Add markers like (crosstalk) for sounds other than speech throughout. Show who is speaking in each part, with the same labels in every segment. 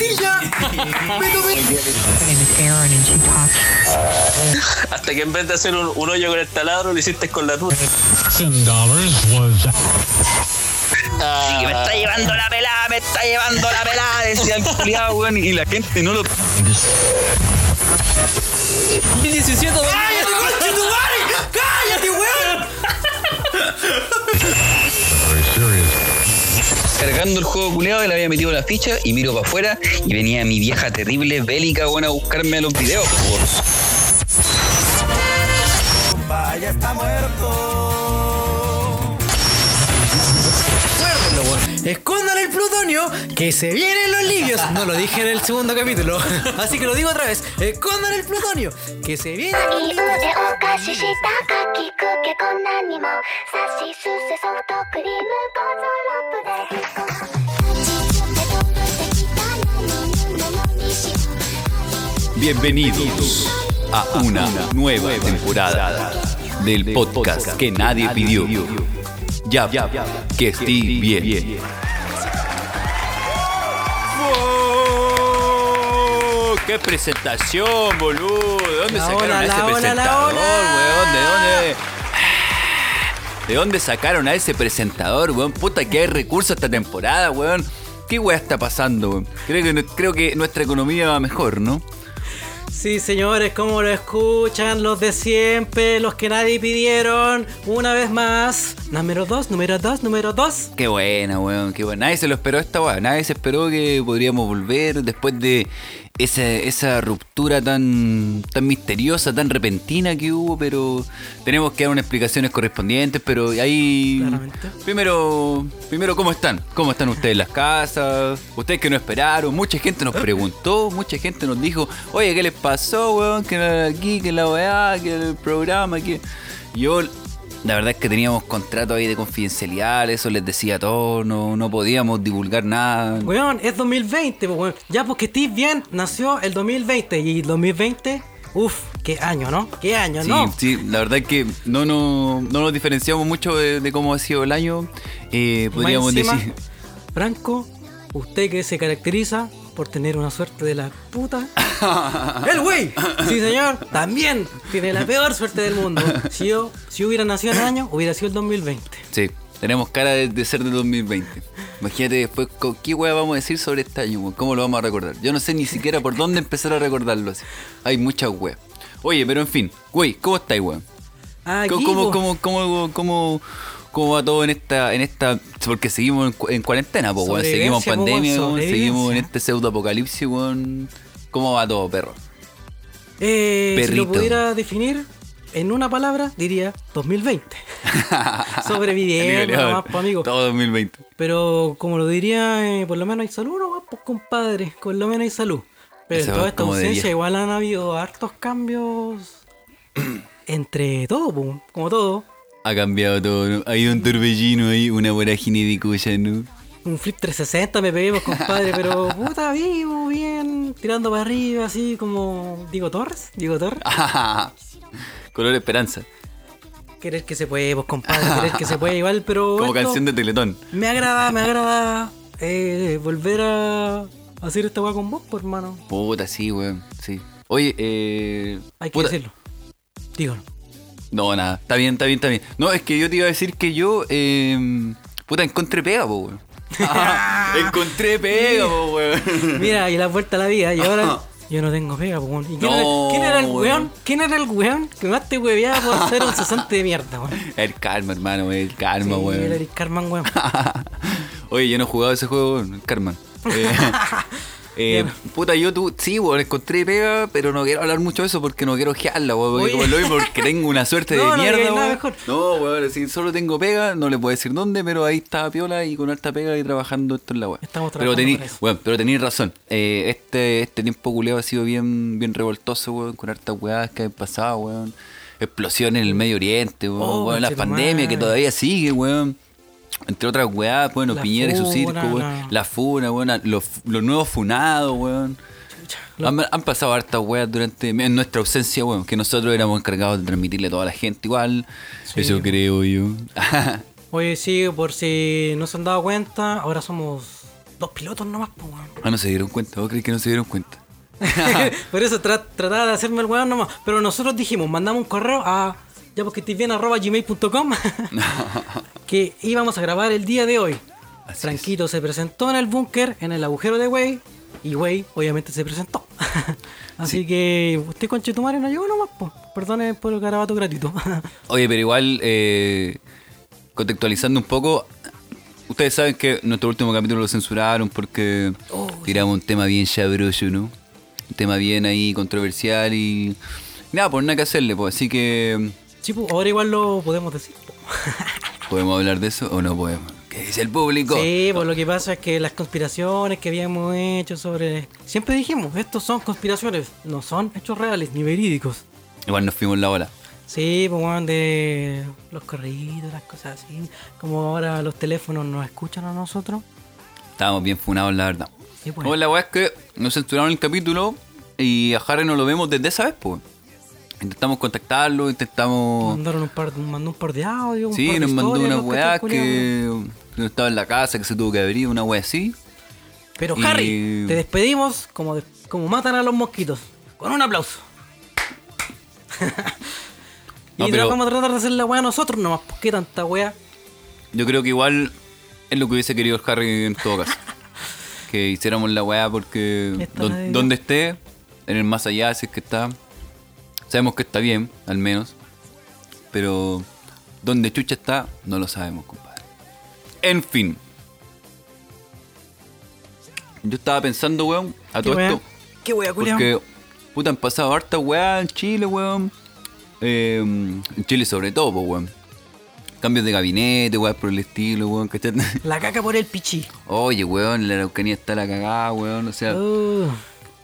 Speaker 1: ella. Pero me-
Speaker 2: Hasta que en vez de hacer un, un hoyo con el taladro, lo hiciste con la tuya.
Speaker 3: Sí, me está llevando la pelada, me está llevando la pelada, decía el culiado, weón, y la gente no lo.
Speaker 4: 2017
Speaker 1: ¡Cállate, conche tu madre! ¡Cállate, weón!
Speaker 3: Cargando el juego culiado, le había metido la ficha y miro para afuera y venía mi vieja terrible, bélica, weón, a buscarme a los videos, weón.
Speaker 1: Escóndale el plutonio que se vienen los libios. No lo dije en el segundo capítulo, así que lo digo otra vez. Escóndale el plutonio que se vienen
Speaker 5: リングでお菓子したかきくけこんなにもさしすせソフトクリームゴゾロップで立ちつて飛んできた何ものにし
Speaker 6: Bienvenidos a una nueva temporada del podcast que nadie pidió. Ya, que estoy bien. ¡Wow! ¡Qué presentación, boludo! ¿De dónde
Speaker 1: La
Speaker 6: sacaron
Speaker 1: ola,
Speaker 6: a ese
Speaker 1: la ola, la
Speaker 6: presentador,
Speaker 1: ola.
Speaker 6: weón? ¿De dónde? Ah, ¿De dónde sacaron a ese presentador, weón? Puta que hay recursos esta temporada, weón. ¿Qué weá está pasando, weón? Creo que, creo que nuestra economía va mejor, ¿no?
Speaker 4: Sí, señores, como lo escuchan, los de siempre, los que nadie pidieron, una vez más. Número 2, número 2, número 2.
Speaker 6: Qué buena, weón, qué buena. Nadie se lo esperó esta weá. Nadie se esperó que podríamos volver después de esa, esa ruptura tan, tan misteriosa, tan repentina que hubo, pero tenemos que dar unas explicaciones correspondientes, pero ahí.
Speaker 4: Claramente.
Speaker 6: Primero, primero, ¿cómo están? ¿Cómo están ustedes en las casas? Ustedes que no esperaron, mucha gente nos preguntó, mucha gente nos dijo, oye, ¿qué les pasó, weón? Que no- aquí, que la weá, que el programa, que. Yo la verdad es que teníamos contrato ahí de confidencialidad, eso les decía a todos, no, no podíamos divulgar nada.
Speaker 4: Weón, es 2020, pues, weón. Ya porque estés bien, nació el 2020. Y el 2020, uff, qué año, ¿no? Qué año,
Speaker 6: Sí,
Speaker 4: ¿no?
Speaker 6: sí, la verdad es que no, no, no nos diferenciamos mucho de, de cómo ha sido el año. Eh,
Speaker 4: Y más
Speaker 6: podríamos
Speaker 4: encima,
Speaker 6: decir.
Speaker 4: Franco, usted que se caracteriza por tener una suerte de la
Speaker 6: (laughs)
Speaker 4: puta. ¡El güey! Sí, señor, también tiene la peor suerte del mundo. Si yo, si hubiera nacido el año, hubiera sido el 2020.
Speaker 6: Sí, tenemos cara de, de ser de 2020. Imagínate después co- qué hueá vamos a decir sobre este año, weón? cómo lo vamos a recordar. Yo no sé ni siquiera por dónde empezar a recordarlo. así. Hay muchas weas. Oye, pero en fin, güey, ¿cómo estáis, weón?
Speaker 4: Aquí,
Speaker 6: ¿Cómo, cómo,
Speaker 4: po.
Speaker 6: cómo, cómo, cómo- cómo va todo en esta, en esta. Porque seguimos en, cu- en cuarentena, po, weón. Seguimos
Speaker 4: Sobrevivencia, po,
Speaker 6: en
Speaker 4: weón,
Speaker 6: pandemia, weón.
Speaker 4: sobrevivencia.
Speaker 6: Seguimos en este pseudo apocalipsis, weón. ¿Cómo va todo, perro? (laughs)
Speaker 4: Eh, si lo
Speaker 6: Perrito.
Speaker 4: pudiera definir en una palabra, diría 2020. Sobreviviendo,
Speaker 6: Nivelador.
Speaker 4: nomás, po, amigo.
Speaker 6: Todo 2020.
Speaker 4: Pero como lo diría, eh, por lo menos hay salud, no, pues compadre, por lo menos hay salud. Pero
Speaker 6: Eso
Speaker 4: en toda
Speaker 6: es
Speaker 4: esta
Speaker 6: como
Speaker 4: ausencia
Speaker 6: diría.
Speaker 4: igual han habido hartos
Speaker 6: (clears throat)
Speaker 4: cambios entre todo, po, como todo.
Speaker 6: Ha cambiado todo, ¿no? Ha ido un torbellino ahí, una vorágine de cuya, ¿no? (laughs)
Speaker 4: Un flip 360 me pegué, pues, compadre, pero puta, vivo, bien, tirando para arriba, así como Diego Torres, Diego Torres.
Speaker 6: Color esperanza.
Speaker 4: Querer que se puede, pues, compadre, querer que se puede igual, pero...
Speaker 6: (laughs)
Speaker 4: esto-
Speaker 6: Como canción de Teletón.
Speaker 4: Me agrada, me agrada eh, volver a hacer esta weá con vos, por hermano.
Speaker 6: Puta, sí, weón. Sí. Oye, eh.
Speaker 4: Hay que
Speaker 6: puta-
Speaker 4: decirlo. Dígalo.
Speaker 6: No, nada. Está bien, está bien, está bien. No, es que yo te iba a decir que yo. eh, puta, encontré pega, po, weón. encontré pega, po, weón. (laughs)
Speaker 4: Mira, y la vuelta a la vida, y ahora yo no tengo pega, po, weón. ¿Y quién,
Speaker 6: No,
Speaker 4: era, quién era el
Speaker 6: weón.
Speaker 4: weón? ¿Quién era el weón que más te hueveaba por ser un cesante de mierda, weón?
Speaker 6: El karma, hermano, el
Speaker 4: Sí,
Speaker 6: karma,
Speaker 4: el
Speaker 6: weón.
Speaker 4: Eric Carman, weón.
Speaker 6: (laughs) Oye, yo no he jugado ese juego, weón,
Speaker 4: (laughs)
Speaker 6: el karma. Eh, eh, puta, yo tú, sí, weón, encontré pega, pero no quiero hablar mucho de eso porque no quiero ojearla, weón. Porque,
Speaker 4: Oye.
Speaker 6: como lo mismo, porque tengo una suerte
Speaker 4: No, (laughs)
Speaker 6: de
Speaker 4: no
Speaker 6: mierda,
Speaker 4: digáis nada
Speaker 6: weón.
Speaker 4: mejor.
Speaker 6: No, weón, si solo tengo pega, no le puedo decir dónde, pero ahí está piola y con harta pega y trabajando esto en la weón.
Speaker 4: Estamos
Speaker 6: pero
Speaker 4: trabajando
Speaker 6: tení,
Speaker 4: para eso.
Speaker 6: weón, pero tenéis razón. Eh, este, este tiempo culeado ha sido bien, bien revoltoso, weón, con hartas weadas que han pasado, weón. Explosiones en el Medio Oriente, weón,
Speaker 4: Oh,
Speaker 6: weón, la
Speaker 4: conchetumare.
Speaker 6: pandemia que todavía sigue, weón. Entre otras weadas, bueno,
Speaker 4: La
Speaker 6: Piñera y su circo,
Speaker 4: funa,
Speaker 6: weón.
Speaker 4: no.
Speaker 6: La funa, weón. Los, los nuevos funados, weón. Han, han pasado hartas weas durante en nuestra ausencia, weón. Que nosotros éramos encargados de transmitirle a toda la gente igual. Eso creo yo. (laughs) Ah,
Speaker 4: Oye, sí, por si no se han dado cuenta, ahora somos dos pilotos nomás, pues, weón.
Speaker 6: Ah, no se dieron cuenta. ¿Vos crees que no se
Speaker 4: (laughs)
Speaker 6: dieron cuenta?
Speaker 4: Por eso tra- trataba de hacerme el weón nomás. Pero nosotros dijimos, mandamos un correo a ya porque estés bien arroba gmail.com (laughs) que íbamos a grabar el día de hoy.
Speaker 6: es.
Speaker 4: Franquito se presentó en el búnker, en el agujero de Wey, y Wey obviamente se presentó. (laughs) Así que usted con Chetumare no llegó nomás, po. perdone por el garabato gratuito. (laughs)
Speaker 6: Oye, pero igual, eh, contextualizando un poco, ustedes saben que nuestro último capítulo lo censuraron porque tiramos un tema bien sabroso, ¿no? Un tema bien ahí controversial y. Nada, por nada que hacerle, pues. Así que.
Speaker 4: sí, po, ahora igual lo podemos decir. po. (laughs)
Speaker 6: ¿Podemos hablar de eso o no podemos? ¿Qué dice el público?
Speaker 4: Sí, pues lo que pasa es que las conspiraciones que habíamos hecho sobre... Siempre dijimos, estos son conspiraciones, no son hechos reales ni verídicos.
Speaker 6: Igual nos fuimos la ola.
Speaker 4: Sí, pues weón, de los corridos, las cosas así. Como ahora los teléfonos nos escuchan a nosotros.
Speaker 6: Estábamos bien funados, la verdad.
Speaker 4: Sí, pues.
Speaker 6: No, la weá es que nos censuraron el capítulo y a Harry no lo vemos desde esa vez, pues. Intentamos contactarlo, intentamos.
Speaker 4: Mandaron un par, mandó un par de audios. un par
Speaker 6: Oh. Sí,
Speaker 4: de
Speaker 6: nos mandó
Speaker 4: historias,
Speaker 6: una
Speaker 4: los
Speaker 6: weá
Speaker 4: cachai, culiao.
Speaker 6: que no estaba en la casa, que se tuvo que abrir, una weá así.
Speaker 4: Pero
Speaker 6: y-
Speaker 4: Harry, te despedimos como, de- como matan a los mosquitos. Con un aplauso. (laughs) y
Speaker 6: No, pero-
Speaker 4: tratamos de tratar de hacer la weá nosotros nomás. ¿Por qué tanta weá?
Speaker 6: Yo creo que igual es lo que hubiese querido el Harry en todo
Speaker 4: (laughs)
Speaker 6: caso. que hiciéramos la weá porque
Speaker 4: Esta
Speaker 6: don-
Speaker 4: la de-
Speaker 6: donde esté, en el más allá, si es que está. Sabemos que está bien, al menos. Pero donde Chucha está, no lo sabemos, compadre. En fin. Yo estaba pensando, weón, a
Speaker 4: ¿Qué
Speaker 6: todo
Speaker 4: weá?
Speaker 6: esto.
Speaker 4: ¿Qué weá, Ah, culiao?
Speaker 6: Porque, puta, han pasado harta weá en Chile, weón. Eh, en Chile sobre todo, pues, weón. Cambios de gabinete, weón, por el estilo, weón, ¿cachai? (laughs)
Speaker 4: La caca por el pichí.
Speaker 6: Oye, weón, la Araucanía está la cagada, weón. O sea,
Speaker 4: Uh,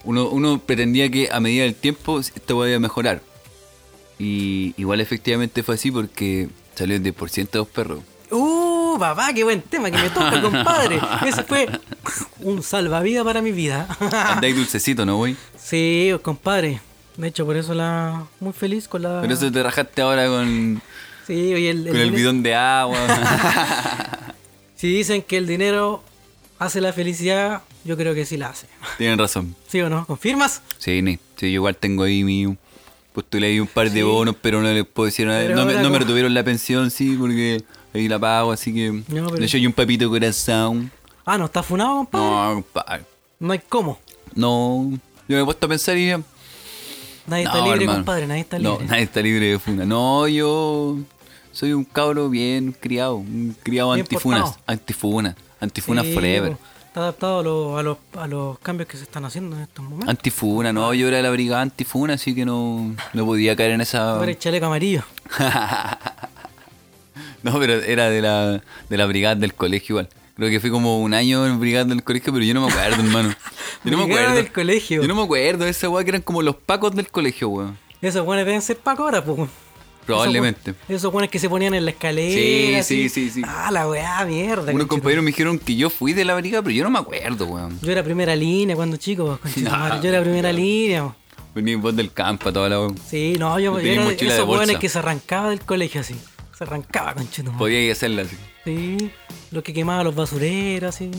Speaker 6: uno, uno pretendía que a medida del tiempo esto podía mejorar. Y igual efectivamente fue así porque salió el 10% de los perros.
Speaker 4: uh, papá, qué buen tema que me
Speaker 6: (laughs)
Speaker 4: toca, compadre. Ese fue un salvavidas para mi vida.
Speaker 6: Andáis dulcecito, ¿no, güey?
Speaker 4: (laughs) Sí, compadre. De hecho, por eso la. Muy feliz con la.
Speaker 6: Pero eso te rajaste ahora con,
Speaker 4: Sí, oye, el, el
Speaker 6: con el
Speaker 4: dinero-
Speaker 6: bidón de agua.
Speaker 4: Si dicen que el dinero hace la felicidad, yo creo que sí la hace. (laughs)
Speaker 6: Tienen razón.
Speaker 4: ¿Sí o no? ¿Confirmas?
Speaker 6: Sí, ni- sí, yo igual tengo ahí mi. Postulé ahí un par de bonos, pero no les puedo decir nada.
Speaker 4: Pero
Speaker 6: No, me,
Speaker 4: ahora
Speaker 6: no me
Speaker 4: como-
Speaker 6: retuvieron la pensión, sí, porque ahí la pago, así que.
Speaker 4: No, pero-
Speaker 6: De hecho, hay un papito corazón.
Speaker 4: Ah, no, está funado, compadre. No,
Speaker 6: No, compadre.
Speaker 4: hay cómo.
Speaker 6: No. Yo me he puesto a pensar y. Nadie
Speaker 4: Nadie está libre, compadre. Nadie está libre.
Speaker 6: No, nadie está libre de funa. No, yo. Soy un cabro bien criado. Un criado
Speaker 4: Bien
Speaker 6: antifunas.
Speaker 4: portado.
Speaker 6: Antifuna. Antifuna
Speaker 4: Sí,
Speaker 6: forever.
Speaker 4: Está adaptado a, lo- a los, a los cambios que se están haciendo en estos momentos.
Speaker 6: Antifuna, no, yo era la brigada antifuna, así que no, no podía caer en esa.
Speaker 4: Tú eres chaleco amarillo.
Speaker 6: (laughs) No, pero era de la, de la brigada del colegio igual. Creo que fui como un año en brigada del colegio, pero yo no me acuerdo, hermano. Yo no me
Speaker 4: Brigada
Speaker 6: acuerdo.
Speaker 4: del colegio.
Speaker 6: Yo no me acuerdo de esa weá que eran como los pacos del colegio, weón.
Speaker 4: Esos buenos deben ser Paco ahora, pues.
Speaker 6: Probablemente.
Speaker 4: Esos bue- Esos buenos que se ponían en la escalera.
Speaker 6: Sí, sí,
Speaker 4: así.
Speaker 6: sí, sí.
Speaker 4: Ah, la weá, mierda.
Speaker 6: Unos
Speaker 4: conchetumare.
Speaker 6: compañeros me dijeron que yo fui de la brigada, pero yo no me acuerdo, weón.
Speaker 4: Yo era primera línea cuando chico, pues,
Speaker 6: (laughs)
Speaker 4: conchetumare.
Speaker 6: Nah.
Speaker 4: Yo era primera línea. pues.
Speaker 6: Vení en voz del campo, toda la weón.
Speaker 4: Sí, no, yo,
Speaker 6: Yo
Speaker 4: yo
Speaker 6: tenía
Speaker 4: era de
Speaker 6: mochila de
Speaker 4: esos
Speaker 6: bolsa.
Speaker 4: jóvenes que se arrancaba del colegio así. Se arrancaba, conchetumare.
Speaker 6: Podía ir a hacerla así.
Speaker 4: Sí, los que quemaban los basureros, así.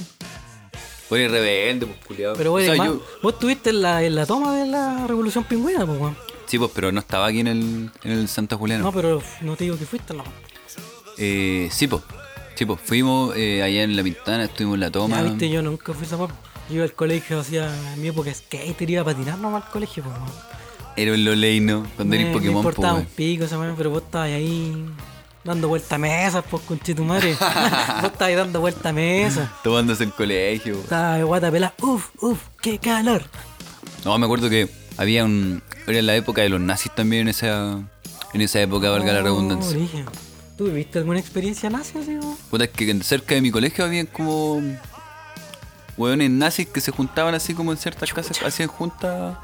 Speaker 6: Podía ir rebelde, pues culiado.
Speaker 4: Pero bueno,
Speaker 6: o sea,
Speaker 4: hermano,
Speaker 6: yo,
Speaker 4: vos estuviste en la, en la toma de la Revolución Pingüina, pues, weón.
Speaker 6: sí, pues, pero no estaba aquí en el, en el Santa Juliana.
Speaker 4: No, pero no te digo que fuiste, no.
Speaker 6: Eh, sí, pues. Sí, pues, fuimos eh, allá en La Pintana, estuvimos en la toma.
Speaker 4: Ya viste, yo nunca fui a esa weá. Yo iba al colegio, hacía en mi época skater, iba a patinar nomás al colegio, pues, weón.
Speaker 6: Era el Loleino, cuando
Speaker 4: Me-
Speaker 6: eres Pokémon,
Speaker 4: Me
Speaker 6: pues,
Speaker 4: importaba un
Speaker 6: weón.
Speaker 4: pico esa weá, pero vos estabas ahí dando vuelta a mesas, pues,
Speaker 6: (laughs)
Speaker 4: conchetumare. (laughs) vos estabas ahí dando vuelta a mesas.
Speaker 6: Tomándose el colegio. weón.
Speaker 4: Estaba de guata pelada, uff, uff, qué calor.
Speaker 6: No, me acuerdo que había un. Era la época de los nazis también, en esa, en esa época, valga la
Speaker 4: Oh,
Speaker 6: redundancia.
Speaker 4: origen. ¿Tú viviste alguna experiencia nazi así, weón?
Speaker 6: Puta, es que cerca de mi colegio habían como. hueones nazis que se juntaban así como en ciertas casas, hacían juntas.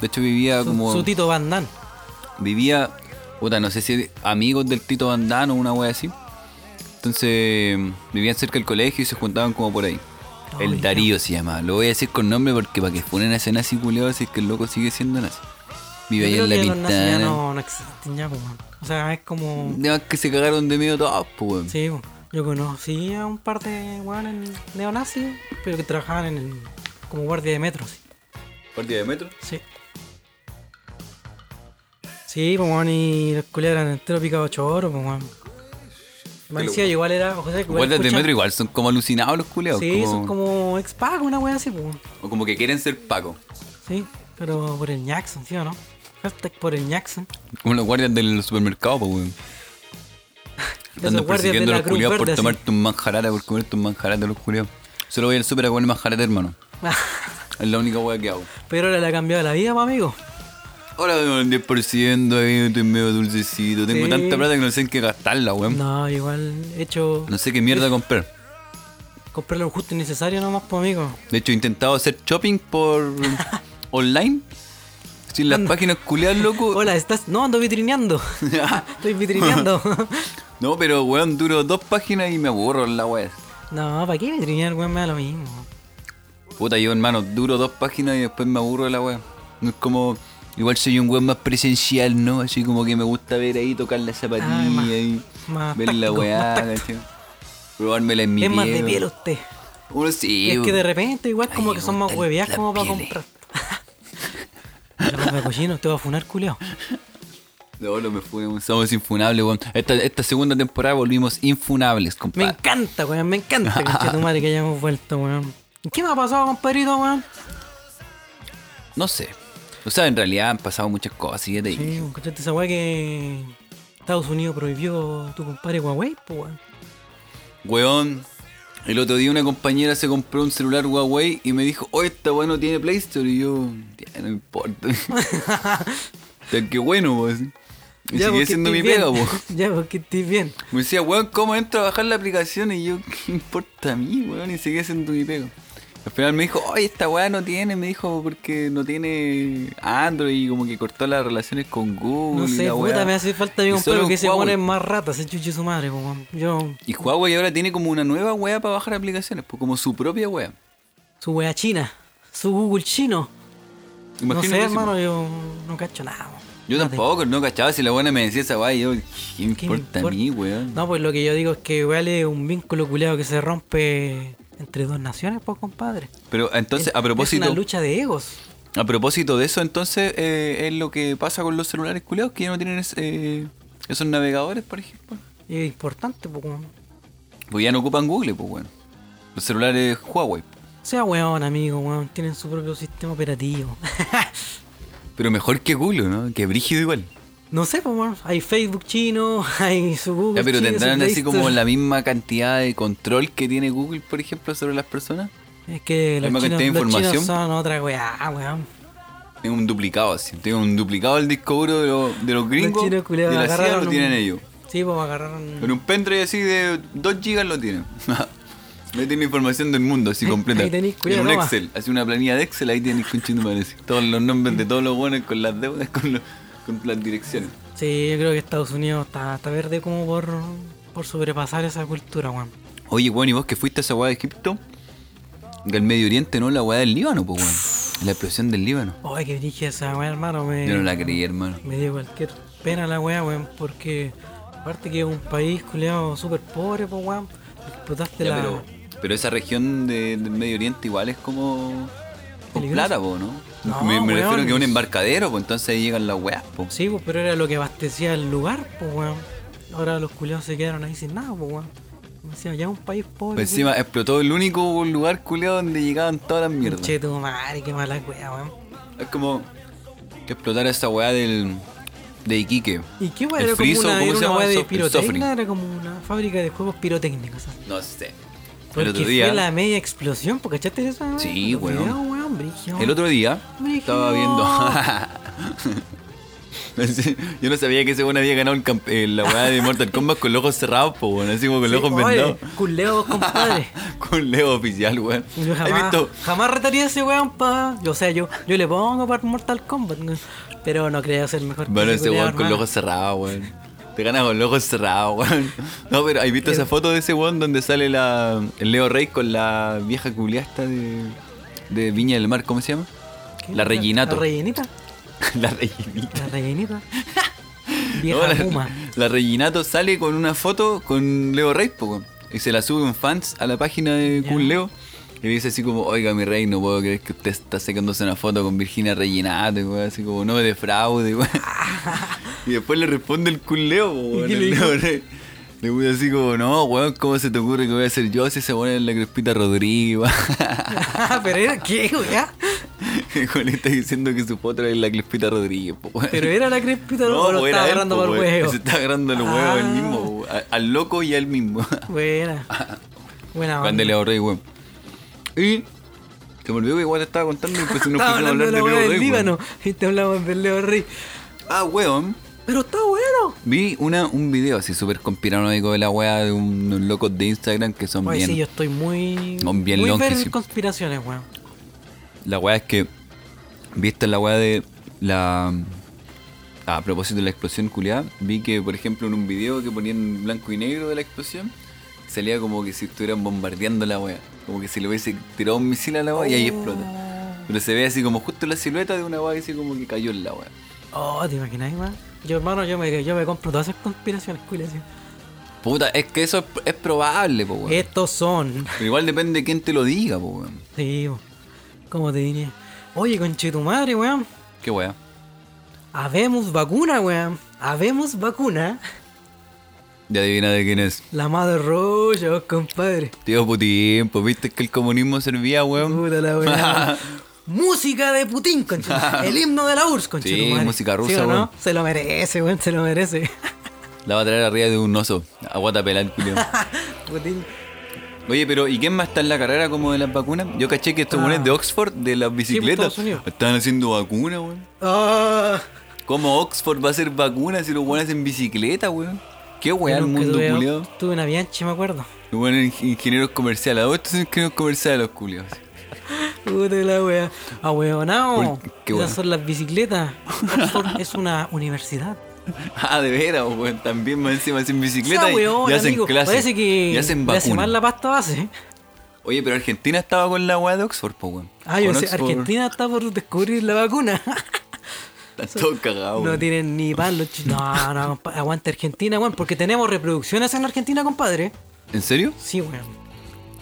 Speaker 6: De hecho, vivía
Speaker 4: Su-
Speaker 6: como.
Speaker 4: Su Tito Van Damme.
Speaker 6: vivía, puta, no sé si amigos del Tito Bandano o una wea así. Entonces vivían cerca del colegio y se juntaban como por ahí.
Speaker 4: Ay,
Speaker 6: el Darío se llama. Lo voy a decir con nombre porque para que funen a ese nazi culeado, así que el loco sigue siendo nazi. Vive
Speaker 4: Yo
Speaker 6: ahí
Speaker 4: creo
Speaker 6: en la
Speaker 4: que los nazis ya
Speaker 6: pintana.
Speaker 4: no, no existen ya, pues, weón. O sea, es como.
Speaker 6: Nada más que se cagaron de miedo todos, pues weón.
Speaker 4: Sí, weón. Yo conocí a un par de weones neonazis, pero que trabajaban en el, como guardia de metro, sí.
Speaker 6: ¿Guardia de metro?
Speaker 4: Sí. Sí, pues weón, y los culiados eran enteros picados choro, pues weón. Me
Speaker 6: Pero-
Speaker 4: decía, igual era. O sea, igual
Speaker 6: Guardias de
Speaker 4: escuchan-
Speaker 6: metro igual son como alucinados los culeados.
Speaker 4: Sí, son como ex pago, una wea así, pues. weón.
Speaker 6: O como que quieren ser Paco.
Speaker 4: Sí, pero por el Jackson, ¿sí o no? Hashtag por el Jackson. (laughs)
Speaker 6: Como los guardias del supermercado, pues, weón.
Speaker 4: De
Speaker 6: Andan
Speaker 4: esos guardias de
Speaker 6: persiguiendo a
Speaker 4: la
Speaker 6: los
Speaker 4: Cruz
Speaker 6: culiados por
Speaker 4: Verde. así.
Speaker 6: tomarte un manjarate, por comerte un manjarate a los culiados. Solo voy al súper a comer manjarate, hermano. Es la única weá que hago.
Speaker 4: pero ahora le ha cambiado la vida, pues, amigo.
Speaker 6: Ahora tengo un 10% ahí, estoy medio dulcecito. Tengo
Speaker 4: Sí.
Speaker 6: tanta plata que no sé en qué gastarla, weón. No.
Speaker 4: No, igual he hecho
Speaker 6: Mm. sé
Speaker 4: (laughs)
Speaker 6: qué mierda comprar.
Speaker 4: comprar lo justo y necesario nomás, pues, amigo.
Speaker 6: De hecho, he intentado hacer shopping
Speaker 4: (laughs)
Speaker 6: por online. Sin las páginas culiadas, loco.
Speaker 4: Ah, Hola, estás. No, ando vitrineando. Estoy vitrineando.
Speaker 6: (laughs) No, pero weón, duro dos páginas y me aburro en la weá.
Speaker 4: no, ¿para qué vitrinear, weón? Me da lo mismo.
Speaker 6: Puta, yo hermano, duro dos páginas y después me aburro de la weá. No es como. Igual soy un weón más presencial, ¿no? Así como que me gusta ver ahí, tocar la zapatilla
Speaker 4: Ah, más-
Speaker 6: ahí.
Speaker 4: más
Speaker 6: ver la
Speaker 4: táctico,
Speaker 6: weá,
Speaker 4: más táctico.
Speaker 6: ¿cachai? Probármela en mi
Speaker 4: es
Speaker 6: piel.
Speaker 4: más de piel usted.
Speaker 6: Uno sí,
Speaker 4: Y es que
Speaker 6: weón.
Speaker 4: de repente, igual, como
Speaker 6: Ay,
Speaker 4: que
Speaker 6: me
Speaker 4: son más
Speaker 6: gustan
Speaker 4: huevías
Speaker 6: las
Speaker 4: como para
Speaker 6: pieles.
Speaker 4: comprar. (laughs) Pero papá cochino, te va a funar, culiao.
Speaker 6: No, no me fuimos, Somos infunables, weón. Esta, esta segunda temporada volvimos infunables,
Speaker 4: Me
Speaker 6: compadre.
Speaker 4: encanta, weón, me encanta, concha tu madre, que hayamos vuelto, weón. ¿Y ¿Qué me ha pasado, compadrito, weón?
Speaker 6: No sé. O sea, en realidad han pasado muchas cosas, y ya te dije.
Speaker 4: Sí, weón, cachate esa weá que Estados Unidos prohibió tu compadre Huawei, pues, weón. (laughs)
Speaker 6: Weón, el otro día una compañera se compró un celular Huawei y me dijo, oh, esta weá no tiene Play Store. Y yo, ya, no me importa. (laughs) Tan que bueno, pues. Y
Speaker 4: Ya,
Speaker 6: sigue
Speaker 4: porque
Speaker 6: siendo mi
Speaker 4: estés
Speaker 6: pega,
Speaker 4: bien.
Speaker 6: pues.
Speaker 4: (laughs) Ya, porque estés bien.
Speaker 6: Me decía, weón, ¿cómo entro a bajar la aplicación? Y yo, ¿qué importa a mí, weón? Y seguía siendo mi pego. Al final me dijo, oye, esta weá no tiene, me dijo, porque no tiene Android y como que cortó las relaciones con Google.
Speaker 4: No
Speaker 6: y
Speaker 4: sé,
Speaker 6: la weá.
Speaker 4: puta, me hace falta
Speaker 6: Y
Speaker 4: mi compadre
Speaker 6: solo
Speaker 4: que se
Speaker 6: Huawei.
Speaker 4: pone más rata, se chuche su madre, pues, weón. Yo,
Speaker 6: Y Huawei ahora tiene como una nueva weá para bajar aplicaciones, pues como su propia weá.
Speaker 4: su wea china, su Google chino.
Speaker 6: Imagínate
Speaker 4: no sé,
Speaker 6: si-
Speaker 4: hermano, yo no cacho nada, weón.
Speaker 6: Yo tampoco, no cachaba si la buena me decía esa weá. Y yo, ¿qué
Speaker 4: ¿Qué
Speaker 6: importa,
Speaker 4: me
Speaker 6: a mí, weón?
Speaker 4: No, pues lo que yo digo es que vale un vínculo culeado que se rompe entre dos naciones, pues compadre.
Speaker 6: Pero entonces,
Speaker 4: Es-
Speaker 6: a propósito.
Speaker 4: Es una lucha de egos.
Speaker 6: A propósito de eso, entonces, eh, es lo que pasa con los celulares culeados que ya no tienen es- eh, esos navegadores, por ejemplo.
Speaker 4: Y es importante, pues. como-
Speaker 6: Pues ya no ocupan Google, pues bueno. Los celulares Huawei.
Speaker 4: Sea weón, amigo, weón. Tienen su propio sistema operativo. (laughs)
Speaker 6: Pero mejor que Google, ¿no? Que brígido igual.
Speaker 4: no sé, pues, weón. Hay Facebook chino, (laughs) hay su Google.
Speaker 6: Ya, pero
Speaker 4: chino, su
Speaker 6: tendrán
Speaker 4: Play
Speaker 6: así como
Speaker 4: Store.
Speaker 6: la misma cantidad de control que tiene Google, por ejemplo, sobre las personas.
Speaker 4: Es que
Speaker 6: misma
Speaker 4: los chinos,
Speaker 6: cantidad de
Speaker 4: los chinos
Speaker 6: información.
Speaker 4: son otra weá, weón.
Speaker 6: Tengo un duplicado así. Tengo un duplicado del disco duro de, los- de los gringos.
Speaker 4: los chinos
Speaker 6: de
Speaker 4: culeados
Speaker 6: la CIA
Speaker 4: agarraron
Speaker 6: lo tienen
Speaker 4: un-
Speaker 6: ellos.
Speaker 4: Sí, pues agarraron.
Speaker 6: En un pendrive así de 2 gigas lo tienen. (laughs) Ahí tiene información del mundo así completa.
Speaker 4: ahí tenés,
Speaker 6: en
Speaker 4: cuidado,
Speaker 6: un
Speaker 4: toma.
Speaker 6: Excel, así una planilla de Excel, ahí tienes conchito parece. Todos los nombres de todos los buenos con las deudas, con, los- con las direcciones.
Speaker 4: Sí, yo creo que Estados Unidos está, está verde como por, por sobrepasar esa cultura, weón.
Speaker 6: Oye, weón, ¿y vos que fuiste a esa weá de Egipto? Del Medio Oriente, no, la weá del Líbano, pues weón. La explosión del Líbano.
Speaker 4: Ay, que dije esa weá, hermano. Me...
Speaker 6: Yo no la
Speaker 4: Eh,
Speaker 6: creí, hermano.
Speaker 4: Me dio cualquier pena la weá, weón, porque aparte que es un país culeado súper pobre, pues weón. Explotaste
Speaker 6: Ya,
Speaker 4: la.
Speaker 6: pero, pero esa región de- del Medio Oriente igual es como. con
Speaker 4: Peligrosa.
Speaker 6: plata, po, ¿no?
Speaker 4: No,
Speaker 6: me me
Speaker 4: weón.
Speaker 6: refiero que es un embarcadero, pues entonces ahí llegan las weas, po.
Speaker 4: Sí, pues, pero era lo que abastecía el lugar, pues weón. Ahora los culeados se quedaron ahí sin nada, pues weón. Encima, ya es un país pobre.
Speaker 6: Pues encima explotó el único lugar culeado donde llegaban todas las mierdas.
Speaker 4: Che, tu madre, qué mala weá, weón.
Speaker 6: Es como que explotara esa weá del. de Iquique.
Speaker 4: ¿Y qué weá?
Speaker 6: El
Speaker 4: Era como
Speaker 6: friso,
Speaker 4: una,
Speaker 6: ¿cómo
Speaker 4: era
Speaker 6: se
Speaker 4: una
Speaker 6: llama?
Speaker 4: weá
Speaker 6: El
Speaker 4: de
Speaker 6: sof- el sofring.
Speaker 4: pirotecnia, era como una fábrica de juegos pirotécnicos. ¿sabes?
Speaker 6: No sé. El
Speaker 4: Porque
Speaker 6: otro día.
Speaker 4: fue la media explosión, porque cachaste esa weá?
Speaker 6: Sí,
Speaker 4: Los
Speaker 6: weón.
Speaker 4: videos, weón, brígido.
Speaker 6: El otro día
Speaker 4: Brígido.
Speaker 6: estaba viendo. (laughs) Yo no sabía que ese weón había ganado el camp- eh, la weá
Speaker 4: (laughs)
Speaker 6: de Mortal Kombat con los ojos cerrados, po, weón. Así como con los
Speaker 4: Sí,
Speaker 6: ojos
Speaker 4: oye,
Speaker 6: vendados. (laughs)
Speaker 4: Culeo, compadre.
Speaker 6: con Leo oficial, weón.
Speaker 4: Yo
Speaker 6: ¿Has
Speaker 4: jamás,
Speaker 6: visto?
Speaker 4: jamás retaría a ese weón pa. Yo, o sea, yo, yo le pongo para Mortal Kombat, ¿no? pero no creo ser mejor que
Speaker 6: Bueno,
Speaker 4: ese
Speaker 6: ese
Speaker 4: culiao,
Speaker 6: weón con los
Speaker 4: hermano.
Speaker 6: ojos cerrados, weón. Te ganas con los ojos cerrados, weón. No, pero ¿has visto esa foto de ese weón donde sale la, el Leo Rey con la vieja culiasta de, de Viña del Mar? ¿Cómo se llama?
Speaker 4: ¿Qué?
Speaker 6: La Reginato.
Speaker 4: La rellenita.
Speaker 6: (laughs) la Reginita.
Speaker 4: La rellenita.
Speaker 6: (laughs) No,
Speaker 4: Vieja
Speaker 6: la,
Speaker 4: puma.
Speaker 6: la Reginato sale con una foto con Leo Rey, po, weón. y se la sube un fans a la página de Kun Leo. Y dice así como, oiga mi rey, no puedo creer que usted está sacándose una foto con Virginia Rellenato, weón, así como, no me defraude,
Speaker 4: (laughs)
Speaker 6: weón. Y después le responde el Kun Leo, weón.
Speaker 4: qué
Speaker 6: el
Speaker 4: le dijo?
Speaker 6: Leo Rey. Le puse así como, no, weón, ¿cómo se te ocurre que voy a ser yo si se pone en la crespita Rodríguez, weón? (laughs)
Speaker 4: (laughs) pero era, ¿qué, weá?
Speaker 6: Juan está diciendo que su foto es la Crespita Rodríguez, po, weón.
Speaker 4: Pero era la
Speaker 6: (laughs)
Speaker 4: crespita, no, lo estaba
Speaker 6: po, pues él,
Speaker 4: agarrando
Speaker 6: po,
Speaker 4: por el
Speaker 6: weón.
Speaker 4: huevo.
Speaker 6: Se está agarrando el huevo
Speaker 4: Ah.
Speaker 6: él mismo, po, a- al loco y a él mismo.
Speaker 4: Buena. Buena onda.
Speaker 6: Cuando le ahorré, weón. Y se me olvidó que igual te estaba contando y pues nos pusimos
Speaker 4: Estaba
Speaker 6: a
Speaker 4: hablando
Speaker 6: hablar
Speaker 4: de
Speaker 6: de
Speaker 4: la weá
Speaker 6: Leo Rey.
Speaker 4: del
Speaker 6: weón.
Speaker 4: Líbano y te hablamos del Leo Rey.
Speaker 6: Ah, weón.
Speaker 4: Pero está bueno.
Speaker 6: Vi una, un video así súper conspiranoico de la weá de un- unos locos de Instagram que son
Speaker 4: Oye,
Speaker 6: bien.
Speaker 4: sí, yo estoy muy.
Speaker 6: Son bien
Speaker 4: muy
Speaker 6: lonquis,
Speaker 4: ver
Speaker 6: sí.
Speaker 4: conspiraciones, weón.
Speaker 6: La weá es que. Viste la weá de la. A propósito de la explosión culiada, vi que, por ejemplo, en un video que ponían en blanco y negro de la explosión, salía como que si estuvieran bombardeando la weá. Como que si le hubiese tirado un misil a la weá y ahí
Speaker 4: Oh.
Speaker 6: explota. Pero se ve así como justo la silueta de una weá que así como que cayó en la weá.
Speaker 4: Oh, ¿te imagináis, weón? Yo, hermano, yo me, yo me compro todas esas conspiraciones, culias.
Speaker 6: Puta, es que eso es, es probable, po weón.
Speaker 4: Estos son.
Speaker 6: Pero igual depende de quién te lo diga, po weón.
Speaker 4: Sí, weón. ¿Cómo te diría? Oye, conche tu madre, weón.
Speaker 6: Qué weá.
Speaker 4: Habemos vacuna, weón. Habemos vacuna.
Speaker 6: Ya adivina de quién es.
Speaker 4: La madre roja, vos, compadre.
Speaker 6: Tío Putin, pues viste que el comunismo servía, weón.
Speaker 4: Puta la
Speaker 6: (laughs)
Speaker 4: weá. Música de Putin, concha. El himno de la URSS, concha.
Speaker 6: Sí, música rusa, weón.
Speaker 4: Se lo merece, weón, se lo merece. (laughs)
Speaker 6: La va a traer arriba de un oso. Aguata pelar,
Speaker 4: (laughs)
Speaker 6: culiao.
Speaker 4: Putin.
Speaker 6: Oye, pero ¿y quién más está en la carrera como de las vacunas? Yo caché que estos
Speaker 4: Ah. pues,
Speaker 6: buenos de Oxford, de las bicicletas,
Speaker 4: Estados Unidos.
Speaker 6: están haciendo vacunas, weón.
Speaker 4: Ah,
Speaker 6: ¿Cómo Oxford va a hacer vacunas si los buenos en bicicleta, weón? Qué weá el
Speaker 4: nunca
Speaker 6: mundo,
Speaker 4: tuve-
Speaker 6: culiao.
Speaker 4: Tuve una bianchi, me acuerdo.
Speaker 6: Los buenos ing- ingenieros comerciales. Ahora estos son ingenieros comerciales, los culiados.
Speaker 4: Puta la wea. Ah, weonao.
Speaker 6: Uy, qué
Speaker 4: Esas
Speaker 6: bueno.
Speaker 4: son las bicicletas. Oxford es una universidad.
Speaker 6: (laughs) Ah, de veras, weón. También más encima hacen bicicleta
Speaker 4: Esa
Speaker 6: y,
Speaker 4: weón,
Speaker 6: y hacen
Speaker 4: amigo,
Speaker 6: clases.
Speaker 4: Parece que
Speaker 6: y hacen
Speaker 4: le hace
Speaker 6: vacunas.
Speaker 4: mal la pasta base.
Speaker 6: Oye, pero Argentina estaba con la weá de Oxford, po, weón.
Speaker 4: Ah, yo
Speaker 6: Con
Speaker 4: sé,
Speaker 6: Oxford,
Speaker 4: Argentina está por descubrir la vacuna.
Speaker 6: (laughs)
Speaker 4: (laughs)
Speaker 6: Están todos cagados,
Speaker 4: No
Speaker 6: weón.
Speaker 4: tienen ni pan los chi- No, no, compa- aguante Argentina, weón, porque tenemos reproducciones en Argentina, compadre.
Speaker 6: ¿En serio?
Speaker 4: Sí, weón.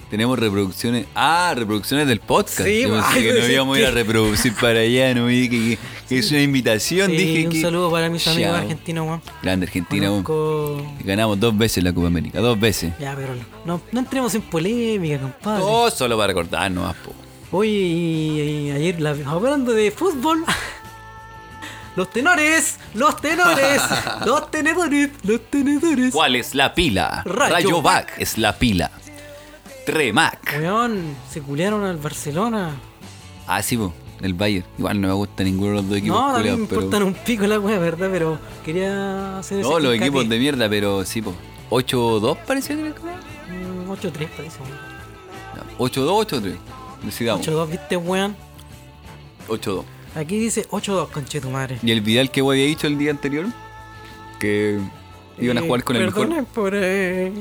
Speaker 6: Tenemos reproducciones. Ah, reproducciones del podcast.
Speaker 4: Sí,
Speaker 6: Yo pensé
Speaker 4: ay,
Speaker 6: que no
Speaker 4: pensé
Speaker 6: íbamos a ir a
Speaker 4: que-
Speaker 6: reproducir para allá. No me dije que, que es una invitación.
Speaker 4: Sí,
Speaker 6: dije
Speaker 4: un
Speaker 6: que.
Speaker 4: saludo para mis amigos
Speaker 6: Chao.
Speaker 4: argentinos, weón.
Speaker 6: Grande Argentina, weón.
Speaker 4: Conozco-
Speaker 6: Ganamos dos veces la Copa América. Dos veces.
Speaker 4: Ya, pero no, no, no entremos en polémica, compadre.
Speaker 6: Oh, solo para recordarnos, más, po.
Speaker 4: Oye, y- y ayer la- hablando de fútbol. (laughs) Los tenores, los
Speaker 6: (laughs)
Speaker 4: tenores, los tenedores, los tenedores.
Speaker 6: ¿Cuál es la pila?
Speaker 4: Rayo
Speaker 6: Rayovac es la pila. Tremac.
Speaker 4: Weón, se culearon al Barcelona.
Speaker 6: Ah, sí, po. El Bayern. Igual no me gusta ninguno de los dos equipos.
Speaker 4: No, a mí me
Speaker 6: culiaos, pero-
Speaker 4: importan un pico la wea, ¿verdad? Pero quería hacer ese
Speaker 6: No, los
Speaker 4: hincapié.
Speaker 6: equipos de mierda, pero sí, po. 8-2 parecía que era.
Speaker 4: Mm, 8-3 parece, weón.
Speaker 6: 8-2, 8-3. Decidamos.
Speaker 4: 8-2, viste, weón.
Speaker 6: 8-2.
Speaker 4: Aquí dice 8-2, conche tu madre.
Speaker 6: Y el Vidal que vos había dicho el día anterior, que iban a
Speaker 4: Eh,
Speaker 6: jugar con el mejor.
Speaker 4: perdonen por. eh,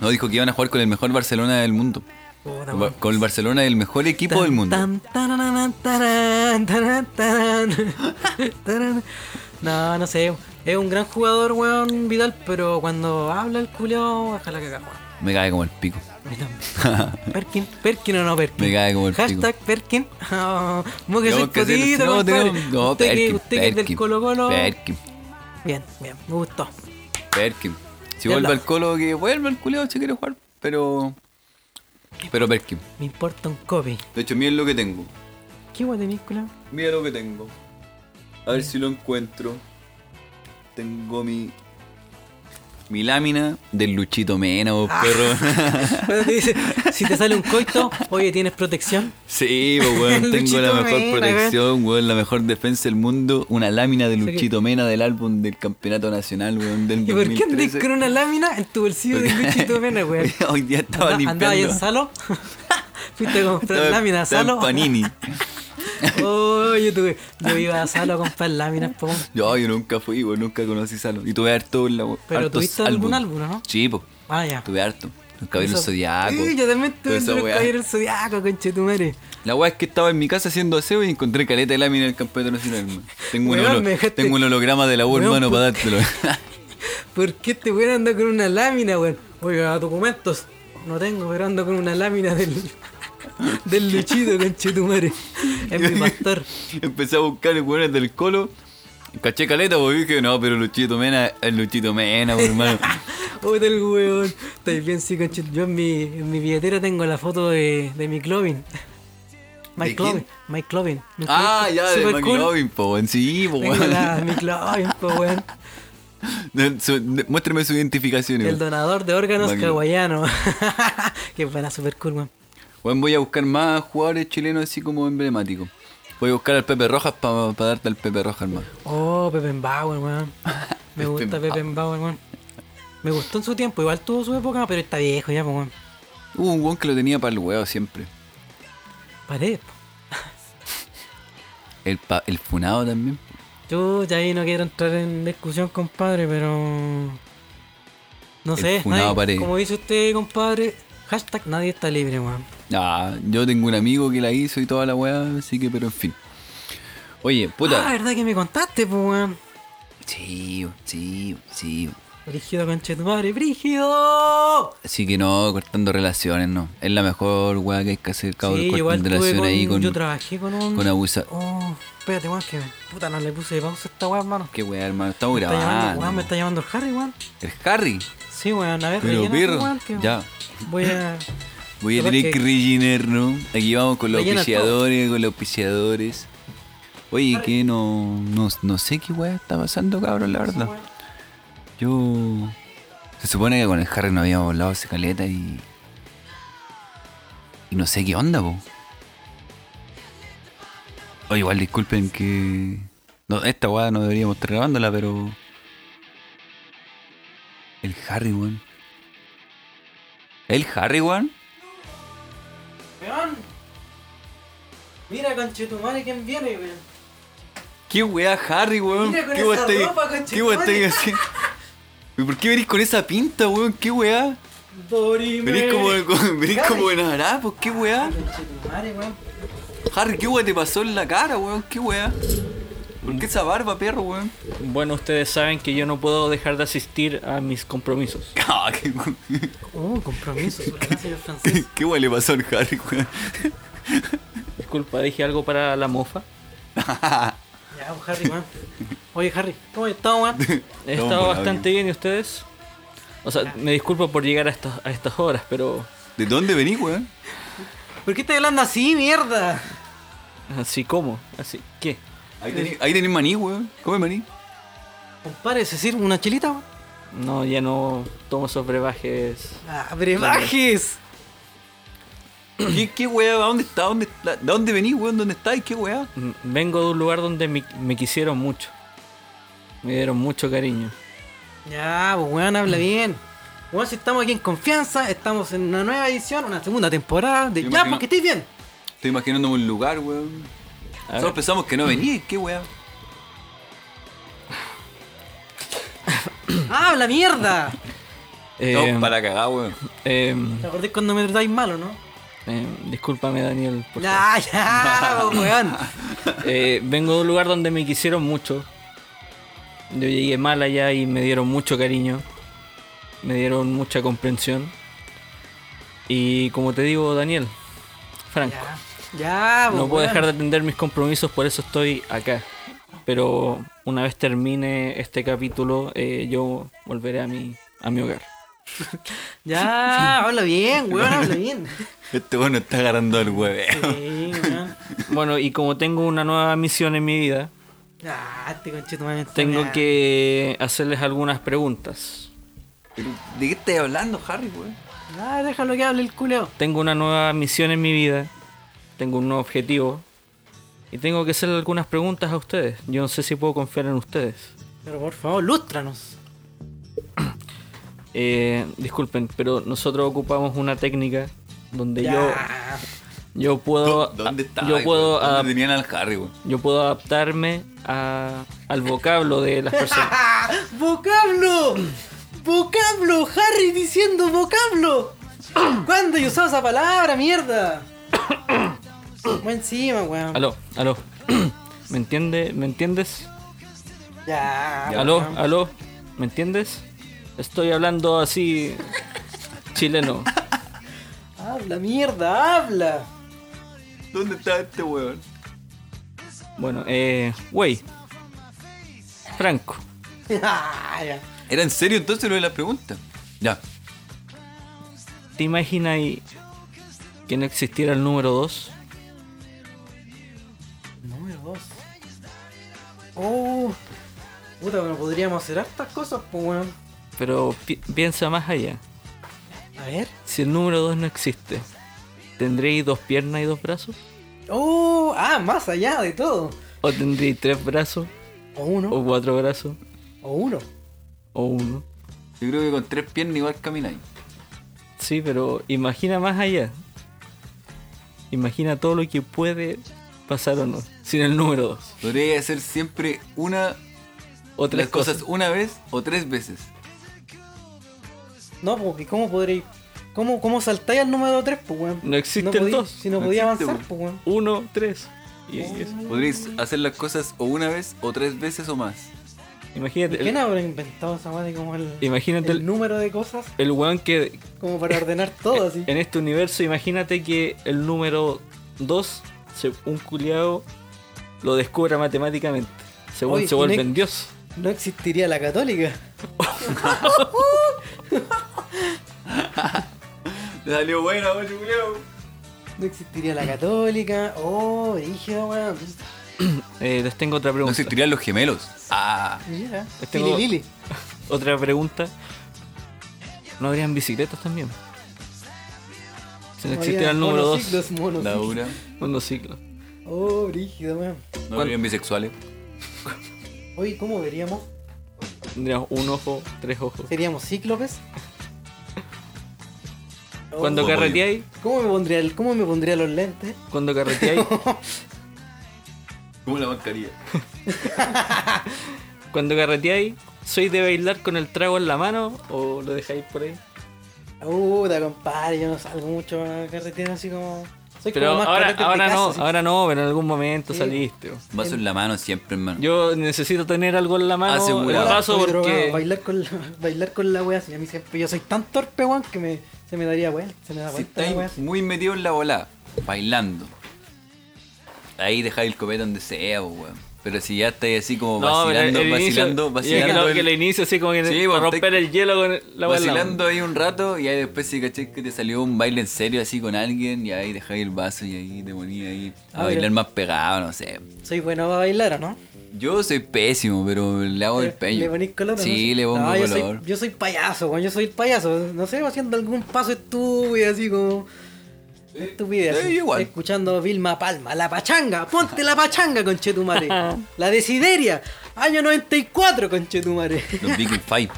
Speaker 6: No, dijo que iban a jugar con el mejor Barcelona del mundo.
Speaker 4: puta,
Speaker 6: Ba-
Speaker 4: weón.
Speaker 6: Con el Barcelona del mejor equipo del mundo.
Speaker 4: Tan, tan, tararán, tarán, tarán, tarán, tarán. No, no sé. Es un gran jugador, weón, Vidal, pero cuando habla el culiao, baja la cagada, weón.
Speaker 6: Me cae como el pico.
Speaker 4: Me tam- Perkin, Perkin o no Perkin.
Speaker 6: Me cae como el
Speaker 4: Hashtag Perkin. (laughs) Oh, como que
Speaker 6: Tenemos
Speaker 4: soy
Speaker 6: que hacer-
Speaker 4: potito,
Speaker 6: no,
Speaker 4: compadre.
Speaker 6: tenemos- no,
Speaker 4: usted que,
Speaker 6: Perkin,
Speaker 4: usted que es del
Speaker 6: Perkin,
Speaker 4: Colo Colo.
Speaker 6: Perkin,
Speaker 4: Bien, bien, me gustó.
Speaker 6: Perkin. Si
Speaker 4: Ya
Speaker 6: vuelve
Speaker 4: hablamos.
Speaker 6: al Colo, que vuelva al culeado si quiere jugar, pero. Pero Perkin.
Speaker 4: Me importa un copy.
Speaker 6: De hecho, miren lo que tengo.
Speaker 4: ¿Qué guay tenés, culiao?
Speaker 6: Mira lo que tengo. A ver si lo encuentro. Tengo mi. Mi lámina del Luchito Mena, vos,
Speaker 4: Ah.
Speaker 6: perro.
Speaker 4: (laughs) Cuando te (laughs) dice, si te sale un coito, oye, ¿tienes
Speaker 6: (laughs)
Speaker 4: protección?
Speaker 6: Sí, pues, weón, tengo
Speaker 4: Luchito
Speaker 6: la mejor
Speaker 4: Mena,
Speaker 6: protección, weón, la mejor defensa del mundo. Una lámina de
Speaker 4: que-
Speaker 6: Luchito Mena del álbum del Campeonato Nacional, weón, del
Speaker 4: ¿Y por qué andas
Speaker 6: 2013.
Speaker 4: con una lámina en tu bolsillo de Luchito Mena, weón?
Speaker 6: Hoy día (laughs) estaba
Speaker 4: Andaba
Speaker 6: limpiando.
Speaker 4: andaba ahí en Salo. (laughs) Fuiste a comprar
Speaker 6: Estaba-
Speaker 4: láminas,
Speaker 6: estaba en
Speaker 4: Salo.
Speaker 6: Panini.
Speaker 4: (laughs) Oh, yo, tuve, yo iba a Salo a comprar láminas, po.
Speaker 6: Yo, yo nunca fui, weón, nunca conocí Salo. Y tuve harto, la
Speaker 4: Pero
Speaker 6: hartos
Speaker 4: tuviste algún
Speaker 6: álbumes.
Speaker 4: álbum, ¿no?
Speaker 6: Sí, pues,
Speaker 4: Ah, ya.
Speaker 6: tuve harto. Los caballeros
Speaker 4: Eso-
Speaker 6: zodiacos.
Speaker 4: Sí, yo también tuve el
Speaker 6: Esa
Speaker 4: de los
Speaker 6: weá.
Speaker 4: caballeros zodiacos, conchetumare.
Speaker 6: La weá es que estaba en mi casa haciendo aseo y encontré caleta de lámina del campeonato nacional. man. Tengo, un
Speaker 4: Weón,
Speaker 6: holo-
Speaker 4: me dejaste-
Speaker 6: tengo un holograma de la U,
Speaker 4: Weón, pues.
Speaker 6: hermano,
Speaker 4: pu-
Speaker 6: para dártelo.
Speaker 4: (laughs) ¿Por qué este weón anda con una lámina, weón? Oiga, documentos. No tengo, pero ando con una lámina del. (laughs) Del luchido, conchetumare. Es mi
Speaker 6: (laughs)
Speaker 4: pastor.
Speaker 6: Empecé a buscar el weón del colo. Caché caleta, porque dije, no, pero Luchito Mena es Luchito Mena, po,
Speaker 4: (laughs)
Speaker 6: hermano.
Speaker 4: Puta el weón. Estáis bien, sí, conchet- Yo en mi, en mi billetera tengo la foto de, de mi Clovin.
Speaker 6: ¿De
Speaker 4: Mike
Speaker 6: quién?
Speaker 4: Clovin. Mike Clovin.
Speaker 6: ah, ya, de
Speaker 4: Super
Speaker 6: Mike
Speaker 4: cool.
Speaker 6: Lovin, po, weón. Sí, po,
Speaker 4: Tengo
Speaker 6: weón.
Speaker 4: la- mi Clovin, po, weón.
Speaker 6: (laughs) De- su- de- Muéstrame su identificación,
Speaker 4: El
Speaker 6: weón.
Speaker 4: donador de órganos (laughs)
Speaker 6: Mike
Speaker 4: hawaiano. que buena, super cool, weón.
Speaker 6: Weón, voy a buscar más jugadores chilenos así como emblemáticos. Voy a buscar al Pepe Rojas para darte al Pepe Rojas, hermano.
Speaker 4: Oh, Peppenbauer, weón.
Speaker 6: Este
Speaker 4: Me gusta
Speaker 6: Peppenbauer.
Speaker 4: Peppenbauer, weón. Me gustó en su tiempo, igual tuvo su época, pero está viejo ya, po, weón.
Speaker 6: Hubo un weón que lo tenía para el huevo siempre.
Speaker 4: Paredes, po.
Speaker 6: El, pa- el funado también.
Speaker 4: Yo ya ahí no quiero entrar en discusión, compadre, pero. No
Speaker 6: El
Speaker 4: sé,
Speaker 6: funado
Speaker 4: nadie-
Speaker 6: Paredes.
Speaker 4: como dice usted, compadre, hashtag nadie está libre, weón.
Speaker 6: Ah, yo tengo un amigo que la hizo y toda la weá, así que, pero en fin. Oye,
Speaker 4: Ah,
Speaker 6: puta.
Speaker 4: verdad que me contaste, po, weón.
Speaker 6: Sí, sí, sí.
Speaker 4: Brígido, conche tu madre, brígido.
Speaker 6: Así que no, cortando relaciones, no. Es la mejor weá que hay que hacer, cabrón.
Speaker 4: sí, igual
Speaker 6: cortando
Speaker 4: tuve
Speaker 6: relaciones
Speaker 4: con,
Speaker 6: ahí con,
Speaker 4: Yo trabajé con un.
Speaker 6: con abusa.
Speaker 4: Oh, espérate, weón, que. Puta, no le puse pausa a esta weón, hermano.
Speaker 6: Qué weá, hermano, estamos
Speaker 4: Está llamando,
Speaker 6: grabando.
Speaker 4: weón, me está llamando el Harry, weón.
Speaker 6: El Harry.
Speaker 4: Sí, weón, a ver,
Speaker 6: Pero,
Speaker 4: rellena tú,
Speaker 6: perro.
Speaker 4: weón, que-
Speaker 6: Ya.
Speaker 4: Voy
Speaker 6: (laughs)
Speaker 4: a.
Speaker 6: Voy a
Speaker 4: Capaz
Speaker 6: tener
Speaker 4: que-
Speaker 6: que rellenar, ¿no? Aquí vamos con los
Speaker 4: Rellena
Speaker 6: auspiciadores, con los auspiciadores. Oye, que no, no, no sé qué weá está pasando, cabrón, la verdad. Yo. Se supone que con el Harry no habíamos hablado hace caleta y. Y no sé qué onda, po. O igual disculpen que. No, esta weá no deberíamos estar grabándola, pero. El Harry, weón. ¿El Harry, weón?
Speaker 4: Weón. Mira, conchetumare, quién viene, weón.
Speaker 6: ¿Qué weá, Harry, weón?
Speaker 4: Mira con
Speaker 6: ¿Qué weá
Speaker 4: esa
Speaker 6: estáis-
Speaker 4: ropa, conchetumare.
Speaker 6: ¿Qué weá estáis haciendo? ¿Y por qué venís con esa pinta, weón? ¿Qué weá?
Speaker 4: Dorime.
Speaker 6: Venís como, con- venís como en harapos, ¿qué weá?
Speaker 4: Conchetumare, weón.
Speaker 6: Harry, ¿qué weá te pasó en la cara, weón? ¿Qué weá? ¿Por qué esa barba, perro, weón? (laughs)
Speaker 7: Bueno, ustedes saben que yo no puedo dejar de asistir a mis compromisos.
Speaker 6: Ah, qué weá.
Speaker 4: Oh, (laughs) compromiso, su gracia, señor francés.
Speaker 6: ¿Qué weá le pasó al Harry, weón? (laughs)
Speaker 7: Disculpa, dije algo para la mofa.
Speaker 4: Ya, pues, Harry, weón. Oye, Harry, ¿cómo has estado, weón?
Speaker 7: He
Speaker 6: Estamos
Speaker 7: estado
Speaker 6: por
Speaker 7: bastante bien, ¿y ustedes? O sea, me disculpo por llegar a estas, a estas horas, pero
Speaker 6: ¿De dónde venís, weón?
Speaker 4: ¿Por qué estás hablando así, mierda?
Speaker 7: así como, así, ¿qué?
Speaker 6: Ahí tenés, ahí tenés maní, weón. Come maní.
Speaker 4: Compadre, ¿se sirve una chilita, weón?
Speaker 7: No, ya no tomo esos brebajes.
Speaker 4: Ah, brebajes.
Speaker 6: ¿Qué, qué weá? ¿A dónde está? ¿Dónde, está? ¿De dónde venís, weón? ¿Dónde estáis? ¿Qué weá?
Speaker 7: Mm, Vengo de un lugar donde me, me quisieron mucho. Me dieron mucho cariño.
Speaker 4: Ya, pues, weón, habla bien. Weón, si estamos aquí en confianza, estamos en una nueva edición, una segunda temporada de Ya,
Speaker 6: Yo imagino-
Speaker 4: porque estoy bien.
Speaker 6: Estoy imaginándome un lugar, weón.
Speaker 7: A
Speaker 6: Nosotros
Speaker 7: ver,
Speaker 6: pensamos que no venís, qué weá.
Speaker 4: ¡Ah, la mierda!
Speaker 7: eh,
Speaker 6: No, para cagar, weón.
Speaker 7: eh,
Speaker 4: ¿Te acordás cuando me tratáis malo, no?
Speaker 7: eh, discúlpame, Daniel. por favor.
Speaker 4: Ya, ya, po, weón.
Speaker 7: Eh, vengo de un lugar donde me quisieron mucho. Yo llegué mal allá y me dieron mucho cariño. Me dieron mucha comprensión. Y como te digo, Daniel, Franco,
Speaker 4: Ya, ya, po,
Speaker 7: no puedo
Speaker 4: weón.
Speaker 7: dejar de atender mis compromisos, por eso estoy acá. Pero una vez termine este capítulo, eh, yo volveré a mi, a mi hogar. (laughs)
Speaker 4: Ya, habla bien, weón, habla bien.
Speaker 6: Este weón no está agarrando el hueveo.
Speaker 4: Sí, weón.
Speaker 7: Bueno, y como tengo una nueva misión en mi vida,
Speaker 4: Ah, este conchito me está
Speaker 7: tengo
Speaker 4: meando.
Speaker 7: que hacerles algunas preguntas.
Speaker 6: Pero, (laughs) ¿De qué estás hablando, Harry, weón?
Speaker 4: Ah, déjalo que hable el culeo.
Speaker 7: Tengo una nueva misión en mi vida. Tengo un nuevo objetivo. Y tengo que hacerle algunas preguntas a ustedes. Yo no sé si puedo confiar en ustedes.
Speaker 4: Pero por favor, lústranos.
Speaker 7: Eh, disculpen, pero nosotros ocupamos una técnica donde
Speaker 4: Ya.
Speaker 7: yo yo puedo
Speaker 6: ¿Dónde está?
Speaker 7: yo puedo
Speaker 6: ¿Dónde
Speaker 7: adap-
Speaker 6: tenían al Harry, weón?
Speaker 7: yo puedo adaptarme a- al vocablo de las personas.
Speaker 4: Ah, ¡Vocablo! ¡Vocablo! ¡Harry diciendo vocablo! ¿Cuándo yo usaba esa palabra, mierda? (coughs) Buen encima, weón.
Speaker 7: aló, aló. (clears throat) ¿Me entiende? ¿Me entiendes?
Speaker 4: Ya.
Speaker 7: Aló,
Speaker 4: weón.
Speaker 7: aló. ¿Me entiendes? Estoy hablando así chileno.
Speaker 4: Habla, mierda, habla. (laughs)
Speaker 6: ¿Dónde está este weón?
Speaker 7: Bueno, eh, güey. Franco.
Speaker 4: Ah, ya.
Speaker 6: ¿Era en serio entonces lo de la pregunta? Ya.
Speaker 7: ¿Te imaginas y- que no existiera el número 2?
Speaker 4: Número 2. Oh. Puta, bueno, podríamos hacer hartas cosas, pues weón.
Speaker 7: Pero pi- piensa más allá.
Speaker 4: A ver.
Speaker 7: Si el número 2 no existe, ¿tendréis dos piernas y dos brazos?
Speaker 4: Oh, ah, más allá de todo.
Speaker 7: ¿O tendréis tres brazos?
Speaker 4: O uno.
Speaker 7: ¿O cuatro brazos?
Speaker 4: O uno.
Speaker 7: ¿O uno?
Speaker 6: Yo creo que con tres piernas igual camináis.
Speaker 7: Sí, pero imagina más allá. Imagina todo lo que puede pasar o no, sin el número 2.
Speaker 6: Podría hacer siempre una
Speaker 7: O
Speaker 6: las
Speaker 7: tres
Speaker 6: cosas,
Speaker 7: cosas.
Speaker 6: una vez o tres veces.
Speaker 4: No, porque ¿cómo podréis. ¿Cómo, cómo saltáis al número 3, pues weón?
Speaker 7: No existe
Speaker 4: podí-
Speaker 7: el dos.
Speaker 4: Si no,
Speaker 6: No
Speaker 4: podía
Speaker 6: existe,
Speaker 4: avanzar, pues weón. Oh.
Speaker 7: Uno, tres. Y- y eso.
Speaker 6: Podríais hacer las cosas o una vez o tres veces o más.
Speaker 7: Imagínate. el-
Speaker 4: ¿Quién habrá inventado esa madre como el.
Speaker 7: Imagínate
Speaker 4: el
Speaker 7: el-
Speaker 4: número de cosas
Speaker 7: El weón que.
Speaker 4: como para ordenar todo así.
Speaker 7: (laughs) En este universo, imagínate que el número 2, un culiado, lo descubra matemáticamente. Según
Speaker 4: Oye,
Speaker 7: se
Speaker 4: tiene-
Speaker 7: vuelven Dios.
Speaker 4: No existiría la católica.
Speaker 6: Le salió buena, oye, culiao.
Speaker 4: No existiría la católica. Oh, rígido, weón. Pues,
Speaker 7: Eh, les tengo otra
Speaker 6: No
Speaker 7: pregunta.
Speaker 6: existirían los gemelos. Ah,
Speaker 4: Mira.
Speaker 7: Este
Speaker 4: Lili,
Speaker 7: como-
Speaker 4: Lili.
Speaker 7: Otra pregunta. ¿No habrían bicicletas también? Si no existiera el
Speaker 4: Había
Speaker 7: número 2,
Speaker 4: monociclos, monociclos.
Speaker 6: la dura.
Speaker 7: monociclo.
Speaker 4: Oh, brígido, weón.
Speaker 6: No habrían bisexuales.
Speaker 4: Oye, ¿cómo veríamos?
Speaker 7: Tendríamos un ojo, tres ojos.
Speaker 4: ¿Seríamos cíclopes? Oh,
Speaker 7: Cuando
Speaker 6: Ojo,
Speaker 7: carreteáis,
Speaker 4: ¿Cómo me pondría el- cómo me pondría los lentes?
Speaker 7: cuando
Speaker 4: (laughs)
Speaker 7: carreteáis,
Speaker 6: Como la bancaría.
Speaker 7: cuando carreteáis, ¿sois de bailar con el trago en la mano o lo dejáis por ahí?
Speaker 4: Uh, da compadre, yo no salgo mucho a carretera así como. Soy
Speaker 7: Pero
Speaker 4: como más
Speaker 7: ahora,
Speaker 4: carretero de
Speaker 7: ahora
Speaker 4: casa,
Speaker 7: no,
Speaker 4: así.
Speaker 7: ahora no, pero en algún momento
Speaker 4: Sí.
Speaker 7: saliste. bo.
Speaker 6: Vaso en la mano siempre, hermano.
Speaker 7: Yo necesito tener algo en la mano,
Speaker 6: Asegurado.
Speaker 7: el
Speaker 4: Ahora
Speaker 7: brazo,
Speaker 4: estoy drogado,
Speaker 7: porque
Speaker 4: bailar con la, (laughs) bailar con la wea, si a mí siempre yo soy tan torpe, weón, que me, se me daría vuelta, se me da
Speaker 6: Si
Speaker 4: vuelta Ah, la wea.
Speaker 6: estáis
Speaker 4: así.
Speaker 6: muy metido en la bola, bailando. Ahí dejáis el copete donde sea, po, weón. Pero si ya estáis así como
Speaker 7: No, pero
Speaker 6: vacilando,
Speaker 7: el inicio-
Speaker 6: vacilando,
Speaker 7: y
Speaker 6: vacilando.
Speaker 7: Es que, lo-
Speaker 6: el-
Speaker 7: que le inicio así como que
Speaker 6: Sí,
Speaker 7: para
Speaker 6: bo, te-
Speaker 7: romper el hielo con el- la bola.
Speaker 6: vacilando ahí un rato y ahí después si caché que te salió un baile en serio así con alguien y ahí dejáis el vaso y ahí te ponía ahí a
Speaker 4: Ah,
Speaker 6: bailar
Speaker 4: mira.
Speaker 6: más pegado, no sé.
Speaker 4: Soy bueno para bailar, ¿o no?
Speaker 6: Yo soy pésimo, pero le hago Oh, el
Speaker 4: Le- Eh, Le
Speaker 6: peño.
Speaker 4: ponís color. ¿o
Speaker 6: Sí,
Speaker 4: no?
Speaker 6: le pongo
Speaker 4: No, yo soy-
Speaker 6: color.
Speaker 4: Yo soy, payaso, weón, yo soy el payaso. No sé, haciendo algún paso estúpido, así como. Estupidez.
Speaker 6: sí,
Speaker 4: así.
Speaker 6: igual.
Speaker 4: Escuchando Vilma Palma, la pachanga, ponte la pachanga, conchetumare. la desideria, año 94, conchetumare.
Speaker 6: Los Viking Five.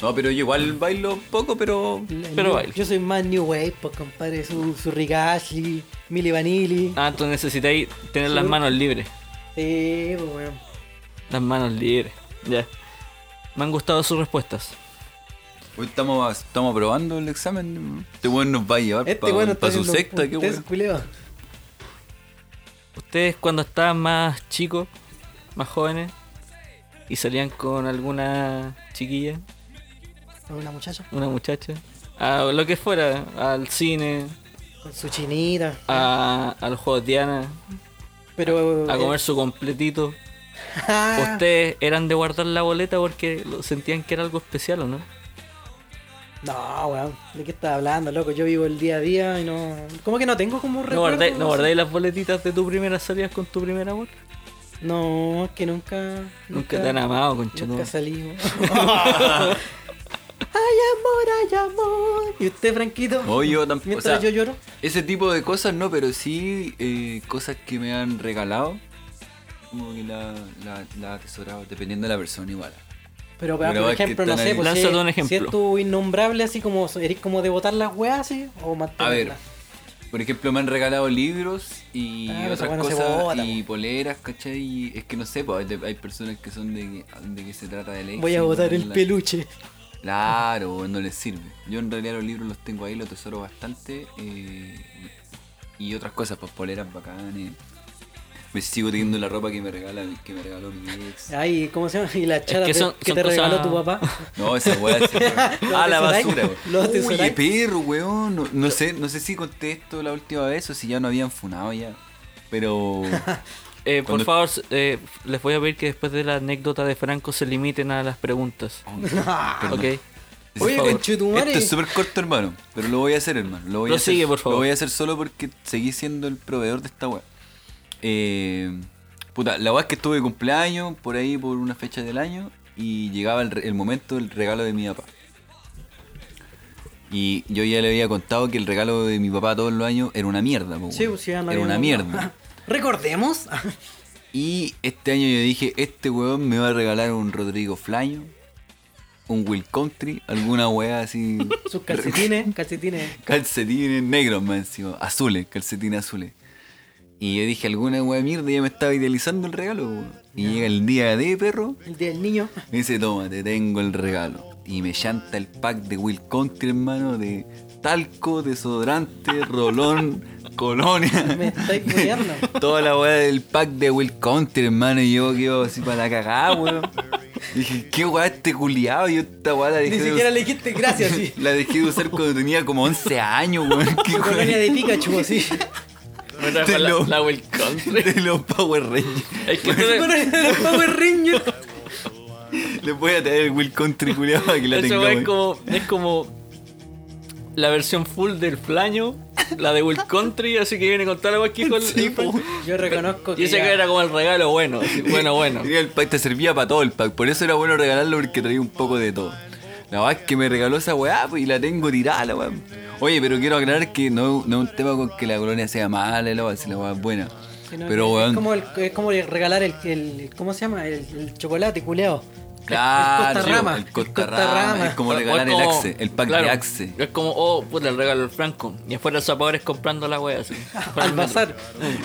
Speaker 6: No, pero yo igual bailo poco, pero.
Speaker 7: Pero
Speaker 4: Yo-
Speaker 7: bailo.
Speaker 4: Yo soy más New Wave, pues compadre, su, su Rick Ashley, Milli Vanilli.
Speaker 7: Ah, tú necesitáis tener las manos libres.
Speaker 6: Ah.
Speaker 4: Sí, pues weón.
Speaker 7: Las manos libres. Ya. Me han gustado sus respuestas.
Speaker 6: Hoy estamos, estamos probando el examen. Este weón nos va a llevar
Speaker 4: Este
Speaker 6: para
Speaker 4: weón está
Speaker 6: su
Speaker 4: haciendo
Speaker 6: secta,
Speaker 4: un
Speaker 6: qué
Speaker 4: test,
Speaker 6: weón.
Speaker 4: culiao.
Speaker 7: Ustedes cuando estaban más chicos, más jóvenes, y salían con alguna chiquilla,
Speaker 4: Una muchacha
Speaker 7: una muchacha, a lo que fuera, al cine,
Speaker 4: con su chinita.
Speaker 7: a, al juego de Diana,
Speaker 4: Pero.
Speaker 6: Ah,
Speaker 7: a comer su completito.
Speaker 4: Eh. (laughs) Ah,
Speaker 7: ¿Ustedes eran de guardar la boleta porque lo- sentían que era algo especial o no?
Speaker 4: No, weón. ¿De qué estás hablando, loco? Yo vivo el día a día y no. ¿Cómo que no tengo como un
Speaker 7: ¿No
Speaker 4: recuerdo?
Speaker 7: guardáis, no
Speaker 4: así?
Speaker 7: guardáis las boletitas de tu primera salida con tu primer amor?
Speaker 4: No, es que nunca.
Speaker 7: Nunca te han amado, conchetumare.
Speaker 4: Nunca salimos. (laughs) hay amor, hay amor. ¿Y usted, Franquito?
Speaker 6: No, yo tampoco,
Speaker 4: Mientras
Speaker 6: o sea-
Speaker 4: yo lloro.
Speaker 6: Ese tipo de cosas no, pero sí eh, cosas que me han regalado. Como que la, la, la atesoraba, dependiendo de la persona igual.
Speaker 4: Pero, weón,
Speaker 6: Pero
Speaker 4: por
Speaker 6: es que
Speaker 4: ejemplo, no
Speaker 6: están
Speaker 4: sé,
Speaker 6: ahí.
Speaker 4: pues, si,
Speaker 7: Lánzate un
Speaker 4: si
Speaker 7: ejemplo.
Speaker 4: es tu innombrable, así como eres como de botar las weas, así, o
Speaker 6: A ver,
Speaker 4: mantenerlas.
Speaker 6: por ejemplo, me han regalado libros y
Speaker 4: Ah, pero
Speaker 6: otras
Speaker 4: bueno, se
Speaker 6: cosas,
Speaker 4: bota,
Speaker 6: y
Speaker 4: pues.
Speaker 6: poleras, ¿cachai? Y es que no sé, pues, hay, hay personas que son de, de que se trata de ley.
Speaker 4: Voy a botar el peluche.
Speaker 6: Claro, pues, no les sirve. Yo en realidad los libros los tengo ahí, los tesoro bastante. eh, y otras cosas, pues poleras bacanes. Me sigo teniendo la ropa que me regalan, que me regaló mi
Speaker 4: (laughs)
Speaker 6: ex.
Speaker 4: Ay, ¿cómo se llama? Y la chata
Speaker 7: que
Speaker 4: que,
Speaker 7: son-
Speaker 4: que
Speaker 7: son
Speaker 4: te
Speaker 7: cosas-
Speaker 4: regaló tu papá.
Speaker 6: No, esa weá se fue. A la
Speaker 4: atesoráis?
Speaker 6: basura, weón.
Speaker 4: ¿Lo atesoráis?
Speaker 6: Oye, perro, weón. No, no sé, no sé si conté esto la última vez o si ya no habían funado ya. Pero.
Speaker 7: Eh, por
Speaker 6: Cuando-
Speaker 7: favor, eh, les voy a pedir que después de la anécdota de Franco se limiten a las preguntas.
Speaker 6: Perdón.
Speaker 7: ok.
Speaker 6: Por
Speaker 4: Oye,
Speaker 6: favor.
Speaker 4: conchetumare.
Speaker 6: Esto es súper corto, hermano. Pero lo voy a hacer, hermano. Lo voy a
Speaker 7: Prosigue,
Speaker 6: hacer.
Speaker 7: por favor.
Speaker 6: Lo voy a hacer solo porque seguí siendo el proveedor de esta weá. Eh, puta, la weá es que estuve de cumpleaños por ahí, por una fecha del año. Y llegaba el, re- el momento del regalo de mi papá. Y yo ya le había contado que el regalo de mi papá todos los años era una mierda. po,
Speaker 4: Sí, pues,
Speaker 6: weón.
Speaker 4: sí, ya no
Speaker 6: era
Speaker 4: había-
Speaker 6: una mierda.
Speaker 4: (laughs) Recordemos. (laughs)
Speaker 6: Y este año yo dije, este weón me va a regalar un Rodrigo Flaño, un Will Country, alguna weá así.
Speaker 4: (laughs) Sus calcetines, calcetines.
Speaker 6: (laughs) calcetines negros más encima, azules, calcetines azules. Y yo dije, alguna weá mierda, ya me estaba idealizando el regalo. weón. Y llega el día de perro,
Speaker 4: El del niño.
Speaker 6: me dice, toma, te tengo el regalo. Y me llanta el pack de Will Country, hermano, de
Speaker 4: (laughs)
Speaker 6: talco, desodorante, rolón, colonia.
Speaker 4: Me estáis cuidando.
Speaker 6: (laughs) Toda la weá del pack de Will Country, hermano, y yo quedo así para la cagada, weón. Dije, qué weá este culiado, yo esta weá la dejé
Speaker 4: Ni
Speaker 6: de
Speaker 4: siquiera
Speaker 6: us-
Speaker 4: le dijiste gracias, sí.
Speaker 6: (laughs) La dejé de usar cuando tenía como 11
Speaker 4: (laughs)
Speaker 6: años, weón. Qué weá.
Speaker 4: Colonia de Pikachu, así.
Speaker 7: Me trajo
Speaker 6: Te
Speaker 7: la,
Speaker 6: lo-
Speaker 7: la Will Country.
Speaker 6: (laughs) De los Power Rangers.
Speaker 7: (laughs) Es que tú eres-
Speaker 4: Colonia (laughs) de los Power Rangers.
Speaker 6: Les voy a traer el Will Country culiado para que la
Speaker 7: esa
Speaker 6: tengamos.
Speaker 7: weá es como, es como la versión full del Flaño, la de Will Country, así que viene con toda la weá que dijo el-
Speaker 6: Sí,
Speaker 7: el-
Speaker 6: po.
Speaker 4: Yo reconozco que.
Speaker 7: Y ese
Speaker 4: ya-
Speaker 7: que era como el regalo bueno, así, bueno, bueno.
Speaker 6: Tenía el pack, te servía para todo el pack. Por eso era bueno regalarlo porque traía un poco de todo. La verdad es que me regaló esa weá pues, y la tengo tirada, la weá. Oye, pero quiero aclarar que no, no es un tema con que la colonia sea mala, la weá, si la weá es buena.
Speaker 4: sino que
Speaker 6: pero
Speaker 4: Es
Speaker 6: weón,
Speaker 4: como, el- es como el regalar el, el. ¿Cómo se llama? El, el chocolate culeado.
Speaker 6: claro,
Speaker 4: el Costarrama,
Speaker 6: el
Speaker 4: el
Speaker 6: Costarrama,
Speaker 4: Costarrama.
Speaker 6: es (laughs) como
Speaker 7: O- o es
Speaker 6: regalar el
Speaker 7: como-
Speaker 6: Axe, el pack
Speaker 7: claro,
Speaker 6: de Axe. (laughs)
Speaker 7: Es como, oh, puta, el regalo del Franco. Y afuera los zapadores comprando la wea así. Afuera
Speaker 4: (laughs) Al
Speaker 7: del metro.
Speaker 4: bazar.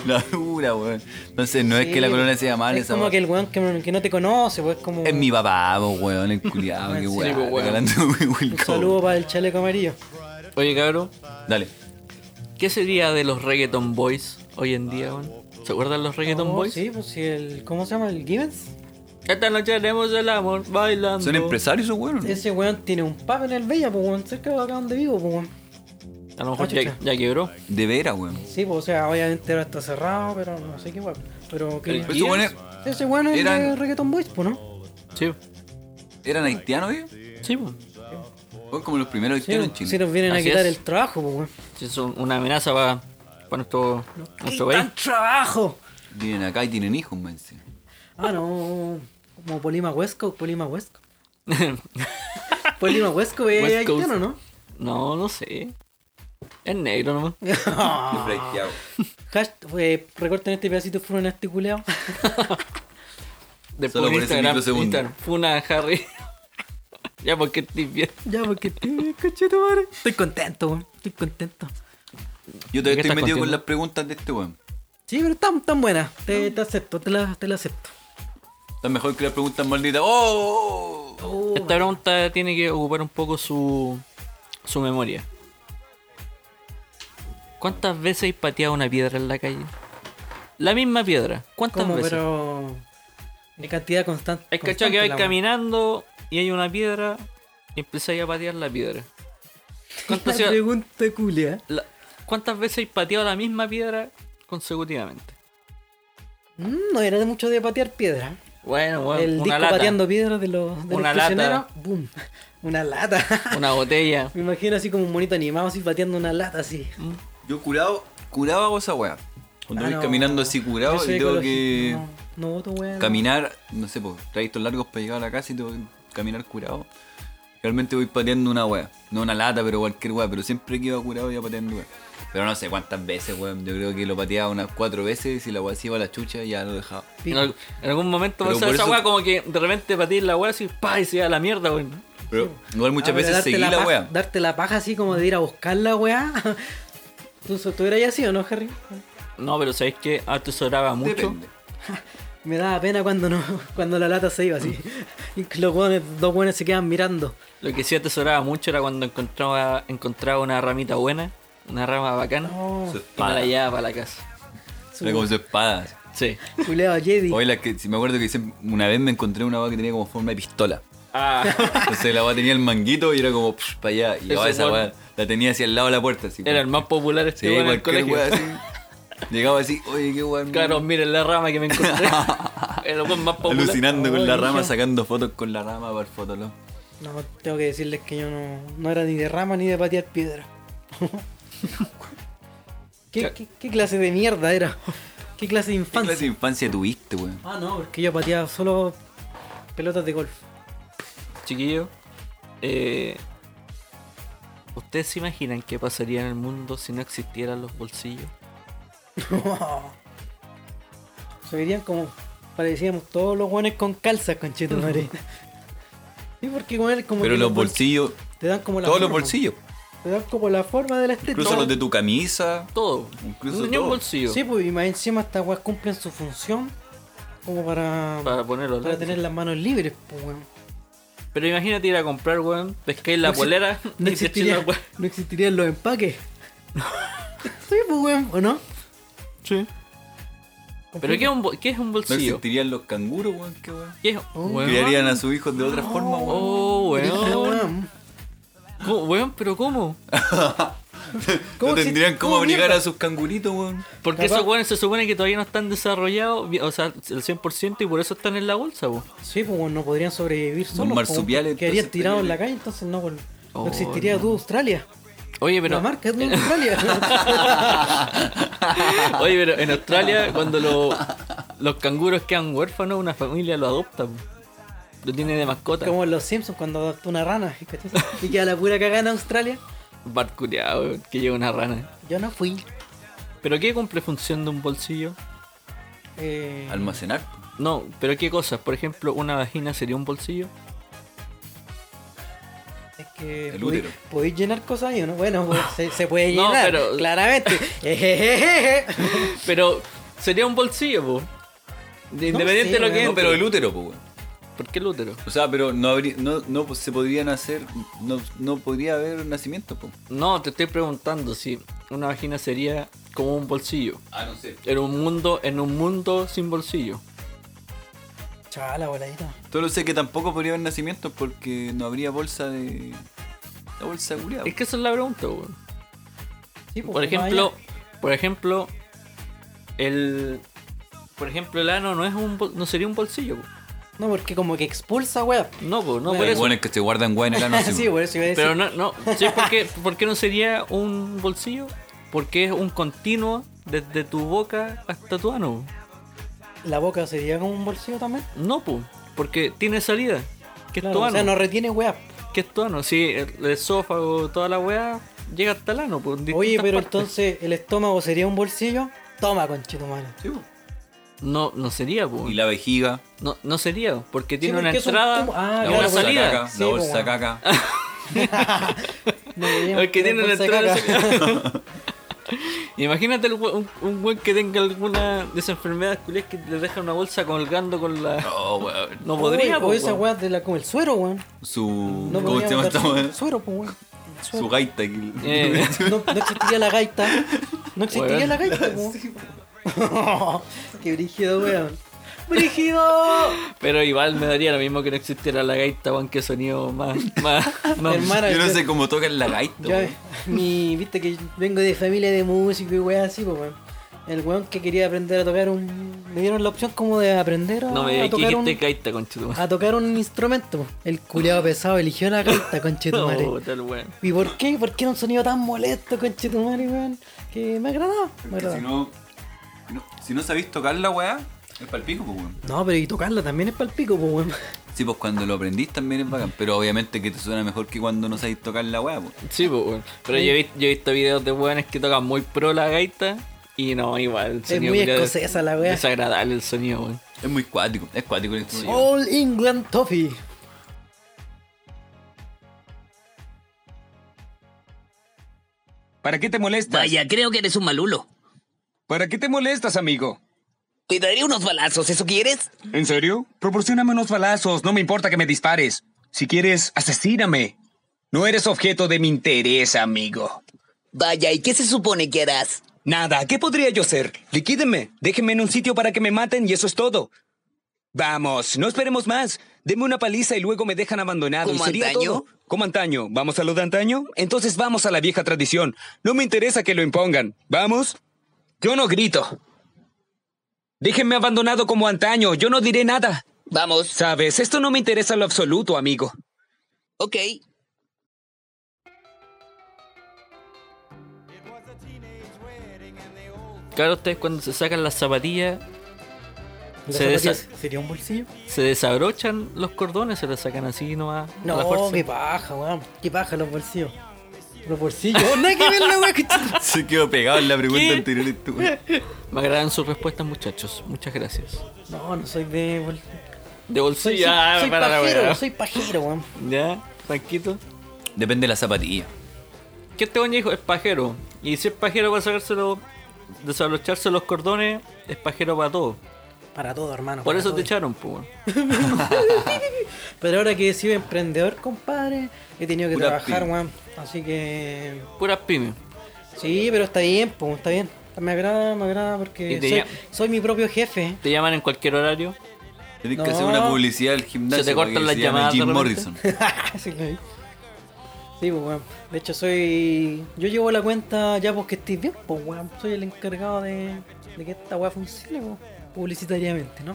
Speaker 6: La dura, weón. Entonces no es
Speaker 4: Sí,
Speaker 6: que la
Speaker 4: pues.
Speaker 6: colonia sea mala,
Speaker 4: Es
Speaker 6: esa
Speaker 4: como
Speaker 6: weá.
Speaker 4: que el weón que, que no te conoce, pues es como.
Speaker 6: Es mi papá, po, weón, el
Speaker 4: (laughs)
Speaker 6: culiado, qué
Speaker 4: Sí,
Speaker 6: weá.
Speaker 7: pues, weón.
Speaker 6: regalando (laughs) Will
Speaker 4: Un
Speaker 6: Country.
Speaker 4: saludo para el chaleco amarillo.
Speaker 7: Oye, cabrón,
Speaker 6: Dale.
Speaker 7: ¿qué sería de los Reggaeton Boys hoy en día, weón? ¿Se acuerdan los Reggaeton
Speaker 4: Oh,
Speaker 7: Boys?
Speaker 4: Sí, pues si el. ¿Cómo se llama? ¿El Gibbons?
Speaker 7: Esta noche haremos el amor bailando.
Speaker 6: ¿Son empresarios esos weón?
Speaker 4: Ese weón tiene un pub en el Bella, pues weón, cerca de acá donde vivo, pues weón.
Speaker 7: A lo mejor
Speaker 4: Ah,
Speaker 7: ya,
Speaker 4: chucha.
Speaker 7: ya quebró.
Speaker 6: De veras, weón.
Speaker 4: Sí, pues o sea, obviamente ahora está cerrado, pero no sé qué weón. Pero que.
Speaker 6: Pero estos weones
Speaker 4: Ese weón es
Speaker 6: eran-
Speaker 4: el de Reggaeton Boys, pues no.
Speaker 7: Sí,
Speaker 6: eran haitianos, weón.
Speaker 7: sí, po.
Speaker 6: Fueron como los primeros
Speaker 4: Sí, pues,
Speaker 6: haitianos en Chile.
Speaker 4: si nos vienen
Speaker 7: Así
Speaker 4: a quitar el
Speaker 7: es.
Speaker 4: trabajo, pues weón.
Speaker 7: Sí, Es un- una amenaza para, nuestro, nuestro país.
Speaker 4: ¡Quitan trabajo!
Speaker 6: Vienen acá y tienen hijos, man. sí.
Speaker 4: Ah, no. Como Polima Huesco, Polima
Speaker 7: (laughs)
Speaker 4: Huesco. Polima Huesco es
Speaker 7: West Coast.
Speaker 4: haitiano, ¿no?
Speaker 7: No, no sé. Es negro nomás.
Speaker 4: Hashtag, eh, recorten este pedacito fueron este
Speaker 7: (laughs)
Speaker 4: culeado.
Speaker 7: Después
Speaker 6: Solo
Speaker 7: en
Speaker 6: por ese
Speaker 7: Instagram,
Speaker 6: microsegundo.
Speaker 7: Instagram, Funa a Harry. (laughs) ya porque estoy bien.
Speaker 4: ya, (laughs) porque estoy conchito, madre. Estoy contento, weón. Estoy contento.
Speaker 6: Yo
Speaker 7: ¿De
Speaker 6: todavía estoy
Speaker 7: qué
Speaker 6: metido
Speaker 7: estás
Speaker 6: con
Speaker 7: contento?
Speaker 6: las preguntas de este weón.
Speaker 4: Sí, pero están tan buenas. Te, te acepto, te la, te la acepto.
Speaker 6: Están mejor que las preguntas malditas. ¡Oh! oh, oh!
Speaker 7: Esta pregunta tiene que ocupar un poco su, su memoria. ¿Cuántas veces has pateado una piedra en la calle? La misma piedra. ¿Cuántas
Speaker 4: Como,
Speaker 7: veces?
Speaker 4: pero. De cantidad constan- constante.
Speaker 7: Es cachado que
Speaker 4: la
Speaker 7: vais
Speaker 4: weá.
Speaker 7: caminando y hay una piedra y empezáis a patear la piedra.
Speaker 4: (laughs) La
Speaker 7: ¿Cuántas, veces-
Speaker 4: pregunta culia.
Speaker 7: la- cuántas veces has pateado la misma piedra consecutivamente?
Speaker 4: Mm, no era de mucho de patear piedra.
Speaker 7: Bueno, bueno
Speaker 4: el
Speaker 7: una
Speaker 4: disco
Speaker 7: lata,
Speaker 4: pateando piedras de los, de
Speaker 7: Una
Speaker 4: los
Speaker 7: lata.
Speaker 4: prisioneros. Boom. (laughs) Una lata. (laughs)
Speaker 7: una botella.
Speaker 4: Me imagino así como un monito animado así pateando una lata así.
Speaker 6: oh! Yo curado, curaba hago esa weá. Cuando
Speaker 4: Ah,
Speaker 6: voy
Speaker 4: no.
Speaker 6: caminando así curado
Speaker 4: Yo soy
Speaker 6: y tengo
Speaker 4: ecologista,
Speaker 6: que
Speaker 4: No, no voto, weón.
Speaker 6: caminar, no sé, pues, trayectos largos para llegar a la casa y tengo que caminar curado. Realmente voy pateando una weá. No una lata, pero cualquier weá. Pero siempre que iba curado iba pateando weá. Pero no sé cuántas veces, weón. Yo creo que lo pateaba unas cuatro veces y si la weá se iba a la chucha ya lo dejaba.
Speaker 7: En, al- en algún momento
Speaker 6: Pero
Speaker 7: pasa
Speaker 6: por
Speaker 7: esa
Speaker 6: eso-
Speaker 7: weá como que de repente patís la weá así, pa, y se va a la mierda, weón.
Speaker 6: Pero igual muchas
Speaker 4: Ah, pero
Speaker 6: veces
Speaker 4: darte
Speaker 6: seguí
Speaker 4: la,
Speaker 6: la
Speaker 4: paja-
Speaker 6: weá.
Speaker 4: Darte la paja así como de ir a buscar la weá. (laughs) ¿Tú, tú eras así o no, Harry?
Speaker 7: No, pero sabéis que atesoraba mucho.
Speaker 6: Depende.
Speaker 4: Me daba pena cuando no, (laughs) cuando la lata se iba así. (laughs) Y que los weones, dos weones se quedan mirando.
Speaker 7: Lo que sí atesoraba mucho era cuando encontraba, encontraba una ramita buena, una rama bacana,
Speaker 4: No,
Speaker 6: Su
Speaker 7: y me la
Speaker 6: espada.
Speaker 7: llevaba para la casa.
Speaker 4: su-
Speaker 6: Era como su espada.
Speaker 7: Sí.
Speaker 4: Culeado Jedi.
Speaker 6: Hoy la que, si me acuerdo que siempre- una vez me encontré una weá que tenía como forma de pistola.
Speaker 7: Ah,
Speaker 6: Entonces la weá tenía el manguito y era como para allá. Y la
Speaker 7: Ese
Speaker 6: weá, esa
Speaker 7: weón-
Speaker 6: weá la tenía hacia el lado de la puerta. Así,
Speaker 7: (laughs) era el más popular
Speaker 6: Sí,
Speaker 7: este weón en el
Speaker 6: cualquier
Speaker 7: colegio.
Speaker 6: weá así. Llegaba así, oye, qué weá.
Speaker 7: Claro, miren la rama que
Speaker 6: (laughs)
Speaker 7: me encontré. Era el weón más popular.
Speaker 6: Alucinando con la
Speaker 4: Oye,
Speaker 6: rama,
Speaker 4: hija.
Speaker 6: sacando fotos con la rama para el fotolog.
Speaker 4: No, tengo que decirles que yo no, no era ni de rama ni de patear piedra. (laughs) ¿Qué, qué, qué clase de mierda era? (laughs) ¿Qué clase de
Speaker 6: ¿Qué
Speaker 4: infancia?
Speaker 6: clase de infancia tuviste, weón?
Speaker 4: Ah, no, porque yo pateaba solo pelotas de golf.
Speaker 7: Chiquillo, eh, ¿ustedes se imaginan qué pasaría en el mundo si no existieran los bolsillos?
Speaker 4: Se verían como parecíamos todos los guanes con calzas, conchito madre. (laughs) Sí, porque igual como
Speaker 6: Pero
Speaker 4: que
Speaker 6: los
Speaker 4: bol-
Speaker 6: bolsillos,
Speaker 4: te dan como la
Speaker 6: todos los
Speaker 4: forma.
Speaker 6: bolsillos.
Speaker 4: Te dan como la forma de las tetas.
Speaker 6: Incluso los de tu camisa.
Speaker 7: Todo.
Speaker 6: Incluso
Speaker 7: no tenía un
Speaker 6: todo.
Speaker 7: bolsillo
Speaker 4: Sí, pues y más encima estas weas cumplen su función como para,
Speaker 7: para ponerlo.
Speaker 4: para tener las manos libres, pues weón.
Speaker 7: Pero imagínate ir a comprar, weón, pescáis la
Speaker 4: No exi-
Speaker 7: polera
Speaker 4: No
Speaker 7: y te echáis la
Speaker 4: existirían,
Speaker 7: weá.
Speaker 4: no existirían los empaques. (laughs) sí, pues weón, ¿o no?
Speaker 7: Sí. ¿Pero qué es un, bo- qué es un
Speaker 6: No
Speaker 7: bolsillo?
Speaker 6: existirían los canguros, weón, qué weón.
Speaker 7: ¿Qué es
Speaker 4: Oh,
Speaker 7: weón?
Speaker 6: Criarían a sus hijos de otra forma, weón.
Speaker 7: Oh,
Speaker 4: Ah,
Speaker 7: weón.
Speaker 4: weón.
Speaker 7: ¿Cómo- weón, pero ¿cómo?
Speaker 4: ¿Cómo
Speaker 6: no
Speaker 4: exi-
Speaker 6: tendrían cómo
Speaker 4: cómo
Speaker 6: abrigar
Speaker 4: mierda?
Speaker 6: a sus canguritos, weón.
Speaker 7: Porque
Speaker 4: Capaz-
Speaker 7: esos weones se supone que todavía no están desarrollados, vi- o sea, el 100% y por eso están en la bolsa, weón.
Speaker 4: Sí, pues weón, no podrían sobrevivir solos.
Speaker 6: marsupiales,
Speaker 4: pues, Quedarían
Speaker 6: entonces,
Speaker 4: tirados en
Speaker 6: estarían-
Speaker 4: la calle, entonces no, weón.
Speaker 7: Oh,
Speaker 4: No existiría
Speaker 7: no.
Speaker 4: tu Australia.
Speaker 7: Oye, pero.
Speaker 4: La marca es de Australia.
Speaker 7: (laughs)
Speaker 4: (laughs)
Speaker 7: Oye, pero en Australia, cuando lo- los canguros quedan huérfanos, una familia lo adopta. po. Lo tiene de mascota.
Speaker 4: como en los Simpsons cuando adoptó una rana. ¿cachai? Y queda la pura cagada en Australia.
Speaker 7: Bart culiao, weón, que lleva una rana.
Speaker 4: Yo no fui.
Speaker 7: ¿Pero qué cumple función de un bolsillo?
Speaker 4: Eh,
Speaker 6: Almacenar.
Speaker 7: No, pero qué cosas. Por ejemplo, una vagina sería un bolsillo. (laughs)
Speaker 4: es que
Speaker 6: El
Speaker 4: podí-
Speaker 6: útero.
Speaker 4: podéis llenar cosas ahí, ¿o ¿no? Bueno, pues, se, se puede
Speaker 7: (laughs) No,
Speaker 4: llenar,
Speaker 7: pero- (laughs)
Speaker 4: claramente. (laughs) Ejejeje.
Speaker 7: Pero sería un bolsillo, po. De-
Speaker 4: No
Speaker 7: Independiente
Speaker 4: sé,
Speaker 7: de lo que
Speaker 4: weón.
Speaker 6: No,
Speaker 7: entre.
Speaker 6: pero el útero, pues, weón.
Speaker 7: ¿Por qué el útero?
Speaker 6: O sea, pero no habría, no, no pues, se podrían hacer, no, no podría haber nacimiento, pues.
Speaker 7: No, te estoy preguntando si una vagina sería como un bolsillo.
Speaker 6: Ah, no sé.
Speaker 7: En un mundo, en un mundo sin bolsillo.
Speaker 4: Chaval, abueladita.
Speaker 6: Solo sé que tampoco podría haber nacimiento porque no habría bolsa de. La bolsa de culiao.
Speaker 7: Es que esa es la pregunta, weón.
Speaker 4: Sí, pues, más
Speaker 7: Por ejemplo,
Speaker 4: allá.
Speaker 7: por ejemplo, el por ejemplo el ano no es un bol- no sería un bolsillo. po.
Speaker 4: No, porque como que expulsa, (laughs) weá.
Speaker 7: No, po, no
Speaker 4: Bueno,
Speaker 7: por
Speaker 6: Hay
Speaker 7: eso.
Speaker 6: weones que se guardan
Speaker 8: (laughs)
Speaker 6: weón en el ano, sí,
Speaker 4: sí,
Speaker 6: po.
Speaker 4: por eso iba a decir.
Speaker 7: Ah, Pero no no, ¿sí por qué por qué no sería un bolsillo? Porque es un continuo desde tu boca hasta tu ano.
Speaker 4: La boca sería como un bolsillo también.
Speaker 7: No, po, porque tiene salida. Que es
Speaker 4: Claro,
Speaker 7: tu
Speaker 4: o
Speaker 7: ano.
Speaker 4: sea, no retiene weá.
Speaker 7: Que es tu ano. Sí, el el esófago, toda la weá llega hasta el ano. po, en
Speaker 4: Oye,
Speaker 7: distintas
Speaker 4: pero
Speaker 7: partes.
Speaker 4: entonces, ¿el estómago sería un bolsillo? Toma, conchito malo.
Speaker 6: Sí, po.
Speaker 7: no no sería, po.
Speaker 6: Y la vejiga,
Speaker 7: No, no sería, porque tiene
Speaker 4: porque
Speaker 7: una
Speaker 4: es un
Speaker 7: entrada,
Speaker 4: tubo. Ah,
Speaker 7: y
Speaker 6: la
Speaker 4: claro,
Speaker 7: una
Speaker 6: bolsa
Speaker 4: porque-
Speaker 7: salida.
Speaker 6: caca,
Speaker 4: Sí,
Speaker 6: la
Speaker 4: po,
Speaker 6: bolsa
Speaker 4: weón.
Speaker 6: caca.
Speaker 7: (laughs) El que tiene una entrada.
Speaker 4: (laughs)
Speaker 7: Imagínate el we- un, un weón que tenga alguna de esas enfermedades culias que le deja una bolsa colgando con la.
Speaker 6: Oh, weón.
Speaker 7: (laughs) No podría,
Speaker 4: o
Speaker 7: po,
Speaker 4: esa
Speaker 7: weón.
Speaker 4: weá de la como el suero, weón.
Speaker 6: Su.
Speaker 4: No
Speaker 6: ¿Cómo se
Speaker 4: podríamos
Speaker 6: llama
Speaker 4: dar
Speaker 6: esta weón?
Speaker 4: Suero, pues, weón. El suero.
Speaker 6: Su gaita. aquí.
Speaker 7: Eh,
Speaker 4: No, no existiría la gaita. No existiría
Speaker 7: Weón.
Speaker 4: la
Speaker 7: (laughs)
Speaker 4: gaita, po. (laughs) Qué brígido, weón.
Speaker 7: (laughs)
Speaker 4: ¡Brígido!
Speaker 7: pero igual me daría lo mismo que no existiera la gaita, weón, que sonido más.
Speaker 4: (laughs)
Speaker 7: más no.
Speaker 4: Hermana,
Speaker 6: (laughs) Yo no
Speaker 4: yo-
Speaker 6: sé cómo tocan la gaita,
Speaker 4: Ya,
Speaker 6: weón.
Speaker 4: mi, viste que vengo de familia de músicos y weas así, pues, weón. El weón que quería aprender a tocar un. Me dieron la opción como de aprender a,
Speaker 7: No me
Speaker 4: a
Speaker 7: digas que
Speaker 4: tocar,
Speaker 7: dijiste
Speaker 4: un, Ah,
Speaker 7: gaita, conchito.
Speaker 4: a tocar un instrumento. pues. El
Speaker 7: (laughs)
Speaker 4: culeado pesado eligió la gaita, conchetumare.
Speaker 7: No, tal weón.
Speaker 4: ¿Y por qué? ¿Por qué era un sonido tan molesto, conchetumare, weón? Que me agradaba, me
Speaker 6: Porque
Speaker 4: agradaba.
Speaker 6: Si no, no- si no sabéis tocar la weá, es palpico, pues, weón.
Speaker 4: No, pero y tocarla también es para el pico, pues, weón.
Speaker 6: Sí, pues cuando lo aprendís también es bacán, pero obviamente que te suena mejor que cuando no sabéis tocar la weá, pues.
Speaker 7: Sí, pues, weón. Pero yo he, vi- yo he visto videos de weones que tocan muy pro la gaita y no, igual. El sonido
Speaker 4: muy
Speaker 7: culiao
Speaker 4: escocesa la wea.
Speaker 7: Desagradable el sonido, weón.
Speaker 6: Es muy cuático, es cuático el instrumento.
Speaker 7: Oh.
Speaker 4: All England Toffee.
Speaker 9: ¿Para qué te molestas?
Speaker 8: Vaya, creo que eres un malulo.
Speaker 9: ¿Para qué te molestas, amigo?
Speaker 8: Te daré unos balazos, ¿eso quieres?
Speaker 9: ¿En serio? Proporcioname unos balazos, no me importa que me dispares. Si quieres, asesíname. No eres objeto de mi interés, amigo.
Speaker 8: Vaya, ¿y qué se supone que harás?
Speaker 9: Nada, ¿qué podría yo hacer? Liquídenme, déjenme en un sitio para que me maten y eso es todo. Vamos, no esperemos más. Deme una paliza y luego me dejan abandonado.
Speaker 8: ¿Como
Speaker 9: y sería
Speaker 8: antaño?
Speaker 9: todo. Como antaño. ¿Vamos a lo de antaño? Entonces vamos a la vieja tradición. No me interesa que lo impongan. ¿Vamos? Yo no grito. Déjenme abandonado como antaño. Yo no diré nada.
Speaker 8: Vamos.
Speaker 9: Sabes, esto no me interesa en lo absoluto, amigo.
Speaker 8: Ok.
Speaker 7: Claro, ustedes cuando se sacan las zapatillas,
Speaker 4: ¿Las
Speaker 7: Se desa-
Speaker 4: zapatillas ¿Sería un bolsillo?
Speaker 7: se desabrochan los cordones, se los sacan así nomás. a la
Speaker 4: No,
Speaker 7: fuerza.
Speaker 4: qué paja, weón. Qué paja los bolsillos. Los bolsillos. ¡Oh, (laughs) nada que ver la
Speaker 7: (laughs)
Speaker 4: weá que ch-
Speaker 6: Se quedó pegado en la pregunta
Speaker 7: ¿Qué?
Speaker 6: anterior. este weón.
Speaker 7: Me agradan sus respuestas, muchachos. Muchas gracias.
Speaker 4: No, no soy de bol...
Speaker 7: De
Speaker 4: Soy,
Speaker 7: bolsillo.
Speaker 4: soy-
Speaker 7: ah,
Speaker 4: soy
Speaker 7: para la weá.
Speaker 4: pajero, soy pajero, weón.
Speaker 7: Ya, tranquilo.
Speaker 6: Depende de la zapatilla.
Speaker 7: ¿Qué este coño dijo? Es pajero. Y si es pajero para sacárselo, desabrocharse los cordones, es pajero para todo.
Speaker 4: Para todo, hermano. Ah,
Speaker 7: Por
Speaker 4: para
Speaker 7: eso
Speaker 4: todo.
Speaker 7: te echaron, pues.
Speaker 4: Pero ahora que he sido emprendedor, compadre, he tenido que
Speaker 6: Pura
Speaker 4: trabajar,
Speaker 6: pyme.
Speaker 4: weón. Así que.
Speaker 7: Puras pymes.
Speaker 4: Sí, pero está bien, pues, está bien. Me agrada, me agrada
Speaker 7: Y
Speaker 4: porque
Speaker 7: te
Speaker 4: soy,
Speaker 7: llama-
Speaker 4: soy mi propio jefe.
Speaker 7: Te llaman en cualquier horario.
Speaker 6: Tenés
Speaker 4: No.
Speaker 6: que hacer una publicidad al gimnasio.
Speaker 7: Se te cortan
Speaker 6: para que
Speaker 7: las
Speaker 6: se llame
Speaker 7: llamadas de
Speaker 6: Jim
Speaker 7: repente.
Speaker 6: Morrison.
Speaker 4: (laughs) Sí, lo vi. Sí, pues, weón. De hecho, soy. Yo llevo la cuenta ya porque estoy bien, pues, weón. Soy el encargado de, de que esta weá funcione, pues, publicitariamente, ¿no?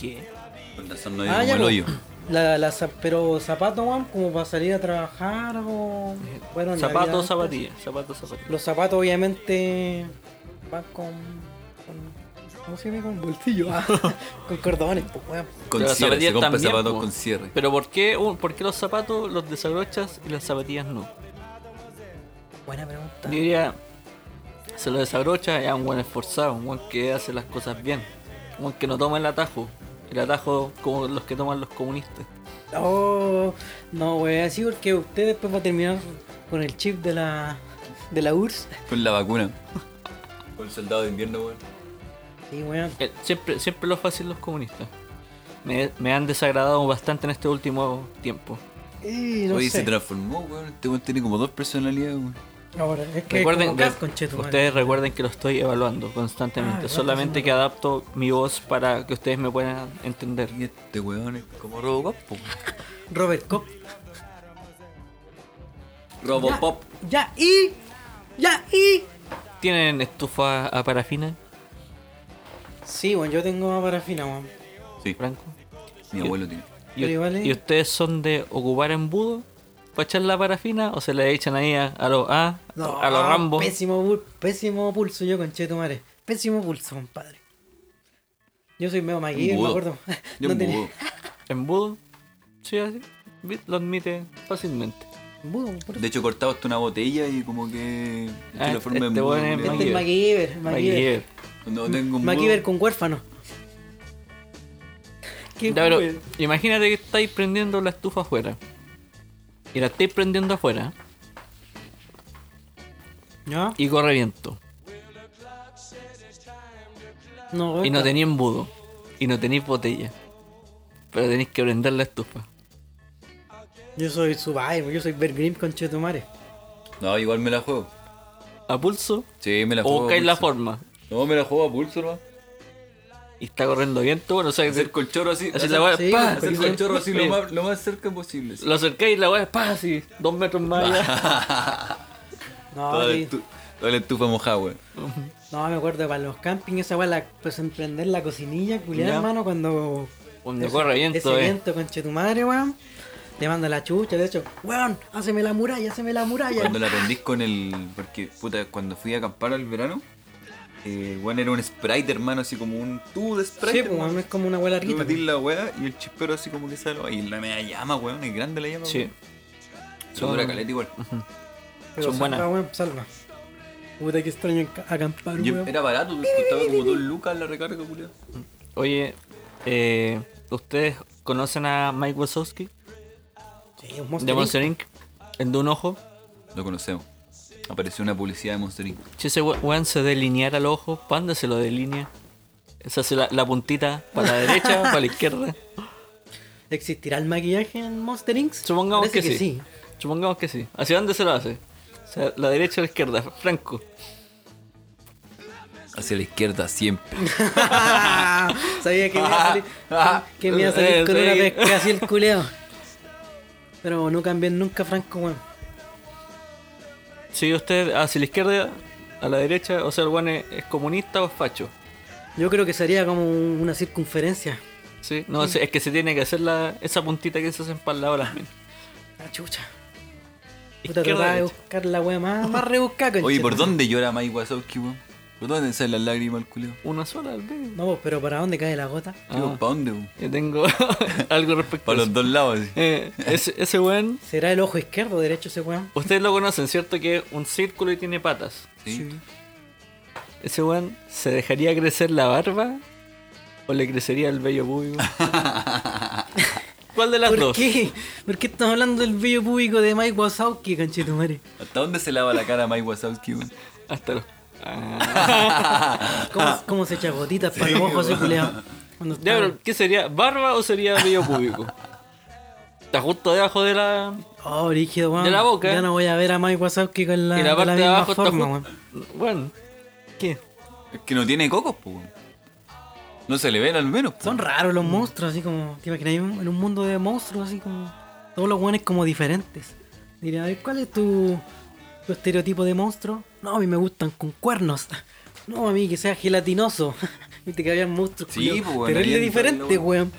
Speaker 7: ¿Qué?
Speaker 6: Con razón no digo
Speaker 7: Ah,
Speaker 6: como
Speaker 4: ya,
Speaker 6: el
Speaker 4: pues.
Speaker 6: hoyo.
Speaker 4: La, la, za- pero zapato, weón, como para salir a trabajar o. Bueno, en la vida
Speaker 7: Zapatos,
Speaker 4: antes.
Speaker 7: zapatillas. Zapatos, zapatillas.
Speaker 4: Los zapatos, obviamente, van con. con- ¿Cómo se llama? Con bolsillo. ah, (laughs) con cordones, pues, weón.
Speaker 6: Con
Speaker 7: Pero
Speaker 6: cierre, se
Speaker 7: las zapatillas
Speaker 6: compra
Speaker 7: también,
Speaker 6: zapatos
Speaker 7: po.
Speaker 6: con cierre.
Speaker 7: Pero ¿por qué, un- por qué los zapatos los desabrochas y las zapatillas no?
Speaker 4: Buena pregunta.
Speaker 7: Yo diría, se lo desabrocha ya un buen esforzado, un buen que hace las cosas bien. Un buen que no toma el atajo. El atajo como los que toman los comunistas.
Speaker 4: Oh, no, wey, así porque usted después va a terminar con el chip de la de la URSS.
Speaker 6: Con la vacuna. Con el soldado de invierno, weón.
Speaker 4: Sí, weón.
Speaker 7: Eh, siempre, siempre lo fácil los comunistas. Me, me han desagradado bastante en este último tiempo.
Speaker 4: Y Eh, no
Speaker 6: Oye, se
Speaker 4: sé.
Speaker 6: transformó, weón. Este weón tiene como dos personalidades, weón.
Speaker 4: Ahora, es que
Speaker 7: Recuerden,
Speaker 4: como Kafka,
Speaker 7: re-
Speaker 4: conchetumare.
Speaker 7: ustedes recuerden que lo estoy evaluando
Speaker 4: Ah,
Speaker 7: constantemente.
Speaker 4: ya,
Speaker 7: Solamente
Speaker 4: entonces,
Speaker 7: que adapto mi voz para que ustedes me puedan entender.
Speaker 6: Y este weón es como Robocop, po, weón.
Speaker 4: Robert Koch.
Speaker 6: Robopop.
Speaker 4: Ya, y. Ya, y.
Speaker 7: ¿Tienen estufa a parafina,
Speaker 4: Sí, weón, yo tengo parafina, weón.
Speaker 6: Sí,
Speaker 7: Franco?
Speaker 6: mi abuelo tiene.
Speaker 7: ¿Y,
Speaker 4: Pero igual es-
Speaker 7: y ustedes son de ocupar embudo para echar la parafina o se la echan ahí a, a los A, a los Rambo?
Speaker 4: Pésimo, pul- pésimo pulso yo, conchetumare. Pésimo pulso, compadre. Yo soy medio maguillo, me
Speaker 6: Embudo.
Speaker 4: acuerdo.
Speaker 6: Yo
Speaker 4: tenía-
Speaker 6: embudo.
Speaker 7: ¿Embudo? Sí, así. Vi- Lo admite fácilmente.
Speaker 4: Embudo, por-
Speaker 6: De hecho, cortaba hasta una botella y como que.
Speaker 7: Ah,
Speaker 6: Esta es la forma de
Speaker 7: este
Speaker 6: embudo,
Speaker 7: weón es
Speaker 6: culiao.
Speaker 4: Este es MacGyver, MacGyver.
Speaker 7: MacGyver.
Speaker 6: No tengo
Speaker 4: MacGyver
Speaker 6: embudo.
Speaker 4: con huérfano. Qué
Speaker 7: Ya, pero
Speaker 4: weón.
Speaker 7: imagínate que estáis prendiendo la estufa afuera. Y la estáis prendiendo afuera
Speaker 4: ¿Ya?
Speaker 7: y corre viento.
Speaker 4: No,
Speaker 7: Y no
Speaker 4: weón.
Speaker 7: tenéis embudo. Y no tenéis botella. Pero tenéis que prender la estufa.
Speaker 4: Yo soy Survivor, yo soy Bergrim con Chetumare.
Speaker 6: No, igual me la juego.
Speaker 7: ¿A pulso?
Speaker 6: Sí, me la
Speaker 7: o
Speaker 6: juego. a
Speaker 7: buscáis la
Speaker 6: pulso.
Speaker 7: forma.
Speaker 6: No, me la juego a pulso, ¿no?
Speaker 7: Y está corriendo viento. Bueno, o sea,
Speaker 6: Hacer con chorro así.
Speaker 7: Así la weá,
Speaker 4: Sí,
Speaker 7: pa,
Speaker 4: con
Speaker 6: Hacer
Speaker 7: así
Speaker 6: con
Speaker 7: con-
Speaker 6: chorro así lo
Speaker 7: Oye,
Speaker 6: más, lo más cerca posible. sí.
Speaker 7: Lo acercáis y la weá, pa, así, dos metros más (laughs) allá.
Speaker 4: No,
Speaker 6: Toda la
Speaker 4: sí.
Speaker 6: estu- toda la estufa mojada, weón.
Speaker 4: no, me acuerdo, para los campings, esa weá, la- pues emprender la cocinilla, culiada,
Speaker 7: Ya.
Speaker 4: hermano, cuando.
Speaker 7: Cuando
Speaker 4: ese-
Speaker 7: corre viento,
Speaker 4: Ese
Speaker 7: eh.
Speaker 4: viento con Chetumare, weón. Te manda la chucha, de hecho, weón, háceme la muralla, háceme la muralla.
Speaker 6: Cuando la aprendís con el. Porque, puta, cuando fui a acampar al verano, eh, bueno, era un sprite, hermano, así como un tubo de sprite.
Speaker 4: Sí, pues, weón,
Speaker 6: hermano.
Speaker 4: es como una weá
Speaker 6: Tú
Speaker 4: larguita. pues.
Speaker 7: pues.
Speaker 6: metís la weá y el chispero así como que sale. Y la media llama, weón, es grande la llama.
Speaker 7: Sí.
Speaker 6: weón. Se dura caleta igual.
Speaker 4: pero
Speaker 7: son
Speaker 4: salva,
Speaker 7: buenas.
Speaker 4: weón, salva. Puta que extraño enca- acampar,
Speaker 6: Y
Speaker 4: weón.
Speaker 6: era barato, costaba como 2 lucas la recarga, culiao.
Speaker 7: Oye, eh, ¿ustedes conocen a Mike Wazowski
Speaker 4: Sí, un
Speaker 7: de
Speaker 4: monstruo.
Speaker 7: Monster Inc? El de un ojo.
Speaker 6: Lo conocemos. Apareció una publicidad de Monster Inc.
Speaker 7: Si ese we- weón se delineara el ojo, ¿Panda se lo delinea? Se hace la, la puntita para la (laughs) derecha, para la izquierda.
Speaker 4: ¿Existirá el maquillaje en Monster Inc?
Speaker 7: Supongamos
Speaker 4: Parece
Speaker 7: que, sí. Supongamos que sí. ¿Hacia dónde se lo hace? O sea, la derecha o la izquierda, Franco.
Speaker 6: Hacia la izquierda siempre.
Speaker 4: (laughs) Sabía que me iba a
Speaker 7: (laughs)
Speaker 4: salir, que me iba a salir con una pesca así el culeado. Pero no cambié nunca, Franco, weón.
Speaker 7: Si usted hacia la izquierda, a la derecha, o sea, el guan es, es comunista o es facho.
Speaker 4: Yo creo que sería como un- una circunferencia.
Speaker 7: ¿Sí? No, es, es que se tiene que hacer la, esa puntita que se hacen para el lado de las minas.
Speaker 4: La Ah, chucha. Puta, trataba
Speaker 7: Izquierda,
Speaker 4: de
Speaker 7: derecha.
Speaker 4: buscar la wea más, más rebuscada, concha.
Speaker 6: Oye, ¿por dónde llora Mike Wazowski, weón? ¿Por dónde sale la lágrima al culeo?
Speaker 7: Una sola al medio.
Speaker 4: No, pues, pero ¿para dónde cae la gota?
Speaker 7: Ah,
Speaker 6: ¿Para dónde, weón?
Speaker 7: yo tengo (laughs) algo respecto a
Speaker 6: Para
Speaker 7: eso.
Speaker 6: los dos lados, así.
Speaker 7: Eh, ese, ese weón,
Speaker 4: ¿Será el ojo izquierdo o derecho ese weón?
Speaker 7: ustedes lo conocen, ¿cierto? Que es un círculo y tiene patas.
Speaker 6: ¿sí?
Speaker 7: Ese weón, ¿se dejaría crecer la barba o le crecería el vello
Speaker 6: (laughs)
Speaker 7: público? ¿Cuál de las
Speaker 4: ¿Por
Speaker 7: dos?
Speaker 4: qué? ¿Por qué estamos hablando del bello público de Mike Wazowski, conchetumare?
Speaker 6: ¿Hasta dónde se lava la cara Mike Wazowski, weón?
Speaker 7: Hasta los... Ah.
Speaker 4: ¿Cómo, cómo se echa gotitas para los ojos ese culeado? Cuando
Speaker 7: Ya,
Speaker 4: está...
Speaker 7: pero ¿qué sería? ¿Barba o sería vello público? Está justo debajo de la.
Speaker 4: Oh, brígido, weón.
Speaker 7: De la boca.
Speaker 4: Ya no voy a ver a Mike Wazowski con la,
Speaker 7: y la
Speaker 4: con
Speaker 7: parte de
Speaker 4: misma
Speaker 7: abajo
Speaker 4: forma,
Speaker 7: está
Speaker 4: weón.
Speaker 7: justo. Bueno, ¿qué?
Speaker 6: Es que no tiene cocos, po, weón. No se le ven al menos, po.
Speaker 4: Son raros los monstruos, así como... ¿Te imaginas un- en un mundo de monstruos, así como... Todos los weones como diferentes. Diré, a ver, ¿cuál es tu, tu estereotipo de monstruo? No, a mí me gustan con cuernos. (laughs) No, a mí que sea gelatinoso. (laughs) Viste que había monstruos
Speaker 6: Sí,
Speaker 4: culiao,
Speaker 6: pues, weón,
Speaker 4: terrible
Speaker 6: habían-
Speaker 4: diferentes, weón.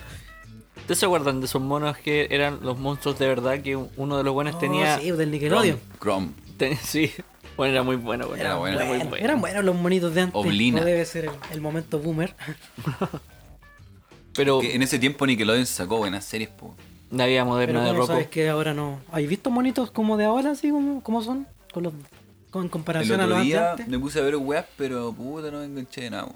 Speaker 7: ¿Ustedes se acuerdan de esos monos que eran los monstruos de verdad que uno de los buenos
Speaker 4: Oh,
Speaker 7: tenía.
Speaker 4: Sí, del Nickelodeon.
Speaker 6: Crom.
Speaker 7: (laughs) ten- sí. Bueno, era muy bueno, bueno.
Speaker 6: Era bueno.
Speaker 7: muy
Speaker 4: Bueno, eran buenos los monitos de antes.
Speaker 6: Oblina.
Speaker 4: No debe ser el, el momento boomer.
Speaker 7: Pero
Speaker 6: Que en ese tiempo Nickelodeon sacó buenas series, po.
Speaker 7: la vida
Speaker 4: Pero
Speaker 7: moderna de
Speaker 4: ¿cómo
Speaker 7: Rocco.
Speaker 4: sabes que ahora no. ¿Has visto monitos como de ahora, así como, como son? Con los, con en
Speaker 6: El
Speaker 4: comparación a
Speaker 6: otro
Speaker 4: los de
Speaker 6: día
Speaker 4: antes.
Speaker 6: me puse a ver weas, pero puta, no me enganché de nada, weón.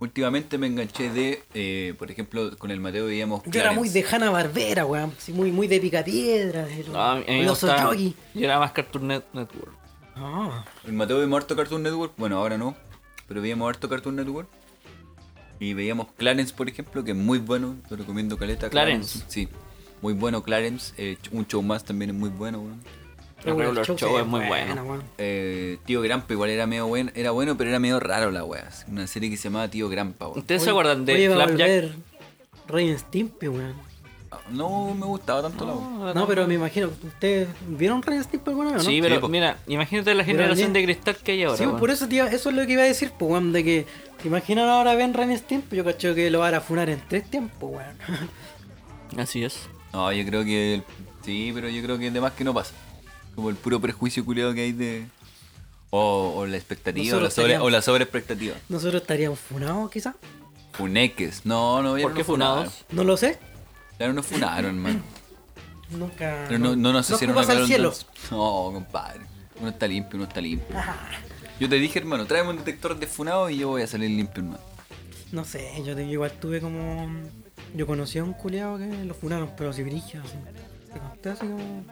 Speaker 6: Últimamente me enganché de, eh, por ejemplo, con el Mateo veíamos.
Speaker 4: Yo era
Speaker 6: Clarence.
Speaker 4: muy de Hanna Barbera, weón. Sí, muy, muy de picapiedra, de los,
Speaker 7: Ah, a mí me
Speaker 4: los
Speaker 7: gustaba.
Speaker 4: Otogi.
Speaker 7: Yo era más Cartoon Net- Network.
Speaker 4: Ah,
Speaker 6: El Mateo veíamos harto Cartoon Network, bueno, ahora no, pero veíamos harto Cartoon Network. Y veíamos Clarence, por ejemplo, que es muy bueno, lo recomiendo Caleta.
Speaker 7: Clarence.
Speaker 6: Sí, muy bueno Clarence. eh, un show más también es muy bueno, weón.
Speaker 7: El
Speaker 4: weón,
Speaker 7: Regular
Speaker 4: Choke
Speaker 7: Show es muy bueno.
Speaker 4: weón.
Speaker 6: Eh, Tío Grampa igual era medio bueno, era bueno, pero era medio raro la wea. así, Una serie que se llamaba Tío Grampa, weón.
Speaker 7: ¿Ustedes se acuerdan de
Speaker 4: Oye, va a
Speaker 7: Flapjack?
Speaker 4: volver Ren Stimpy, weón.
Speaker 6: No me gustaba tanto la wea.
Speaker 4: No, pero me imagino, ¿ustedes vieron Ren Stimpy alguna vez, o no?
Speaker 7: Ah, Sí,
Speaker 6: Sí,
Speaker 7: pero
Speaker 6: po.
Speaker 7: mira, imagínate la
Speaker 4: Pero
Speaker 7: generación
Speaker 4: bien.
Speaker 7: de cristal que hay ahora.
Speaker 4: Sí, pues,
Speaker 7: weón.
Speaker 4: por eso, tío, eso es lo que iba a decir, pues, weón, de que, ¿te imaginan ahora ven Ren Stimpy? Yo cacho que lo van a funar en tres tiempos, weón. (laughs)
Speaker 7: Así es.
Speaker 6: No, yo creo que. el- sí, pero yo creo que demás que no pasa. Como el puro prejuicio culiado que hay de. O, o la expectativa, o la,
Speaker 4: Nosotros
Speaker 6: sobre,
Speaker 4: teníamos-
Speaker 6: o la sobreexpectativa.
Speaker 4: Nosotros estaríamos funados, quizás.
Speaker 6: Funeques. No, no, ya
Speaker 7: ¿Por
Speaker 6: no
Speaker 7: qué
Speaker 6: nos funaron.
Speaker 7: funados?
Speaker 4: No lo sé.
Speaker 6: Ya no nos funaron, hermano.
Speaker 4: Nunca.
Speaker 6: Pero no, no nos hicieron
Speaker 4: ocupas
Speaker 6: una
Speaker 4: al cielo.
Speaker 6: entonces. No, compadre. Uno está limpio, uno está limpio. Yo te dije, hermano, tráeme un detector de funado y yo voy a salir limpio, hermano.
Speaker 4: No sé, yo te- yo igual tuve como. Yo conocí a un culiado que lo funaron, pero si brillo, así. Te conté así como.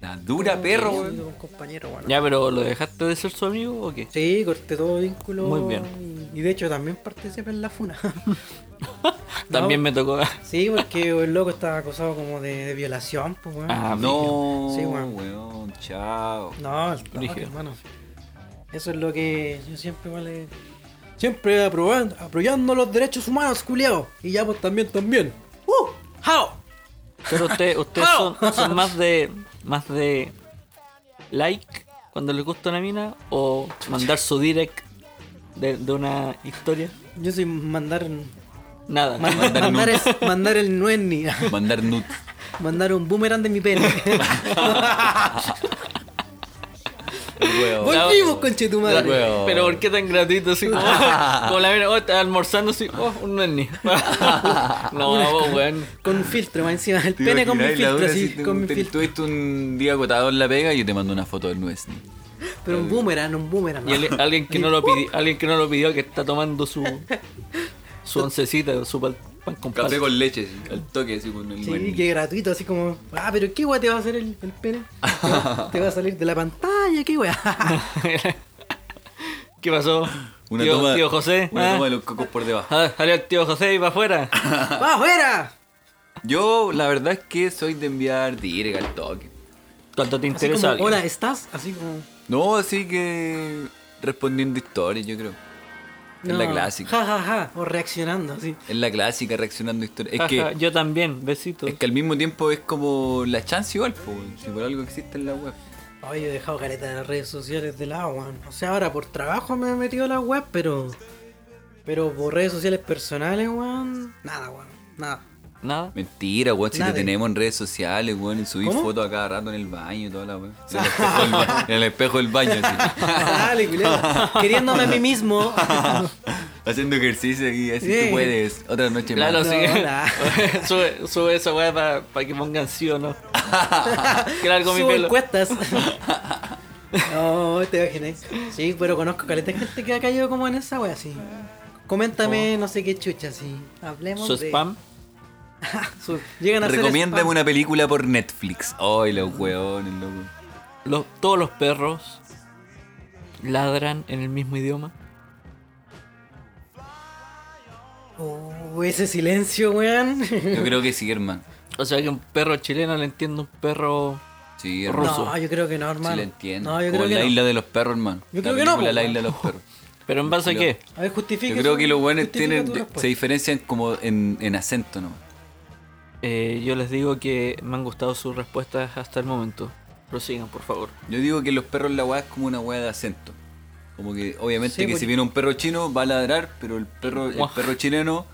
Speaker 6: La dura perro,
Speaker 4: como-
Speaker 6: weón.
Speaker 4: como Un compañero, bueno.
Speaker 7: Ya, pero ¿lo dejaste de ser su amigo o qué?
Speaker 4: Sí, corté todo vínculo.
Speaker 7: Muy bien.
Speaker 4: Y, y de hecho también participé en la funa. (laughs)
Speaker 7: También
Speaker 4: No.
Speaker 7: me tocó.
Speaker 4: sí, porque el loco estaba acosado como de, de violación, pues, weón.
Speaker 7: Ah,
Speaker 6: No,
Speaker 4: Sí, weón.
Speaker 6: weón, chao.
Speaker 4: No, el toque,
Speaker 7: Brígido.
Speaker 4: hermano. Eso es lo que yo siempre vale. Siempre aprobando, apoyando los derechos humanos, culiao. Y ya pues también, también. ¡Uh! ¡How!
Speaker 7: Pero usted- ustedes son, son más de. más de. like cuando les gusta una mina o mandar su direct de, de una historia.
Speaker 4: Yo soy mandar.
Speaker 6: (laughs)
Speaker 7: Nada.
Speaker 4: Mandar, mandar,
Speaker 6: un-
Speaker 4: es, mandar el
Speaker 7: (laughs)
Speaker 4: nuenni.
Speaker 6: Mandar nudes.
Speaker 4: Mandar un boomerang de mi pene.
Speaker 6: Weón.
Speaker 4: Volvimos, conchetumare.
Speaker 6: La- weón.
Speaker 7: Pero ¿por qué tan
Speaker 6: (laughs)
Speaker 7: gratuito así como, como la mina, oh, está almorzando así, oh, un nenni. (laughs) no, vos, weón.
Speaker 4: Con un filtro más encima. El
Speaker 6: ¿Te
Speaker 4: pene con mi
Speaker 6: imagináis
Speaker 4: filtro,
Speaker 6: la dura
Speaker 4: así.
Speaker 6: si te-
Speaker 4: Con mi
Speaker 6: te-
Speaker 4: filtro.
Speaker 6: Tuviste un día agotador en la pega y yo te mando una foto del nuez. ¿no?
Speaker 4: Pero un boomerang, un boomerang. (laughs)
Speaker 7: Y el- alguien que no
Speaker 6: (laughs)
Speaker 7: lo pidió, alguien que no lo pidió que está tomando su su oncecita, su pal- pan con
Speaker 6: Café
Speaker 7: palta.
Speaker 6: con leche, sí, al toque, así con el
Speaker 4: Sí,
Speaker 6: nuez.
Speaker 4: que gratuito, así como, ah, pero qué guay te va a hacer el, el pene. Te va, te va a salir de la pantalla, qué
Speaker 6: (laughs)
Speaker 4: guay.
Speaker 7: (laughs) ¿Qué pasó? tío, tío José.
Speaker 6: Una
Speaker 7: ¿ah?
Speaker 6: toma de los cocos por debajo.
Speaker 7: Ah, Salió el tío José y va (coughs) afuera.
Speaker 4: ¡Va afuera!
Speaker 6: Yo, la verdad es que soy de enviar direct al toque.
Speaker 7: Cuando te
Speaker 4: Así
Speaker 7: interesa
Speaker 4: como,
Speaker 7: alguien.
Speaker 4: hola, ¿estás? Así como,
Speaker 6: No, así que respondiendo historias, yo creo. Es la clásica.
Speaker 4: Ja, ja, ja. O reaccionando, así.
Speaker 6: Es la clásica reaccionando a historia. Es
Speaker 7: Jaja,
Speaker 6: que,
Speaker 7: yo también, besitos.
Speaker 6: es que al mismo tiempo es como la chance igual, po, weón. si por algo existe en la web.
Speaker 4: Oye, yo he dejado caleta de las redes sociales de lado, weón. O sea, ahora por trabajo me he metido a la web, pero. Pero por redes sociales personales, weón. Nada, weón. Nada. (laughs)
Speaker 7: Nada.
Speaker 6: Mentira, weón, si
Speaker 4: Nadie.
Speaker 6: te tenemos en redes sociales, weón, y subís
Speaker 4: ¿Cómo?
Speaker 6: fotos a cada rato en el baño y toda la weón.
Speaker 4: (laughs)
Speaker 6: En el espejo del ba- en el espejo del baño, así.
Speaker 4: Dale,
Speaker 6: (laughs)
Speaker 4: culero. Queriéndome a mí mismo. (laughs)
Speaker 6: Haciendo ejercicio y así
Speaker 4: Sí.
Speaker 6: tú puedes. Otra noche
Speaker 7: Claro,
Speaker 6: más.
Speaker 7: sí. (laughs)
Speaker 4: nada.
Speaker 7: (laughs) sube, sube esa weá para que pongan sí (laughs) o no. que largo mi
Speaker 4: Subo
Speaker 7: pelo.
Speaker 4: encuestas. (laughs) No, te imaginas. Sí, pero conozco caleta de gente que ha caído como en esa wea, sí. Coméntame,
Speaker 6: Oh.
Speaker 4: no sé qué chucha, sí. Hablemos
Speaker 7: Su
Speaker 4: de.
Speaker 7: spam.
Speaker 4: Su- Llegan a hacer
Speaker 6: Recomiéndame
Speaker 4: spam.
Speaker 6: una película por Netflix. Ay, los weones, loco.
Speaker 7: Los, todos los perros ladran en el mismo idioma.
Speaker 4: Oh, ese silencio, weón. (laughs)
Speaker 6: Yo creo que sí, hermano.
Speaker 7: O sea que un perro chileno le entiende a un perro.
Speaker 6: Sí, hermano.
Speaker 7: Ruso.
Speaker 4: No, yo creo que no, hermano.
Speaker 6: Sí, la entiendo.
Speaker 4: No, yo
Speaker 6: Como
Speaker 4: creo que
Speaker 6: la
Speaker 4: no.
Speaker 6: isla de los perros, hermano.
Speaker 4: Yo
Speaker 6: La
Speaker 4: creo que no,
Speaker 6: película
Speaker 4: po,
Speaker 6: La isla de los
Speaker 4: (laughs)
Speaker 6: perros.
Speaker 7: ¿Pero en base a qué?
Speaker 4: A ver, justifica.
Speaker 6: Yo creo
Speaker 4: su-
Speaker 6: que los buenos
Speaker 4: justifica
Speaker 6: tienen,
Speaker 4: tu respuesta.
Speaker 6: se diferencian como en, en acento, ¿no?
Speaker 7: Eh, yo les digo que me han gustado sus respuestas hasta el momento. Prosigan, por favor.
Speaker 6: Yo digo que los perros la weá es como una weá de acento. Como que obviamente
Speaker 4: Sí,
Speaker 6: que
Speaker 4: pues-
Speaker 6: si viene un perro chino va a ladrar, pero el perro, el
Speaker 7: Guau.
Speaker 6: perro chileno,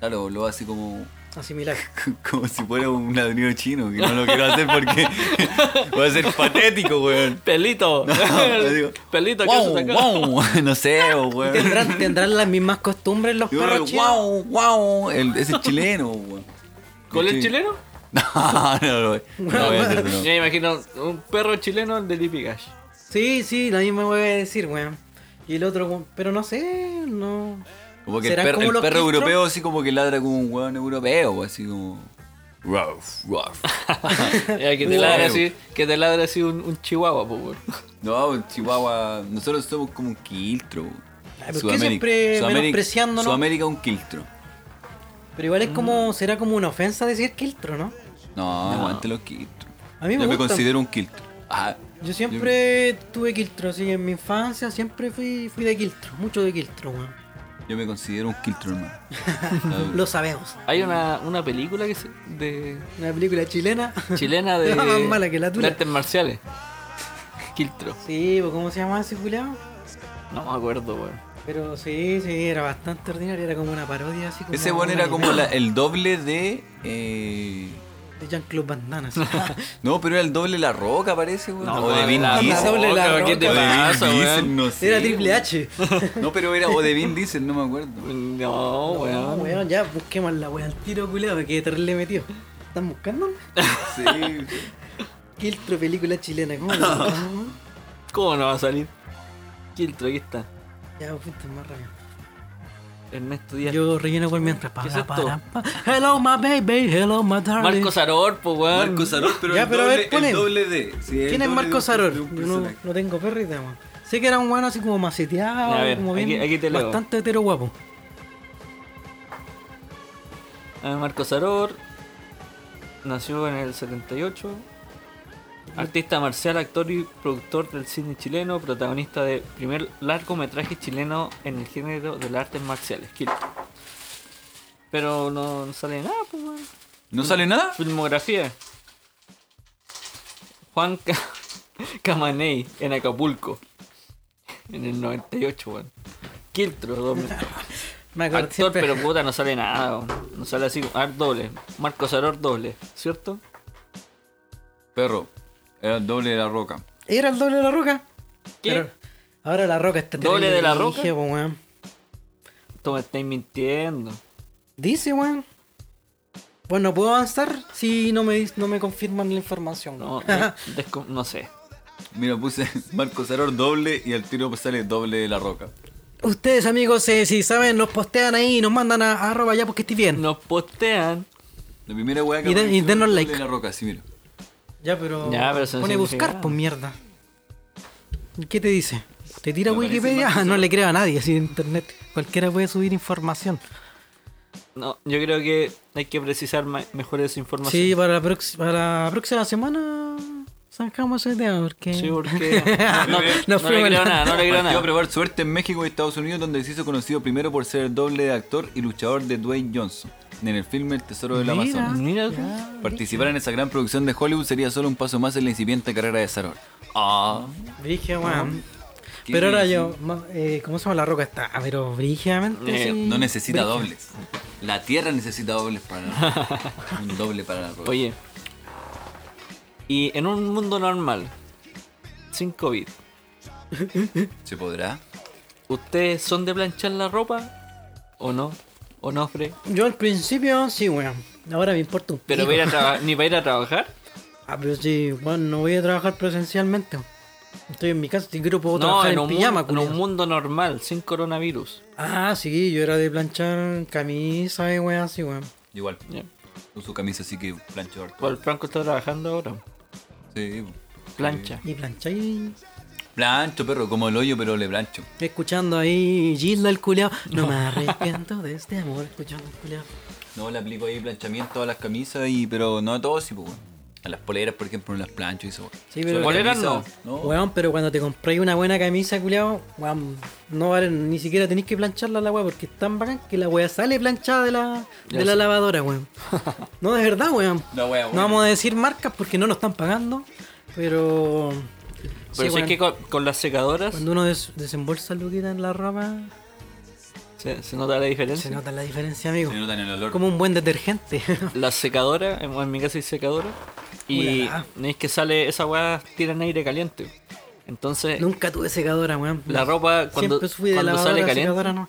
Speaker 6: claro, lo hace como (laughs)
Speaker 4: Asimilar.
Speaker 6: como si fuera un ladrido chino, que no lo quiero hacer porque (laughs) va a ser patético, weón. (laughs)
Speaker 7: (laughs) ¡Pelito!
Speaker 6: yo digo,
Speaker 7: ¡Pelito, ¿qué haces
Speaker 6: Wow,
Speaker 7: acá?
Speaker 6: wow, (laughs) no sé, weón. (laughs)
Speaker 4: ¿Tendrán, tendrán las mismas costumbres los
Speaker 6: Yo
Speaker 4: perros
Speaker 6: digo,
Speaker 4: chinos?
Speaker 6: wow, wow, el, ese chileno, weón.
Speaker 7: ¿Con el
Speaker 6: Sí.
Speaker 7: chileno?
Speaker 6: (laughs) No, no, no, no voy a
Speaker 7: (laughs)
Speaker 6: hacer eso,
Speaker 7: Yo
Speaker 6: no.
Speaker 7: me imagino un perro chileno de Lipigash.
Speaker 4: Sí, sí, la misma voy a decir, weón. Y el otro, weón, pero no sé, no.
Speaker 6: Como que el,
Speaker 4: ¿Serán
Speaker 6: perro-
Speaker 4: como
Speaker 6: el
Speaker 4: los
Speaker 6: perro
Speaker 4: quistros?
Speaker 6: europeo así como que ladra como un weón europeo, pues, así como... Ruff,
Speaker 4: (laughs)
Speaker 6: ruff.
Speaker 7: Ya, que te
Speaker 6: Wow.
Speaker 7: ladre así, que te ladre así un, un chihuahua, po, weón.
Speaker 6: No, un Chihuahua, nosotros somos como un quiltro.
Speaker 4: Ay, ¿por qué siempre menospreciándonos?
Speaker 6: Sudamérica un quiltro.
Speaker 4: Pero igual es
Speaker 7: Mm.
Speaker 4: como, será como una ofensa decir quiltro, ¿no?
Speaker 6: No, aguante los quiltros.
Speaker 4: A mí me
Speaker 6: Yo me
Speaker 4: gustan.
Speaker 6: considero un quiltro. Ah,
Speaker 4: Yo siempre tuve quiltro, así en mi infancia siempre fui, fui de quiltro, mucho de quiltro, weón.
Speaker 6: yo me considero un quiltro,
Speaker 4: (laughs)
Speaker 6: hermano.
Speaker 4: Lo sabemos.
Speaker 7: Hay una, una película que se, de
Speaker 4: Una película chilena. (laughs)
Speaker 7: chilena de,
Speaker 4: Más mala que la
Speaker 7: de
Speaker 4: tula.
Speaker 7: artes marciales. Quiltro.
Speaker 4: Sí, pues, ¿cómo se llamaba ese culiao?
Speaker 7: No me acuerdo, weón.
Speaker 4: Pero sí, sí, era bastante ordinario, era como una parodia así como.
Speaker 6: Ese weón era
Speaker 4: una
Speaker 6: como la-
Speaker 4: idea
Speaker 6: el doble de... eh,
Speaker 4: De Jean-Claude Van Damme,
Speaker 7: (laughs)
Speaker 4: así.
Speaker 6: No, pero era el doble de la roca, parece, weón.
Speaker 7: No,
Speaker 6: o de
Speaker 7: de
Speaker 6: Vin
Speaker 7: La
Speaker 6: Diesel.
Speaker 4: Roca, La
Speaker 6: O de
Speaker 4: Roca.
Speaker 6: Vin
Speaker 7: ¿Qué te pasa,
Speaker 6: Diesel,
Speaker 7: weón?
Speaker 6: no sé,
Speaker 4: Era Triple
Speaker 6: weón.
Speaker 4: H. (laughs)
Speaker 6: (laughs) No, pero era o de Vin Diesel, no me acuerdo.
Speaker 7: No,
Speaker 4: No,
Speaker 7: weón.
Speaker 4: Ah, weón, ya busquemos la wea al tiro culiao, que terrible metido. ¿Están buscando?
Speaker 6: Sí.
Speaker 4: Ah, Quiltro, película chilena,
Speaker 7: (laughs)
Speaker 4: ¿cómo la buscamos, weón?
Speaker 7: ¿Cómo no va a salir? Quiltro, aquí está.
Speaker 4: Ya, fuiste más rápido.
Speaker 7: Ernesto Díaz.
Speaker 4: Yo relleno por mientras.
Speaker 7: ¿Qué es esto?
Speaker 4: Para, para, para. Hello, my baby, hello, my darling.
Speaker 7: Marco Saror, po, weón.
Speaker 6: Marco Saror, pero,
Speaker 4: Ya,
Speaker 6: el,
Speaker 4: pero a
Speaker 6: doble,
Speaker 4: ver, ponen.
Speaker 6: el doble de. sí, el
Speaker 4: ¿Quién es
Speaker 6: doble de
Speaker 4: Marco
Speaker 6: un-
Speaker 4: Saror?
Speaker 6: de
Speaker 4: Yo
Speaker 6: un
Speaker 4: no,
Speaker 6: personaje.
Speaker 4: no tengo perrita, weón. Sé que era un weón así como maceteado,
Speaker 7: A ver,
Speaker 4: como bien.
Speaker 7: aquí- aquí te leo.
Speaker 4: bastante hetero guapo.
Speaker 7: Ah, Marco Saror. Nació en el 78. Artista marcial, actor y productor del cine chileno, protagonista del primer largometraje chileno en el género de las artes marciales, Quiltro. Pero no, no sale nada, pues, weón.
Speaker 6: ¿No sale nada?
Speaker 7: Filmografía. Juan Ca- (laughs) Camaney en Acapulco. En el 98, weón. Quiltro, 2000.
Speaker 4: Me acuerdo
Speaker 7: Actor,
Speaker 4: siempre.
Speaker 7: pero puta, no sale nada, weón. No sale así. A ver, doble. Marco Saror, doble, ¿cierto?
Speaker 6: Perro, era el doble de la roca.
Speaker 4: ¿Era el doble de la roca?
Speaker 7: ¿Qué?
Speaker 4: Pero ahora la roca está
Speaker 7: ¿Doble
Speaker 4: terrible
Speaker 7: de la
Speaker 4: brígida,
Speaker 7: roca?
Speaker 4: po, weón.
Speaker 7: Tú me estás mintiendo.
Speaker 4: Dice, weón. Bueno, puedo avanzar si no me, dis- no me confirman la información. (laughs)
Speaker 7: (laughs) No,
Speaker 4: weón.
Speaker 7: no, desco- no sé.
Speaker 6: Mira, puse (laughs) Marco Saror doble y al tiro pues sale doble de la roca.
Speaker 4: Ustedes, amigos, eh, si saben, nos postean ahí y nos mandan a, a arroba ya porque estoy bien.
Speaker 7: Nos postean.
Speaker 6: La primera weá que
Speaker 4: Y den- y
Speaker 6: apareció,
Speaker 4: denos
Speaker 6: doble
Speaker 4: like.
Speaker 6: de la roca, sí, mira.
Speaker 4: Ya, pero.
Speaker 7: Ya, pero eso no
Speaker 4: pone
Speaker 7: significa
Speaker 4: buscar,
Speaker 7: nada.
Speaker 4: pues mierda. ¿Y ¿Qué te dice? ¿Te tira
Speaker 6: ¿Te aparece
Speaker 4: Wikipedia?
Speaker 6: Marco
Speaker 4: Ah, (laughs) no
Speaker 6: Cerón?
Speaker 4: le creo a nadie, así en internet. Cualquiera puede subir información.
Speaker 7: No, yo creo que hay que precisar ma- mejor esa información.
Speaker 4: Sí, para la, prox- para la próxima semana Sacamos ese tema porque.
Speaker 7: Sí, (laughs) porque.
Speaker 4: (laughs)
Speaker 7: No,
Speaker 4: No
Speaker 7: no
Speaker 4: fue
Speaker 7: le creo
Speaker 4: bueno.
Speaker 7: nada, no le creo
Speaker 6: Partió a
Speaker 7: nada.
Speaker 6: probar suerte en México y Estados Unidos, donde se hizo conocido primero por ser el doble de actor y luchador de Dwayne Johnson en el filme El Tesoro del Amazonas.
Speaker 7: Mira, tú.
Speaker 6: Participar en esa gran producción de Hollywood sería solo un paso más en la incipiente carrera de Saror. Ah,
Speaker 4: (laughs) Brigia, weón.
Speaker 6: ¿qué
Speaker 4: Pero ahora
Speaker 6: dice?
Speaker 4: yo, ma- eh, ¿cómo se llama la roca? Está, pero brígidamente.
Speaker 6: Eh,
Speaker 4: sí.
Speaker 6: no necesita
Speaker 4: Brígida.
Speaker 6: dobles. La Tierra necesita dobles
Speaker 4: (laughs)
Speaker 6: para un doble para la roca.
Speaker 7: Oye. Y en un mundo normal, sin COVID,
Speaker 6: ¿Se podrá?
Speaker 7: ¿ustedes son de planchar la ropa? ¿O no? ¿O no, Fre?
Speaker 4: Yo al principio sí, weón. Ahora me importa un
Speaker 7: ¿Pero
Speaker 4: pico.
Speaker 7: para ir a traba- ni para ir a trabajar?
Speaker 4: Ah, pero sí, weón, no voy a trabajar presencialmente. Estoy en mi casa, si quiero puedo
Speaker 7: No,
Speaker 4: trabajar
Speaker 7: en
Speaker 4: en,
Speaker 7: un,
Speaker 4: pijama,
Speaker 7: mundo, en un
Speaker 4: culiao.
Speaker 7: mundo normal, sin coronavirus.
Speaker 4: Ah, sí, yo era de planchar camisa y weón, así, weón.
Speaker 6: Igual.
Speaker 7: Ya.
Speaker 6: Uso camisa así que plancho harto.
Speaker 7: Pues el Franco está trabajando ahora.
Speaker 6: Sí.
Speaker 7: Plancha.
Speaker 4: Y plancháis.
Speaker 6: Plancho, perro, como el hoyo, pero le plancho.
Speaker 4: Escuchando ahí Gilda el culeado. No me arrepiento de este amor, escuchando el culeado.
Speaker 6: No, le aplico ahí planchamiento a las camisas, y pero no a todos, sí, pues, bueno. A las poleras, por ejemplo, no las plancho y eso. bueno.
Speaker 4: Sí, pero-
Speaker 6: Solo
Speaker 7: ¿Poleras
Speaker 6: camisas, no?
Speaker 4: Weón, pero cuando te compráis una buena camisa, culiao, weón, no vale, ni siquiera tenéis que plancharla la weá, porque es tan bacán que la weá sale planchada de la, de la lavadora, weón. No, de verdad, weón.
Speaker 6: La weá
Speaker 4: No
Speaker 6: buena.
Speaker 4: vamos a decir marcas porque no nos están pagando, pero. sí,
Speaker 7: Pero si
Speaker 4: weón,
Speaker 7: es que con, con las secadoras
Speaker 4: Cuando uno des- desembolsa luquita en la ropa,
Speaker 7: se, se nota la diferencia.
Speaker 4: se nota la diferencia, amigo.
Speaker 6: Se notan el olor.
Speaker 4: Como un buen detergente. (laughs)
Speaker 7: La secadora, en, en mi casa hay secadora. Y
Speaker 4: Ulala.
Speaker 7: es que sale, esa weá tiran aire caliente. Entonces,
Speaker 4: Nunca tuve secadora, weón.
Speaker 7: la ropa cuando,
Speaker 4: Siempre fui de
Speaker 7: cuando
Speaker 4: lavadora
Speaker 7: sale
Speaker 4: a
Speaker 7: caliente,
Speaker 4: secadora, no.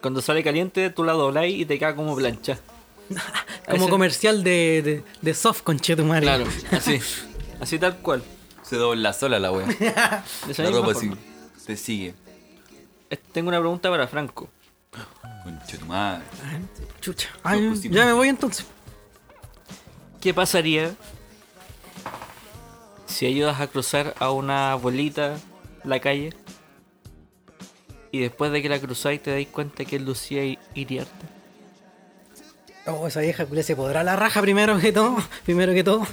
Speaker 7: cuando sale caliente, tú la doblás y te queda como plancha.
Speaker 4: Como
Speaker 7: Ese-
Speaker 4: comercial de, de, de soft con Chetumare.
Speaker 7: Claro, así. Así tal cual.
Speaker 6: Se dobla sola
Speaker 4: (laughs)
Speaker 6: la wea.
Speaker 7: De esa
Speaker 6: la
Speaker 7: misma
Speaker 6: ropa así.
Speaker 7: forma.
Speaker 6: Te sigue.
Speaker 7: Eh, Tengo una pregunta para Franco.
Speaker 6: Conche tu madre.
Speaker 4: Chucha. Ay,
Speaker 6: pues sí,
Speaker 4: ya
Speaker 6: pues.
Speaker 4: me voy entonces.
Speaker 7: ¿Qué pasaría si ayudas a cruzar a una abuelita la calle? Y después de que la cruzáis te dais cuenta que es Lucía I- Iriarte.
Speaker 4: Oh, esa vieja culia se podrá la raja primero que todo. (laughs) Primero que todo.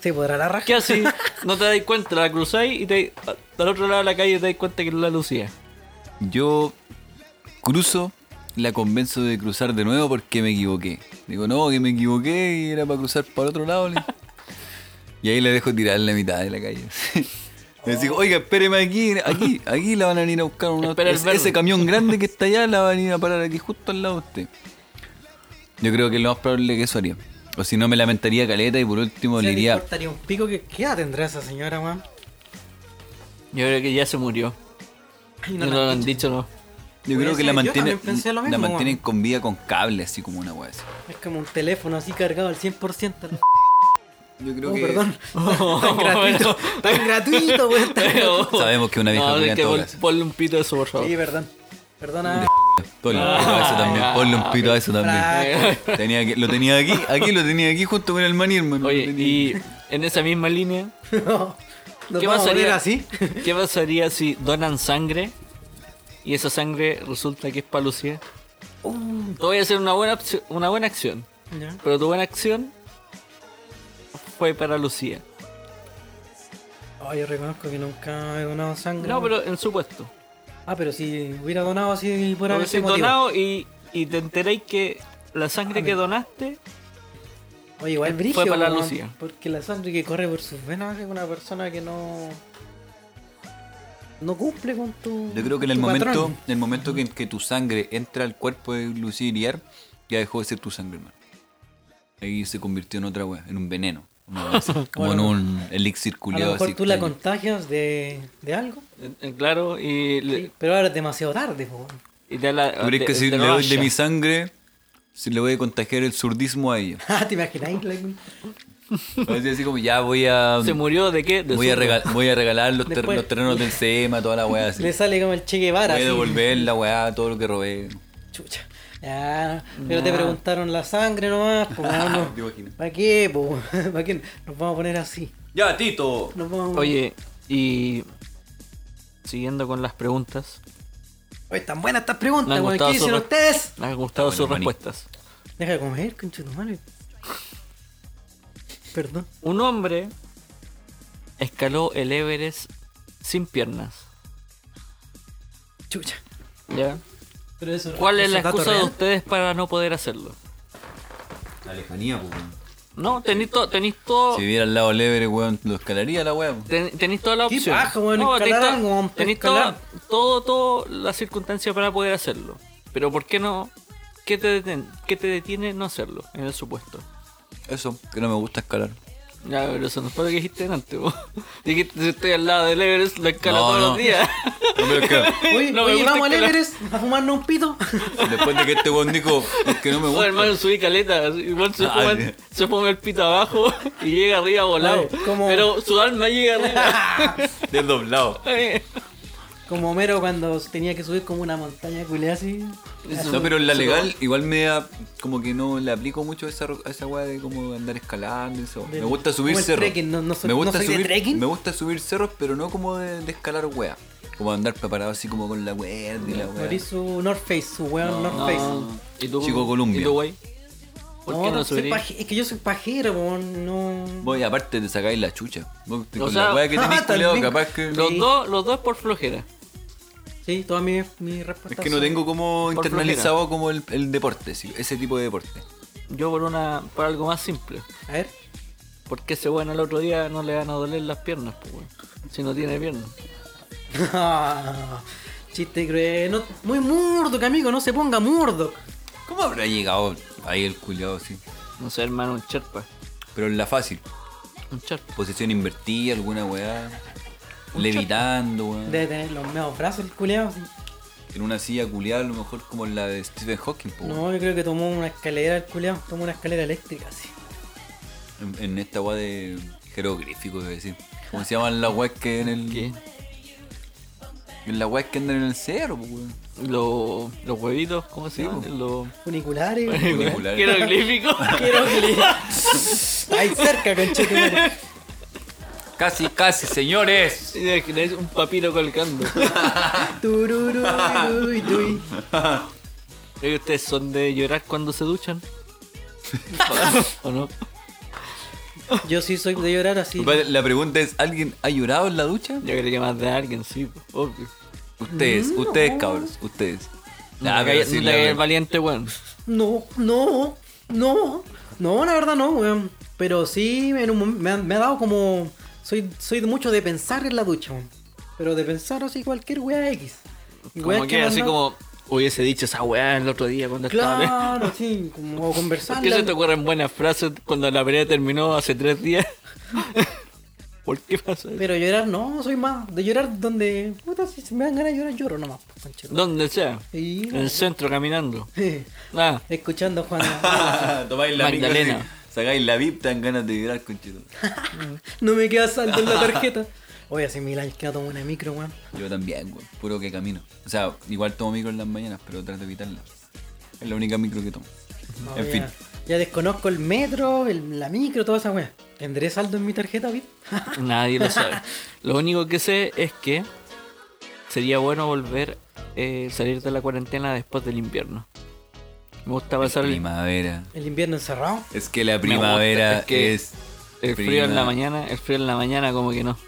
Speaker 4: Se podrá la raja.
Speaker 7: ¿Qué así?
Speaker 6: (laughs)
Speaker 7: No te dais cuenta, la cruzáis y te, al otro lado de la calle te dais cuenta que es la Lucía.
Speaker 6: Yo cruzo, la convenzo de cruzar de nuevo porque me equivoqué. Digo, no, que me equivoqué y era para cruzar para otro lado.
Speaker 4: (laughs)
Speaker 6: le- y ahí la dejo tirar en la mitad de la calle. (laughs) Les digo, oiga, espéreme aquí, aquí, aquí la van a venir a buscar. Una,
Speaker 7: Espera el
Speaker 6: es-
Speaker 7: verde.
Speaker 6: ese camión grande que está allá la van a venir a parar aquí justo al lado de usted. Yo creo que es lo más probable que eso haría. O si no, me lamentaría caleta y por último le
Speaker 4: le
Speaker 6: diría,
Speaker 4: importaría un pico que qué edad tendrá esa señora, weón.
Speaker 7: Yo creo que ya se murió.
Speaker 4: Ay,
Speaker 7: No,
Speaker 4: no la
Speaker 7: lo han
Speaker 4: escucho.
Speaker 6: (laughs)
Speaker 7: dicho, no.
Speaker 6: yo creo
Speaker 4: Puede
Speaker 6: que la
Speaker 4: ser, yo
Speaker 6: mantienen
Speaker 4: también pensé lo
Speaker 6: la
Speaker 4: mismo,
Speaker 6: mantienen
Speaker 4: bueno.
Speaker 6: con vida con cable, así como una wea así.
Speaker 4: Es como un teléfono así cargado al 100%. a la-
Speaker 6: Yo creo
Speaker 4: Oh,
Speaker 6: que...
Speaker 4: perdón. (laughs) tan gratuito. tan gratuito, weón.
Speaker 7: (laughs) Oh.
Speaker 4: tan gratuito.
Speaker 6: Sabemos que una vieja
Speaker 7: No,
Speaker 6: culia
Speaker 7: es que
Speaker 6: en todo
Speaker 7: pon-
Speaker 6: caso.
Speaker 7: ponle un pito a eso, por favor.
Speaker 4: Sí, perdón. Perdona.
Speaker 6: Ponle un pito a eso
Speaker 7: Ah,
Speaker 6: también. Ponle un pito a eso también.
Speaker 4: Franco.
Speaker 6: Tenía que- lo tenía aquí, aquí lo tenía aquí junto con el maní, hermano.
Speaker 7: Oye,
Speaker 6: Lo tenía.
Speaker 7: y en esa misma línea,
Speaker 4: (laughs) No. Nos
Speaker 7: ¿Qué
Speaker 4: vamos a poner
Speaker 7: pasaría,
Speaker 4: así?
Speaker 7: (laughs) ¿Qué pasaría si donan sangre y esa sangre resulta que es para Lucía?
Speaker 4: Uh.
Speaker 7: Tú voy a hacer una buena, opci- una buena acción,
Speaker 4: Ya.
Speaker 7: pero tu buena acción fue para Lucía.
Speaker 4: Oh, yo reconozco que nunca he donado sangre.
Speaker 7: No, pero en su puesto.
Speaker 4: Ah, pero si hubiera donado así por
Speaker 7: Porque
Speaker 4: haber
Speaker 7: si donado y, y te enteráis que la sangre que donaste,
Speaker 4: Oye, igual brillo.
Speaker 7: Fue para la Lucía.
Speaker 4: Porque la sangre que corre por sus venas es una persona que no. No cumple con tu.
Speaker 6: Yo creo que en el
Speaker 4: tu
Speaker 6: momento,
Speaker 4: patrón.
Speaker 6: en el momento que, que tu sangre entra al cuerpo de Lucía Iriar, ya dejó de ser tu sangre, hermano. Ahí se convirtió en otra wea, en un veneno. una
Speaker 4: (laughs)
Speaker 6: wea así, como en un elixir
Speaker 4: A lo
Speaker 6: culiado
Speaker 4: mejor
Speaker 6: así.
Speaker 4: tú la
Speaker 6: extraño.
Speaker 4: contagias de, de algo.
Speaker 7: eh, eh, claro, y, le-
Speaker 4: sí, pero ahora es demasiado tarde, po.
Speaker 7: y te la...
Speaker 6: ¿Tú crees
Speaker 7: te-
Speaker 6: que si
Speaker 7: te
Speaker 6: le
Speaker 7: lo
Speaker 6: doy de
Speaker 7: vaya.
Speaker 6: mi sangre, si le voy a contagiar el surdismo a ella?
Speaker 4: (laughs)
Speaker 6: (laughs)
Speaker 4: Ah, ¿te imagináis? Like,
Speaker 6: Así, así como ya voy a.
Speaker 7: ¿Se murió de qué? De
Speaker 6: Voy a,
Speaker 7: zurdo.
Speaker 6: regal- voy a
Speaker 4: (laughs)
Speaker 6: regalar los, ter-
Speaker 4: Después-
Speaker 6: los terrenos del CEMA, toda la wea así.
Speaker 4: Le sale como el Che Guevara.
Speaker 6: Voy a
Speaker 4: así.
Speaker 6: devolver la weá, todo lo que robé.
Speaker 4: Chucha. Ya, pero te preguntaron la sangre nomás, po.
Speaker 6: (laughs)
Speaker 4: No,
Speaker 6: Te imaginas.
Speaker 4: ¿Para qué, po? (laughs) ¿Para qué? Nos vamos a poner así.
Speaker 6: Ya, Tito.
Speaker 4: Nos vamos...
Speaker 7: Oye, y siguiendo con las preguntas,
Speaker 4: Oye, tan buenas estas preguntas,
Speaker 7: Me han
Speaker 4: weón. ¿Qué
Speaker 7: gustado
Speaker 4: dicen
Speaker 7: sus-
Speaker 4: ustedes?
Speaker 7: me han gustado
Speaker 6: Está
Speaker 7: sus
Speaker 6: bueno, maní.
Speaker 7: respuestas.
Speaker 4: Deja de comer, concha de tu madre. Perdón.
Speaker 7: Un hombre escaló el Everest sin piernas.
Speaker 1: Chucha.
Speaker 7: ¿Ya?
Speaker 4: Pero eso,
Speaker 7: ¿Cuál es
Speaker 1: ¿Es
Speaker 7: la
Speaker 1: un dato
Speaker 7: excusa de
Speaker 1: real?
Speaker 7: ustedes para no poder hacerlo?
Speaker 6: La lejanía, pues, weón.
Speaker 7: No, tenéis to- tenéis todo.
Speaker 6: Oh. Si viera al lado leve, weón, lo escalaría la weá. po.
Speaker 7: ten- Tenéis toda la
Speaker 1: Qué
Speaker 7: opción.
Speaker 1: paja, weón, escalar
Speaker 7: tenéis
Speaker 1: algo, weón,
Speaker 7: tenéis
Speaker 1: escalar.
Speaker 7: todo, todo, todo la circunstancia para poder hacerlo. Pero ¿por qué no? ¿Qué te, deten- qué te detiene no hacerlo? En el supuesto.
Speaker 6: Eso, que no me gusta escalar.
Speaker 7: Ya, pero eso no fue lo que dijiste antes, vos. (laughs) Dijiste, si estoy al lado del Everest, lo escalo
Speaker 6: No,
Speaker 7: todos
Speaker 6: no.
Speaker 7: los días.
Speaker 6: (laughs) No me lo creo.
Speaker 1: Oye,
Speaker 7: (laughs) No me
Speaker 1: oye
Speaker 7: gusta
Speaker 1: vamos al
Speaker 7: escalar.
Speaker 1: Everest a fumarnos un pito.
Speaker 6: Después de que este weón dijo es que no me
Speaker 7: Bueno,
Speaker 6: gusta.
Speaker 7: hermano, subí caleta. Igual se,
Speaker 6: Ah,
Speaker 7: pone,
Speaker 6: ya.
Speaker 7: se pone el pito abajo y llega arriba volado.
Speaker 1: Ay, ¿cómo?
Speaker 7: Pero su alma llega arriba.
Speaker 6: Desdoblado.
Speaker 4: (laughs) como Homero cuando tenía que subir como una montaña culé así.
Speaker 6: No, pero en la legal igual me da, como que no le aplico mucho a esa, ro- a esa weá de como andar escalando y eso. Me gusta subir
Speaker 4: como el
Speaker 6: cerros.
Speaker 4: trekking, no- no soy-
Speaker 6: me gusta
Speaker 4: no soy de
Speaker 6: subir,
Speaker 4: trekking.
Speaker 6: Me gusta subir cerros, pero no como de, de escalar weá. Como andar preparado así como con la weá y la weá.
Speaker 4: Abrí su North Face, su weón North Face.
Speaker 7: ¿Y tú,
Speaker 6: Chico Colombia.
Speaker 7: ¿Y tú, güey? ¿Por qué no
Speaker 4: soy
Speaker 7: subí?
Speaker 4: paje- es que yo soy pajero, weón, no.
Speaker 6: Voy, aparte te sacáis la chucha. Vos,
Speaker 7: O
Speaker 6: con
Speaker 7: sea,
Speaker 6: la weá
Speaker 7: (laughs)
Speaker 6: que tenéis,
Speaker 4: ah,
Speaker 6: culiao,
Speaker 4: también.
Speaker 6: capaz que.
Speaker 7: Los dos, los dos por flojera.
Speaker 4: Sí, todas mis mi respuestas.
Speaker 6: Es que no tengo como
Speaker 7: Por
Speaker 6: internalizado como el, el deporte, sí, ese tipo de deporte.
Speaker 7: Yo por una, por algo más simple.
Speaker 4: A ver, (laughs)
Speaker 7: Porque ese bueno el otro día no le van a doler las piernas, pues, güey. Si no tiene piernas.
Speaker 4: chiste cruel. No, muy murdo, que amigo, no se ponga murdo.
Speaker 6: ¿Cómo habrá llegado ahí el culiado sí?
Speaker 7: No sé, hermano, un charpa.
Speaker 6: Pero en la fácil,
Speaker 7: Un charpa.
Speaker 6: posición invertida, alguna weá. Levitando, weón.
Speaker 4: Debe tener los meos brazos el culeado. sí.
Speaker 6: En una silla culiada, a lo mejor como la de Stephen Hawking, po, weón.
Speaker 4: No, yo creo que tomó una escalera el culeado, tomó una escalera eléctrica así.
Speaker 6: en, en esta weá de jeroglífico, debe decir. ¿Cómo se llaman las weas que en el.
Speaker 7: ¿Qué?
Speaker 6: En las weas que andan en el cerro, po, weón.
Speaker 7: Lo- los huevitos, ¿cómo se llaman? Los (laughs)
Speaker 4: Funiculares.
Speaker 6: Funiculares.
Speaker 7: Jeroglífico.
Speaker 4: Ahí cerca, conchetumare.
Speaker 6: Casi, casi, señores.
Speaker 7: Imagináis un papiro colgando.
Speaker 4: Tururú, tui, tui.
Speaker 7: Oye, ¿Ustedes son de llorar cuando se duchan? ¿O no?
Speaker 4: Yo sí soy de llorar así.
Speaker 6: Compadre, La pregunta es: ¿alguien ha llorado en la ducha?
Speaker 7: Yo creo que más de alguien, sí, pues, obvio.
Speaker 6: Ustedes, ustedes, cabros, ustedes.
Speaker 7: No
Speaker 6: Ah, voy
Speaker 7: te
Speaker 6: a
Speaker 7: caigas-
Speaker 6: decir
Speaker 7: no
Speaker 6: la
Speaker 7: te caigas
Speaker 6: verdad.
Speaker 7: valiente, weón.
Speaker 4: No, no, no. No, la verdad no, weón. Pero sí, en un mom- me, ha, me ha dado como. Soy, soy mucho de pensar en la ducha, weón. Pero de pensar así cualquier weá X. Weá
Speaker 7: Como
Speaker 4: me
Speaker 7: que
Speaker 4: han
Speaker 7: así
Speaker 4: dado-
Speaker 7: como hubiese dicho esa weá el otro día cuando
Speaker 4: (laughs)
Speaker 7: estaba.
Speaker 4: Claro, sí, como
Speaker 7: ¿Por
Speaker 4: conversar.
Speaker 7: qué se te ocurren buenas frases cuando la pelea terminó hace tres días? ¿Por qué pasó eso?
Speaker 4: Pero llorar no, soy más de llorar donde. Puta, si me dan ganas de llorar, lloro nomás. pues, po, conchetum-
Speaker 7: Donde sea.
Speaker 4: Sí.
Speaker 7: En el centro caminando. Ah,
Speaker 4: (laughs) Escuchando a Juan. (laughs)
Speaker 6: (laughs) Tomáis la micro,
Speaker 7: Magdalena.
Speaker 6: así, sacáis la VIP, tan ganas de llorar, conchito.
Speaker 4: no me queda saldo en la tarjeta. Oye, hace mil años que no tomo una micro, weón.
Speaker 6: Yo también, güey. Puro que camino. O sea, igual tomo micro en las mañanas, pero trato de evitarla. Es la única micro que tomo.
Speaker 4: No,
Speaker 6: en
Speaker 4: ya,
Speaker 6: fin.
Speaker 4: Ya desconozco el metro, el- la micro, toda esa weá. ¿Tendré saldo en mi tarjeta, Pit?
Speaker 7: nadie lo sabe. Lo único que sé es que sería bueno volver eh, salir de la cuarentena después del invierno. Me gusta pasar el,
Speaker 6: Primavera.
Speaker 4: El invierno encerrado.
Speaker 6: Es que la
Speaker 7: Me gusta,
Speaker 6: primavera
Speaker 7: es que
Speaker 6: es.
Speaker 7: el frío en la mañana. El frío en la mañana como que no.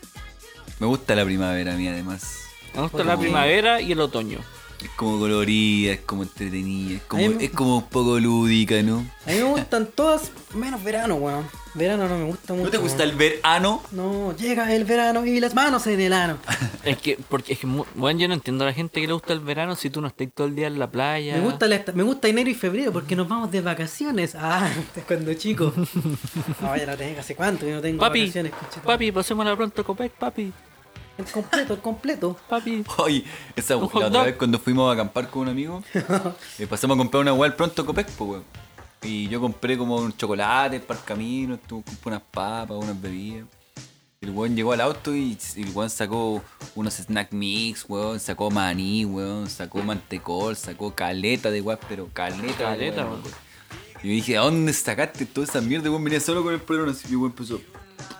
Speaker 6: Me gusta la primavera a mí, además.
Speaker 7: Me gusta la primavera y el (laughs) otoño.
Speaker 6: Es como colorida, es como entretenida, es como,
Speaker 4: A mí me-
Speaker 6: es como un poco lúdica, ¿no?
Speaker 4: A mí me gustan todas, menos verano, weón. Verano no me gusta mucho.
Speaker 6: ¿No te gusta
Speaker 4: weón.
Speaker 6: el (laughs) verano?
Speaker 4: No, llega el verano y las manos en el ano.
Speaker 7: Es que, porque es que, mu- bueno, yo no entiendo a la gente que le gusta el verano si tú no estás todo el día en la playa.
Speaker 4: Me gusta, la esta- me gusta enero y febrero porque nos vamos de vacaciones. Ah, (laughs) es cuando
Speaker 7: (laughs)
Speaker 4: chico. No, ya no tengo hace cuánto que no tengo
Speaker 7: Papi,
Speaker 4: vacaciones. conchetumare.
Speaker 7: papi, pasémosla pronto, Copec, papi,
Speaker 4: El completo, el completo.
Speaker 7: papi.
Speaker 6: Oye, esa
Speaker 7: Un
Speaker 6: la
Speaker 7: hot
Speaker 6: otra
Speaker 7: dog.
Speaker 6: vez cuando fuimos a acampar con un
Speaker 7: (laughs)
Speaker 6: amigo, eh, pasamos a comprar una weá al pronto Copec, po, weón. Y yo compré como un chocolate para el camino, estuvo- compré unas papas, unas bebidas. Y el weón llegó al auto y s- el weón sacó unos snack mix, weón, sacó maní, weón, sacó mantecol, sacó caleta de weá, pero caleta, de
Speaker 7: Caleta,
Speaker 6: weá,
Speaker 7: weón.
Speaker 6: weón. Y yo dije, ¿a dónde sacaste toda esa mierda? Weón venía solo con el perón así, y el weón empezó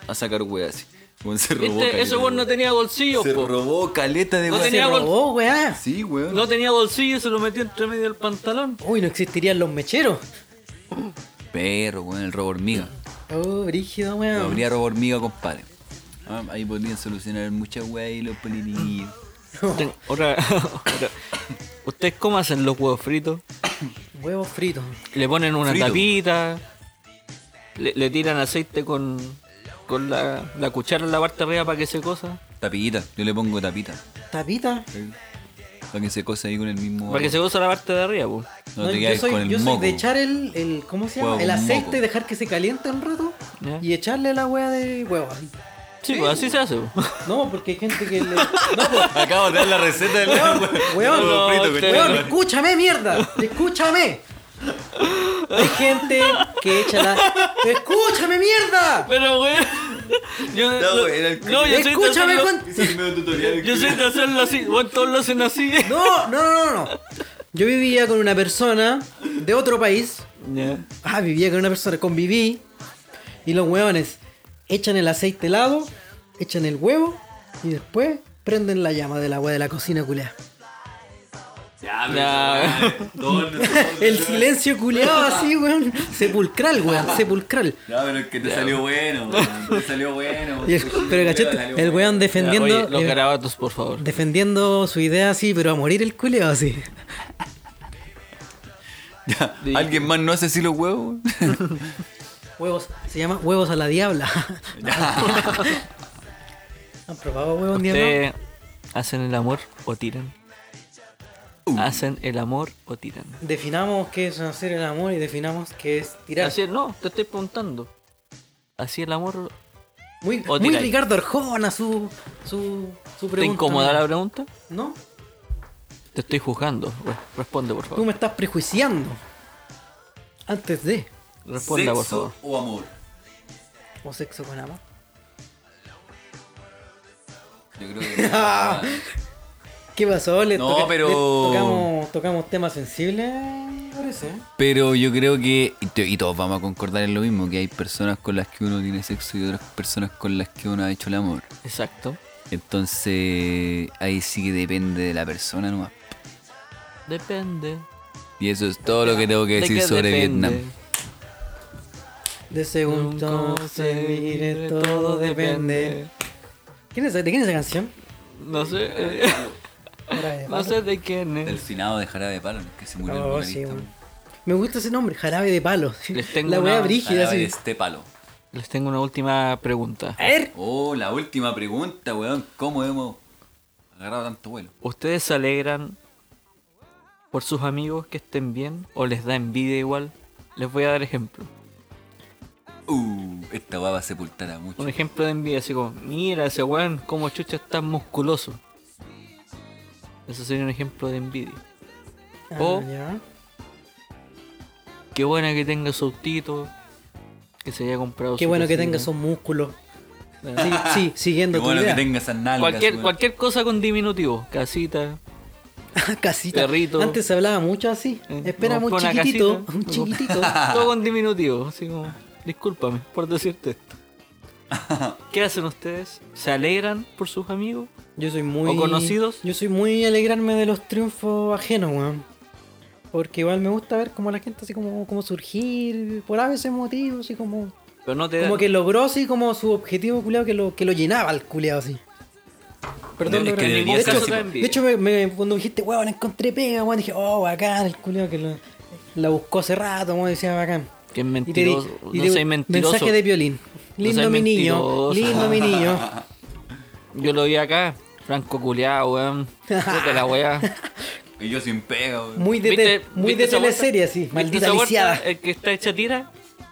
Speaker 6: a sacar weá así. Weón se robó
Speaker 7: Este, ese
Speaker 6: caleta,
Speaker 7: weón no tenía bolsillo,
Speaker 6: se
Speaker 7: po.
Speaker 6: robó caleta de
Speaker 7: (laughs) No
Speaker 6: weá.
Speaker 7: tenía
Speaker 6: Se
Speaker 7: bol-
Speaker 6: robó.
Speaker 4: Oh, weá.
Speaker 6: Sí, weón.
Speaker 7: No tenía bolsillo y se lo metió entre medio del pantalón.
Speaker 4: Uy, no existirían los mecheros.
Speaker 6: Perro, weón, el robo hormiga.
Speaker 4: Oh, brígido,
Speaker 6: No
Speaker 4: weón.
Speaker 6: habría robo hormiga, compadre. Ah, ahí podrían solucionar muchas weas y los politiquillos.
Speaker 7: Tengo Otra, (laughs) otra. ¿Ustedes cómo hacen los huevos fritos?
Speaker 4: Huevos fritos.
Speaker 7: Le ponen una
Speaker 6: Frito.
Speaker 7: tapita, le, le tiran aceite con, con la, la cuchara en la parte de arriba para que se cosa.
Speaker 6: Tapita, yo le pongo tapita.
Speaker 4: Tapita.
Speaker 6: Para que se cose ahí con el mismo.
Speaker 7: Para que se cosa la parte de arriba, pues.
Speaker 6: No,
Speaker 4: No,
Speaker 6: te
Speaker 4: yo
Speaker 6: quedes
Speaker 4: soy,
Speaker 6: con el
Speaker 4: yo soy
Speaker 6: moco.
Speaker 4: de echar el, el- ¿cómo se llama?
Speaker 6: Huevo,
Speaker 4: el
Speaker 6: un
Speaker 4: aceite
Speaker 6: moco.
Speaker 4: y dejar que se caliente un rato
Speaker 7: Ya.
Speaker 4: y echarle la hueá de huevo. ahí.
Speaker 7: Sí, pues así se hace. pues.
Speaker 4: No, porque hay gente que
Speaker 7: (laughs)
Speaker 4: le. No, pues,
Speaker 6: (laughs) Acabo de dar la receta del
Speaker 4: Weón, weón,
Speaker 6: huevo frito,
Speaker 7: no,
Speaker 6: cachai.
Speaker 4: Weón, escúchame, mierda. Escúchame. Hay gente que echa la. ¡Escúchame, mierda!
Speaker 7: Pero, güey. (laughs) Yo,
Speaker 6: No,
Speaker 7: lo-
Speaker 6: güey, era el-
Speaker 7: no, yo soy de
Speaker 4: Escúchame,
Speaker 7: hacerlo-
Speaker 4: Juan.
Speaker 6: Ese es el medio tutorial.
Speaker 7: Yo soy de hacerlo así. Bueno, todos lo hacen así.
Speaker 4: No, no, no, no, no. Yo vivía con una persona de otro país.
Speaker 7: Ya.
Speaker 4: Ah, vivía con una persona, conviví. Y los hueones echan el aceite helado, echan el huevo y después prenden la llama del agua de la cocina culeada.
Speaker 7: Ya.
Speaker 4: El silencio culeado así, weón. Sepulcral, weón. Sepulcral.
Speaker 6: No, pero es que te salió bueno, weón, te salió bueno.
Speaker 4: Y el- pero cachete, el weón defendiendo.
Speaker 7: Oye, los
Speaker 4: eh,
Speaker 7: garabatos, por favor.
Speaker 4: defendiendo su idea así, pero a morir el culeado así.
Speaker 6: Ya, (laughs) ¿Alguien más no hace así los huevos?
Speaker 4: (laughs) Huevos, se llama huevos a la diabla. ¿Han probado huevos en diabla?
Speaker 7: ¿Ustedes hacen el amor o tiran?
Speaker 6: Uh.
Speaker 7: ¿Hacen el amor o tiran?
Speaker 4: Definamos qué es hacer el amor y definamos qué es tirar.
Speaker 7: Así, no, te estoy preguntando. ¿Así el amor
Speaker 4: Muy,
Speaker 7: o
Speaker 4: muy
Speaker 7: tirar.
Speaker 4: Ricardo Arjona su, su, su
Speaker 7: te
Speaker 4: pregunta.
Speaker 7: incomoda la pregunta?
Speaker 4: ¿No?
Speaker 7: Te estoy juzgando. Re- Responde, por
Speaker 4: Tú
Speaker 7: favor.
Speaker 4: me estás prejuiciando. Antes de.
Speaker 7: Responda, por favor.
Speaker 6: o amor?
Speaker 4: O sexo con amor.
Speaker 6: Yo creo que.
Speaker 4: ¿Qué pasó? ¿Le
Speaker 6: No,
Speaker 4: toca-
Speaker 6: pero-
Speaker 4: le tocamos, tocamos temas sensibles, parece.
Speaker 6: Pero yo creo que, y te- y todos vamos a concordar en lo mismo, que hay personas con las que uno tiene sexo y otras personas con las que uno ha hecho el amor.
Speaker 7: Exacto.
Speaker 6: Entonces, ahí sí que depende de la persona nomás.
Speaker 7: Depende.
Speaker 6: Y eso es todo lo que tengo que
Speaker 7: ¿De
Speaker 6: decir
Speaker 7: qué
Speaker 6: sobre
Speaker 7: depende?
Speaker 6: Vietnam.
Speaker 4: De segundo se mire, todo depende. ¿Quién es- ¿De quién es esa canción?
Speaker 7: No sé. eh,
Speaker 4: (laughs) Jarabe de
Speaker 7: no
Speaker 4: Palo.
Speaker 7: sé de quién
Speaker 6: El
Speaker 7: es.
Speaker 6: finado de Jarabe de Palo, que se murió el
Speaker 4: Oh, sí,
Speaker 6: vocalista.
Speaker 4: bueno. Me gusta ese nombre, jarabe de palo.
Speaker 7: (laughs) Les tengo
Speaker 4: la wea
Speaker 7: una-
Speaker 4: brígida,
Speaker 6: Jarabe de
Speaker 4: sí.
Speaker 6: este palo.
Speaker 7: Les tengo una última pregunta.
Speaker 4: A ver,
Speaker 6: Oh, la última pregunta, weón. ¿Cómo hemos agarrado tanto vuelo?
Speaker 7: ¿Ustedes se alegran por sus amigos que estén bien o les da envidia igual? Les voy a dar ejemplo.
Speaker 6: Uh, esta weá va a sepultar a muchos.
Speaker 7: Un ejemplo de envidia, así como, mira ese weón, como chucha es tan musculoso. Eso sería un ejemplo de envidia. O,
Speaker 4: Ah, ya.
Speaker 7: qué buena que tenga su autito, que se haya comprado
Speaker 4: Qué
Speaker 7: su
Speaker 4: bueno que
Speaker 7: cocina".
Speaker 4: tenga esos músculos.
Speaker 7: (laughs)
Speaker 4: Sí, sí, siguiendo
Speaker 6: Qué
Speaker 4: tu
Speaker 6: bueno que
Speaker 4: idea. (laughs)
Speaker 6: tenga esas nalgas.
Speaker 7: Cualquier,
Speaker 6: weón.
Speaker 7: cualquier cosa con diminutivo, casita.
Speaker 4: Ah, Casita.
Speaker 7: perrito.
Speaker 4: Antes se hablaba mucho así.
Speaker 7: eh,
Speaker 4: Espérame
Speaker 7: nos
Speaker 4: un
Speaker 7: pone una
Speaker 4: chiquitito.
Speaker 7: casita,
Speaker 4: Un
Speaker 7: nos-
Speaker 4: (laughs) chiquitito.
Speaker 7: (laughs) Todo con diminutivo, así como, discúlpame por decirte esto. ¿Qué hacen ustedes? ¿Se alegran por sus amigos?
Speaker 4: Yo soy muy.
Speaker 7: ¿O conocidos?
Speaker 4: Yo soy muy alegrarme de los triunfos ajenos, weón. Porque igual me gusta ver como la gente así como, como surgir, por a veces motivos, así como.
Speaker 7: Pero no te
Speaker 4: Como
Speaker 7: dan-
Speaker 4: que logró así como su objetivo culeado que lo, que lo llenaba el culeado así. Perdón,
Speaker 6: Es
Speaker 4: lo
Speaker 6: que
Speaker 4: grabé.
Speaker 6: debería
Speaker 4: de
Speaker 6: ser
Speaker 4: hecho,
Speaker 6: así,
Speaker 7: pues.
Speaker 4: de hecho, me, me- cuando dijiste, weón, encontré pega, weón, dije, oh, bacán, el culeado que lo- la buscó hace rato, weón, decía bacán.
Speaker 7: Que es
Speaker 4: Y te di-
Speaker 7: mentiroso.
Speaker 4: y
Speaker 7: no
Speaker 4: te-
Speaker 7: soy mentiroso.
Speaker 4: Mensaje de violín.
Speaker 7: No
Speaker 4: Lindo
Speaker 7: seas
Speaker 4: mi niño,
Speaker 7: mentiroso.
Speaker 4: lindo mi niño.
Speaker 7: (laughs) Yo lo vi acá. Franco culeado, weón. Puta la weá.
Speaker 6: Y yo sin pega,
Speaker 4: (laughs)
Speaker 6: weón.
Speaker 4: Muy de,
Speaker 7: ¿Viste-
Speaker 4: te- muy
Speaker 7: viste
Speaker 4: de
Speaker 7: esa puerta?
Speaker 4: teleserie así,
Speaker 7: ¿Viste
Speaker 4: maldita
Speaker 7: esa Eh. puerta?
Speaker 4: lisiada.
Speaker 7: El que está hecha tira.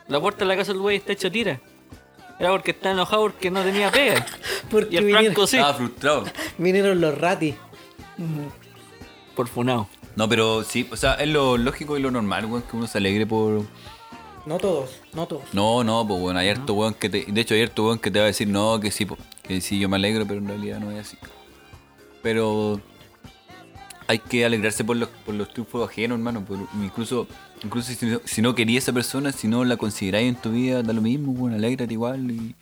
Speaker 7: La puerta de la casa del wey está hecha tira. Era porque está enojado porque no tenía pega. Y
Speaker 4: (laughs) Porque
Speaker 7: el
Speaker 4: vinieron,
Speaker 7: Franco sí.
Speaker 6: Estaba frustrado.
Speaker 4: vinieron los ratis.
Speaker 7: Por funao.
Speaker 6: No, pero sí, o sea, es lo lógico y lo normal, weón, que uno se alegre por.
Speaker 4: No todos, no todos.
Speaker 6: No, no, pues bueno, hay harto weón que te. De hecho, hay harto weón que te va a decir, no, que sí, po, que sí, yo me alegro, pero en realidad no es así. Pero. Hay que alegrarse por los, por los triunfos ajenos, hermano. por- incluso incluso si, no- si no querías a esa persona, si no la consideráis en tu vida, da lo mismo, weón, alégrate igual y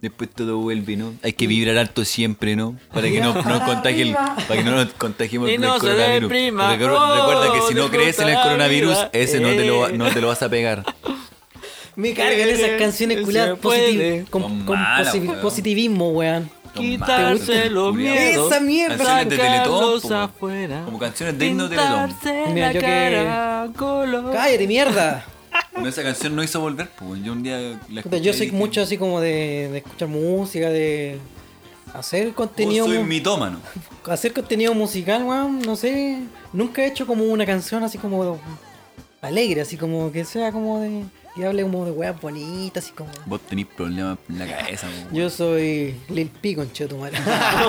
Speaker 6: después todo vuelve, ¿no? Hay que vibrar harto siempre, ¿no? Para que
Speaker 7: (laughs)
Speaker 6: no, no contagie el- para que no nos contagiemos
Speaker 7: Y
Speaker 6: del
Speaker 7: no se
Speaker 6: coronavirus.
Speaker 7: deprima,
Speaker 6: Recuerda-
Speaker 7: oh,
Speaker 6: recuerda que si no
Speaker 7: disfruta
Speaker 6: crees en el
Speaker 7: la
Speaker 6: coronavirus,
Speaker 7: vida.
Speaker 6: ese no te lo, va-
Speaker 7: Eh.
Speaker 6: no te lo vas a pegar.
Speaker 4: Me cargan esas canciones
Speaker 7: Se
Speaker 4: culiadas
Speaker 7: puede.
Speaker 4: positiv- con,
Speaker 6: Son
Speaker 4: con
Speaker 6: malas,
Speaker 4: posi-
Speaker 6: weón.
Speaker 4: positivismo, weón.
Speaker 7: Quitarse los miedos.
Speaker 4: Esa mierda.
Speaker 6: Canciones de Teletón.
Speaker 7: sacarlos
Speaker 6: po, weón.
Speaker 7: afuera.
Speaker 6: Como canciones de himno de Teletón.
Speaker 7: pintarse
Speaker 4: Mira,
Speaker 7: la
Speaker 4: yo que-
Speaker 7: cara color.
Speaker 4: Cállate,
Speaker 7: (laughs)
Speaker 4: mierda.
Speaker 6: Bueno, esa canción no hizo volver, po, weón. Yo un día la
Speaker 4: Puta,
Speaker 6: escuché
Speaker 4: yo
Speaker 6: y
Speaker 4: soy
Speaker 6: dije,
Speaker 4: mucho así como de, de escuchar música, de hacer contenido,
Speaker 6: Vos soy
Speaker 4: mu-
Speaker 6: mitómano.
Speaker 4: hacer contenido musical, weón, no sé. Nunca he hecho como una canción así como alegre, así como que sea como de que hable como de weas bonitas, así como
Speaker 6: Vos tenés problemas en la cabeza, po, weón.
Speaker 4: yo soy Lil P concheto
Speaker 7: (laughs)
Speaker 4: madre.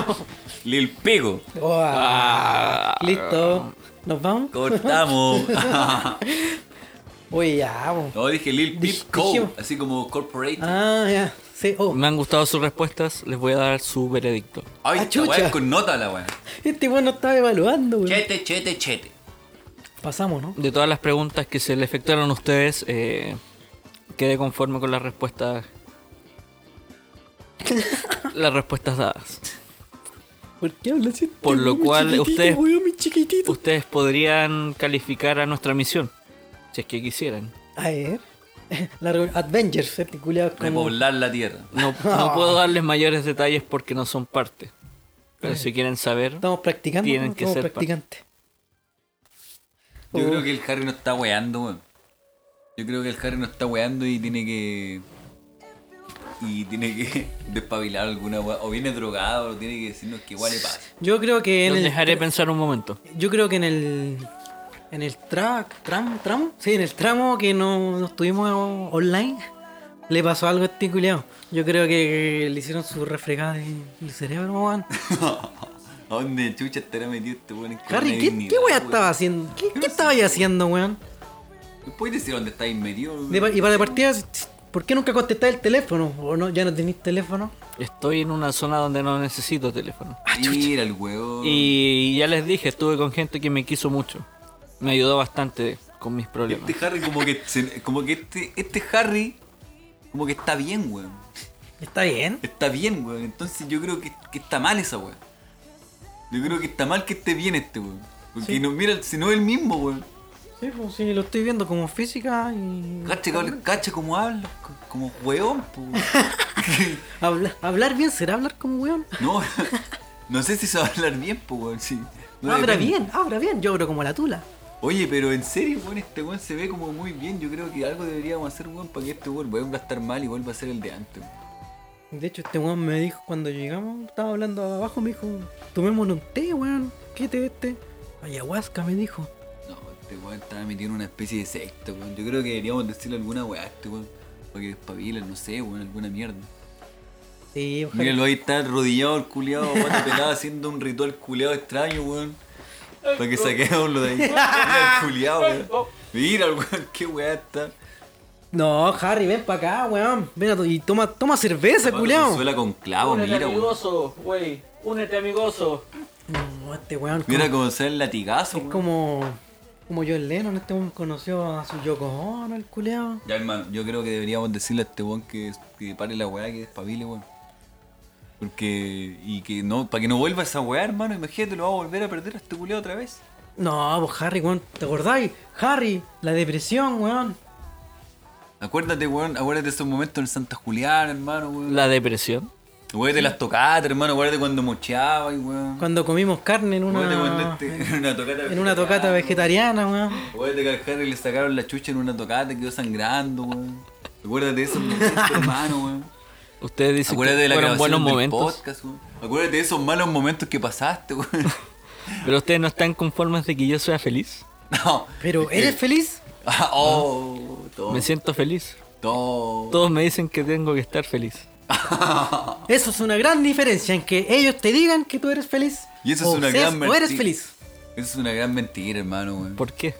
Speaker 4: Oh,
Speaker 6: Lil Pico.
Speaker 4: ah,
Speaker 7: Ah.
Speaker 4: Listo. ¿Nos vamos?
Speaker 6: Cortamos.
Speaker 4: (laughs) Oye, ya, vamos.
Speaker 6: no, dije Lil
Speaker 4: Dij-
Speaker 6: Peep Co.
Speaker 4: dijimos.
Speaker 6: Así como corporate.
Speaker 4: Ah, ya. Sí, oh.
Speaker 7: Me han gustado sus respuestas, les voy a dar su veredicto.
Speaker 6: Ay,
Speaker 4: ah,
Speaker 6: esta weá
Speaker 4: chucha.
Speaker 6: es con nota la weá.
Speaker 4: Este weón no estaba evaluando, weón.
Speaker 6: Chete, chete, chete.
Speaker 4: Pasamos, ¿no?
Speaker 7: De todas las preguntas que se le efectuaron a ustedes, eh, quedé conforme con
Speaker 4: (laughs)
Speaker 7: las respuestas. las respuestas dadas.
Speaker 4: ¿Por qué hablas así?
Speaker 7: Por lo
Speaker 4: Mi
Speaker 7: cual,
Speaker 4: chiquitito,
Speaker 7: ustedes-
Speaker 4: weón, mi chiquitito.
Speaker 7: Ustedes podrían calificar a nuestra misión, si es que quisieran.
Speaker 4: A ver. (laughs) Largo Avengers, este culiao como.
Speaker 6: Repoblar la tierra.
Speaker 7: No, no
Speaker 4: Ah.
Speaker 7: puedo darles mayores detalles porque no son parte. Pero si quieren saber,
Speaker 4: Estamos practicando.
Speaker 7: Tienen
Speaker 4: ¿no?
Speaker 7: que
Speaker 4: Estamos
Speaker 7: ser pa-
Speaker 4: practicantes.
Speaker 6: Yo
Speaker 4: Oh.
Speaker 6: creo que el Harry no está weando, weón. Yo creo que el Harry no está weando y tiene que. Y tiene que (laughs) despabilar alguna weá. O viene drogado, o tiene que decirnos que igual le pasa.
Speaker 4: Yo creo que en
Speaker 7: los
Speaker 4: el.
Speaker 7: dejaré pensar un momento.
Speaker 4: Yo creo que en el. En el track, tram, tramo. Sí, en el tramo que no, no estuvimos o- online. Le pasó algo a este culiao. Yo creo que le hicieron su refregada en el cerebro,
Speaker 6: (laughs)
Speaker 4: weón.
Speaker 6: (laughs) ¿A dónde chucha estará metido este weón? Es que no
Speaker 4: Harry,
Speaker 6: hay
Speaker 4: ¿qué,
Speaker 6: dignidad,
Speaker 4: qué weá
Speaker 6: weón.
Speaker 4: estaba haciendo? ¿Qué, qué estaba ahí haciendo, weón?
Speaker 6: ¿Me ¿Puedes decir dónde estáis metido? weón?
Speaker 4: De pa- y para partida, ¿por qué nunca contestaste el teléfono? ¿O no, ya no tenéis teléfono?
Speaker 7: Estoy en una zona donde no necesito teléfono.
Speaker 4: Ah,
Speaker 6: Mira el weón.
Speaker 7: Y ya les dije, estuve con gente que me quiso mucho. Me ayudó bastante con mis problemas.
Speaker 6: Este Harry como que se- como que este, este Harry como que está bien, weón.
Speaker 4: ¿Está bien?
Speaker 6: Está bien, weón. Entonces yo creo que, que está mal esa weón. Yo creo que está mal que esté bien este weón. Porque no, mira, si no es el mismo, weón.
Speaker 4: Sí, pues sí, lo estoy viendo como física y.
Speaker 6: Cacha, cabrón, cacha como habla, co- como weón, po, weón.
Speaker 4: (laughs) Habla- hablar bien será hablar como weón.
Speaker 6: No, no sé si se va a hablar bien, po, weón. sí. No
Speaker 4: habla
Speaker 6: depende.
Speaker 4: bien, habla bien. Yo hablo como la tula.
Speaker 6: Oye, pero en serio, weón, este weón se ve como muy bien. Yo creo que algo deberíamos hacer, weón, para que este weón vuelva a estar mal y vuelva a ser el de antes. weón.
Speaker 4: De hecho, este weón me dijo cuando llegamos, estaba hablando abajo, me dijo, tomémonos un té, weón. ¿Qué té este? Ayahuasca, me dijo.
Speaker 6: No, este weón estaba metido en una especie de secta, weón. Yo creo que deberíamos decirle alguna weá a este weón. Para que despabile, no sé, weón, alguna mierda.
Speaker 4: Sí, ojalá.
Speaker 6: Míralo ahí, está arrodillado el culiado, guata pelada, haciendo un ritual culiado extraño, weón. Para que saquémoslo de ahí. Mira el culiado, weón. Mira, weón, qué weá está.
Speaker 4: No, Harry, ven para acá, weón. Ven a to- y toma, toma cerveza, culiao.
Speaker 6: Suela con clavo, Ah, mira, weón.
Speaker 7: güey. Únete, amigoso.
Speaker 4: No, este weón como-
Speaker 6: Mira cómo sale el latigazo,
Speaker 4: es
Speaker 6: weón.
Speaker 4: como. Como John Lennon, este weón conoció a su Yoko Ono, el culiao.
Speaker 6: Ya, hermano, yo creo que deberíamos decirle a este weón que, que pare la weá, que despabile, weón. Porque. Y que no. Para que no vuelva esa weá, hermano. Imagínate, lo va a volver a perder a este culiado otra vez.
Speaker 4: No, pues Harry, weón, ¿te acordáis? Harry, la depresión, weón.
Speaker 6: Acuérdate, weón. Acuérdate de esos momentos en Santa Juliana, hermano, weón.
Speaker 7: La depresión.
Speaker 6: Acuérdate de las tocatas, hermano. Acuérdate cuando mocheaba, weón.
Speaker 4: Cuando comimos carne en
Speaker 6: Acuérdate cuando
Speaker 4: una,
Speaker 6: este- (laughs) en una tocata
Speaker 4: en una tocata vegetariana, weón.
Speaker 6: Acuérdate que al Harry le sacaron la chucha en una tocata, quedó sangrando, weón. Acuérdate de esos momentos, hermano,
Speaker 7: (laughs)
Speaker 6: weón.
Speaker 7: Ustedes dicen
Speaker 6: Acuérdate
Speaker 7: que
Speaker 6: de la
Speaker 7: fueron
Speaker 6: grabación
Speaker 7: buenos
Speaker 6: del
Speaker 7: momentos,
Speaker 6: podcast, weón. Acuérdate de esos malos momentos que pasaste, weón. (laughs)
Speaker 7: pero ustedes no están conformes de que yo sea feliz.
Speaker 6: No. Eh,
Speaker 4: Pero, ¿eres feliz?
Speaker 6: Ah, oh, todo.
Speaker 7: Me siento feliz.
Speaker 6: todo.
Speaker 7: Todos me dicen que tengo que estar feliz.
Speaker 4: Eso es una gran diferencia en que ellos te digan que tú eres feliz.
Speaker 6: Y eso es
Speaker 4: o
Speaker 6: una
Speaker 4: seas-
Speaker 6: gran
Speaker 4: O eres
Speaker 6: mentira.
Speaker 4: feliz.
Speaker 6: Eso es una gran mentira, hermano, weón.
Speaker 7: ¿Por qué?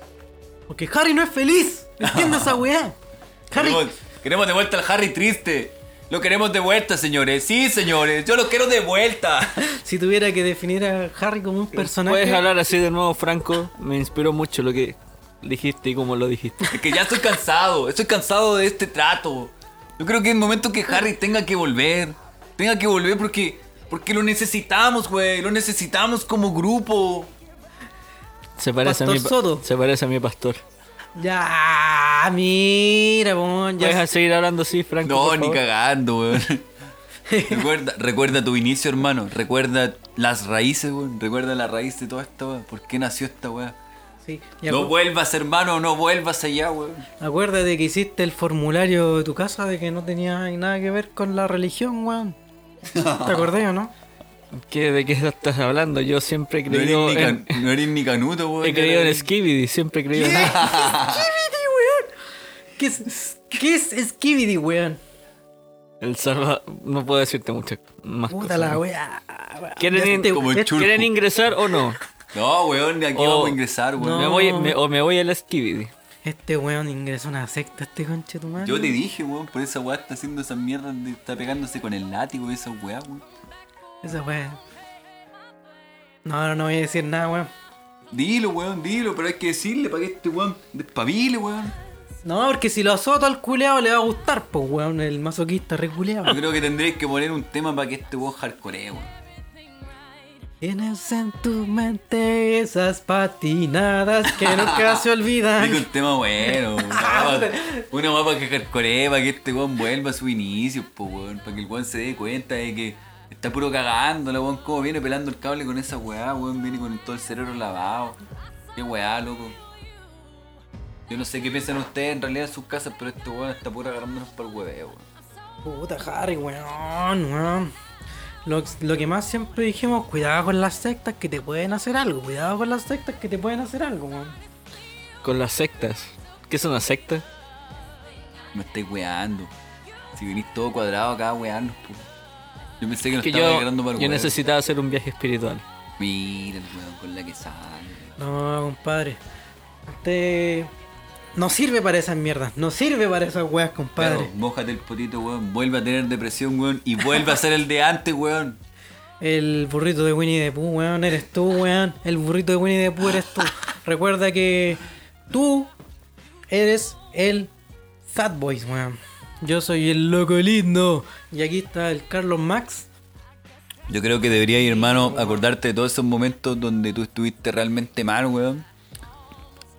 Speaker 4: Porque Harry no es feliz. Entiendo esa weá.
Speaker 6: (laughs)
Speaker 4: Harry,
Speaker 6: Queremos, queremos de vuelta al Harry triste. Lo queremos de vuelta, señores. Sí, señores. Yo lo quiero de vuelta. (laughs)
Speaker 4: si tuviera que definir a Harry como un personaje.
Speaker 7: Puedes hablar así de nuevo, Franco. Me inspiró mucho lo que dijiste y cómo lo dijiste.
Speaker 6: Es que ya estoy cansado, estoy cansado de este trato. Yo creo que es momento que Harry tenga que volver. Tenga que volver porque, porque lo necesitamos, güey. Lo necesitamos como grupo.
Speaker 7: Se parece
Speaker 4: Pastor
Speaker 7: a mi pa-
Speaker 4: Soto.
Speaker 7: Se parece a mi pastor.
Speaker 4: Ya, Ah, mira, bon, ya.
Speaker 7: Deja de seguir hablando así, Franco.
Speaker 6: Pues, No,
Speaker 7: por
Speaker 6: ni
Speaker 7: favor.
Speaker 6: cagando, weón.
Speaker 4: (laughs)
Speaker 6: recuerda, recuerda tu inicio, hermano. Recuerda las raíces, weón. Recuerda la raíz de toda esta weón. ¿Por qué nació esta weá?
Speaker 4: Sí, ya,
Speaker 6: No
Speaker 4: pues,
Speaker 6: vuelvas, hermano, no vuelvas allá, weón.
Speaker 4: Acuérdate que hiciste el formulario de tu casa de que no tenía nada que ver con la religión,
Speaker 6: (laughs)
Speaker 4: weón. ¿Te acordás o no?
Speaker 7: ¿Qué- ¿De qué estás hablando? Yo siempre he
Speaker 6: No eres,
Speaker 7: creído
Speaker 6: ni
Speaker 7: en,
Speaker 6: can- no eres ni canuto, weón.
Speaker 7: (laughs) he creído en Skibidi, siempre he creído en
Speaker 4: ¿Qué es, qué es Skibidi, weón?
Speaker 7: (laughs) El Salvador. No puedo decirte muchas más
Speaker 4: Puta
Speaker 7: cosas.
Speaker 4: la weá.
Speaker 7: ¿Quieren, in-
Speaker 6: Como el churco.
Speaker 7: ¿Quieren ingresar o no?
Speaker 6: No, weón, de aquí
Speaker 7: Oh,
Speaker 6: vamos a ingresar, weón.
Speaker 7: Me voy, me- o me voy al Skibidi.
Speaker 4: Este weón ingresó a una secta, este conche tu madre.
Speaker 6: Yo te dije, weón, por esa weá está haciendo esas mierdas, de- está pegándose con el látigo de esa weá, weón.
Speaker 4: Esa weá. No, no, no voy a decir nada, weón.
Speaker 6: Dilo, weón, dilo, pero hay que decirle para que este weón despabile, weón.
Speaker 4: No, porque si lo azoto al culeado le va a gustar, pues weón, el masoquista reculeado.
Speaker 6: Yo creo que tendréis que poner un tema para que este weón hardcore, weón.
Speaker 4: Tienes en tu mente esas patinadas que nunca se
Speaker 6: Digo
Speaker 4: olvidan.
Speaker 6: un tema bueno, una mapa, una mapa que hardcore para que este weón vuelva a su inicio, po, weón, para que el weón se dé cuenta de que está puro cagando, la weón, como viene pelando el cable con esa weá, weón, viene con todo el cerebro lavado. Qué weá, loco. Yo no sé qué piensan ustedes en realidad en sus casas, pero este weón está puro agarrándonos para el hueveo, weón.
Speaker 4: Puta Harry, weón, weón. Lo, lo que más siempre dijimos, cuidado con las sectas que te pueden hacer algo, cuidado con las sectas que te pueden hacer algo, weón.
Speaker 7: Con las sectas. ¿Qué es una secta?
Speaker 6: Me estáis weando. Si venís todo cuadrado acá a wearnos, po. Yo pensé que nos
Speaker 7: Que
Speaker 6: estaba
Speaker 7: yo,
Speaker 6: agarrando para el
Speaker 7: yo
Speaker 6: huevo.
Speaker 7: necesitaba hacer un viaje espiritual.
Speaker 6: Mira el weón con la que sale.
Speaker 4: No, compadre. Usted no sirve para esas mierdas, no sirve para esas weas, compadre.
Speaker 6: Claro, mójate el potito, weón. Vuelve a tener depresión, weón. Y vuelve a ser el de antes, weón.
Speaker 4: El burrito de Winnie the Pooh, weón, eres tú, weón. El burrito de Winnie the Pooh eres tú. Recuerda que tú eres el Fat Boy, weón. Yo soy el loco lindo. Y aquí está el Carlos Max.
Speaker 6: Yo creo que deberías, hermano, acordarte de todos esos momentos donde tú estuviste realmente mal, weón.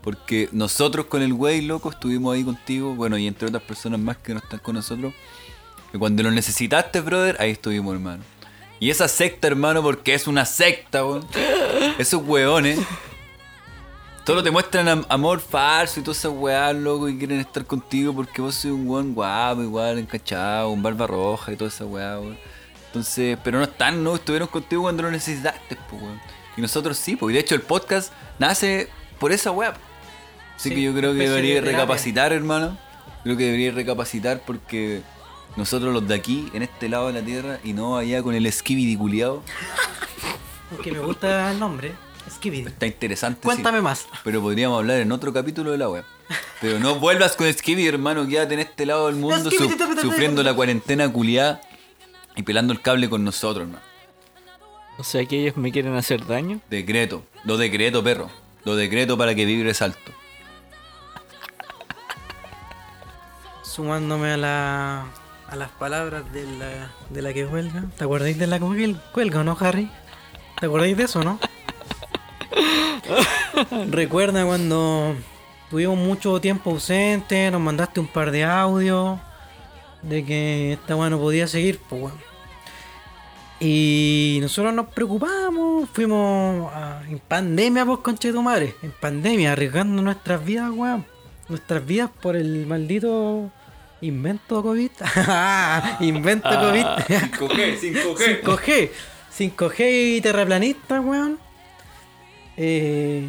Speaker 6: Porque nosotros con el güey loco estuvimos ahí contigo, bueno, y entre otras personas más que no están con nosotros. Que cuando lo necesitaste, brother, ahí estuvimos, hermano. Y esa secta, hermano, porque es una secta, weón. Esos weones. Solo te muestran am- amor falso y todas esas weas, loco, y quieren estar contigo porque vos sois un weón guapo, igual, encachado, un barba roja y toda esa weá, weón. Entonces, pero no están, no estuvieron contigo cuando lo necesitaste, pues, weón. Y nosotros sí, pues. Y de hecho, el podcast nace por esa wea. po. Así
Speaker 4: Sí,
Speaker 6: que yo creo que
Speaker 4: especie de
Speaker 6: debería
Speaker 4: terapia.
Speaker 6: recapacitar, hermano. Creo que debería recapacitar porque nosotros los de aquí, en este lado de la tierra, y no allá con el skibidi culiao,
Speaker 4: Aunque me gusta el nombre, Skibidi.
Speaker 6: está interesante. sí.
Speaker 4: Cuéntame más.
Speaker 6: Pero podríamos hablar en otro capítulo de la web. Pero no vuelvas con Skibidi, hermano, quédate en este lado del mundo
Speaker 4: Skibidi,
Speaker 6: su-
Speaker 4: te- te- te-
Speaker 6: sufriendo la cuarentena culiada y pelando el cable con nosotros, hermano.
Speaker 7: O sea que ellos me quieren hacer daño.
Speaker 6: Decreto, lo decreto, perro. Lo decreto para que vibres alto.
Speaker 4: Sumándome a la. A las palabras de la, de la que cuelga. ¿Te acordáis de la que cuelga, no, Harry? ¿Te acordáis de eso, no? Recuerda cuando tuvimos mucho tiempo ausente, nos mandaste un par de audios de que esta weá no podía seguir, pues weón. Y nosotros nos preocupamos, fuimos a- en pandemia, pues conche tu madre, en pandemia, arriesgando nuestras vidas, weón. Nuestras vidas por el maldito invento COVID. (laughs) invento COVID.
Speaker 6: 5G, 5G.
Speaker 4: 5G. 5G y terraplanista, weón. Eh,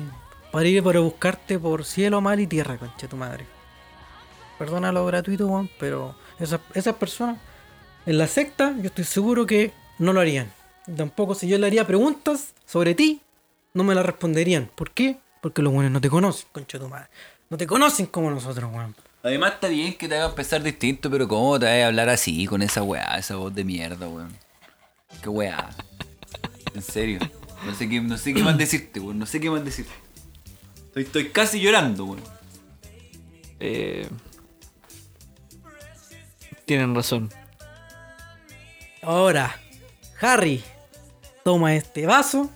Speaker 4: para ir para buscarte por cielo, mar y tierra, concha tu madre. Perdona lo gratuito, weón, pero esas, esas personas en la secta, yo estoy seguro que no lo harían. Tampoco si yo le haría preguntas sobre ti, no me las responderían. ¿Por qué? Porque los buenos no te conocen, concha tu madre. No te conocen como nosotros, weón.
Speaker 6: Además está bien que te hagan pensar distinto, pero ¿cómo te vas a hablar así con esa weá, esa voz de mierda, weón? Qué weá. En serio. No sé qué, no sé qué más decirte, weón. No sé qué más decirte. Estoy, estoy casi llorando, weón.
Speaker 7: Eh, tienen razón.
Speaker 4: Ahora, Harry, toma este (laughs) vaso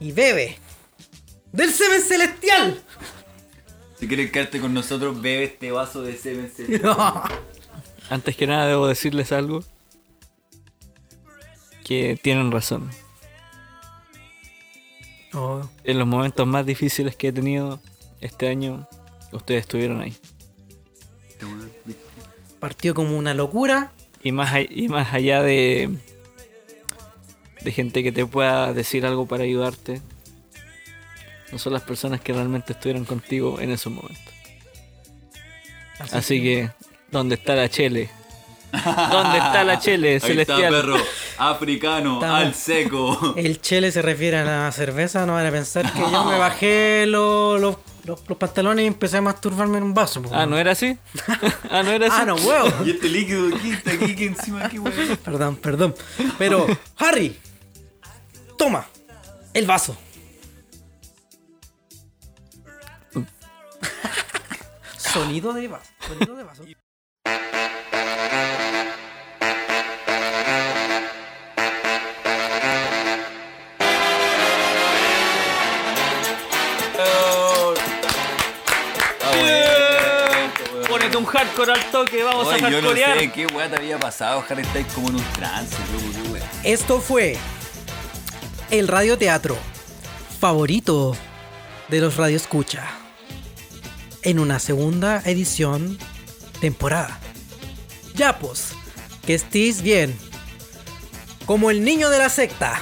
Speaker 4: y bebe del semen celestial.
Speaker 6: Si quieres quedarte con nosotros, bebe este vaso de semen.
Speaker 7: Antes que nada debo decirles algo. Que tienen razón.
Speaker 4: Oh,
Speaker 7: En los momentos más difíciles que he tenido este año, ustedes estuvieron ahí.
Speaker 4: partió como una locura.
Speaker 7: Y más, a- y más allá de, de gente que te pueda decir algo para ayudarte, no son las personas que realmente estuvieron contigo en esos momentos. Así, que, ¿dónde está la Chele? ¿Dónde está la Chele,
Speaker 6: (laughs)
Speaker 7: Celestial?
Speaker 6: Ahí está, perro. Africano,
Speaker 4: Está-
Speaker 6: al
Speaker 7: (laughs)
Speaker 6: seco.
Speaker 4: El chele se refiere a la cerveza, no van a pensar que yo me bajé lo- lo- los, los pantalones y empecé a masturbarme en un vaso. po.
Speaker 7: Ah, ¿no era así? (laughs) ah, ¿no era así?
Speaker 4: Ah, no, huevo. (laughs)
Speaker 6: y este líquido aquí, está aquí, que encima, aquí, weón.
Speaker 4: Perdón, perdón. Pero, Harry, toma el vaso. Sonido de vaso. Sonido de vaso.
Speaker 7: Ponete un hardcore al toque, vamos
Speaker 6: Oye,
Speaker 7: a
Speaker 6: yo no
Speaker 7: hardcorear.
Speaker 6: sé qué weá te había pasado, Harry. Estáis como en un trance, loco, qué weá.
Speaker 4: Esto fue el radioteatro favorito de los Radio Escucha en una segunda edición temporada. Ya pues, que estéis bien. Como el niño de la secta.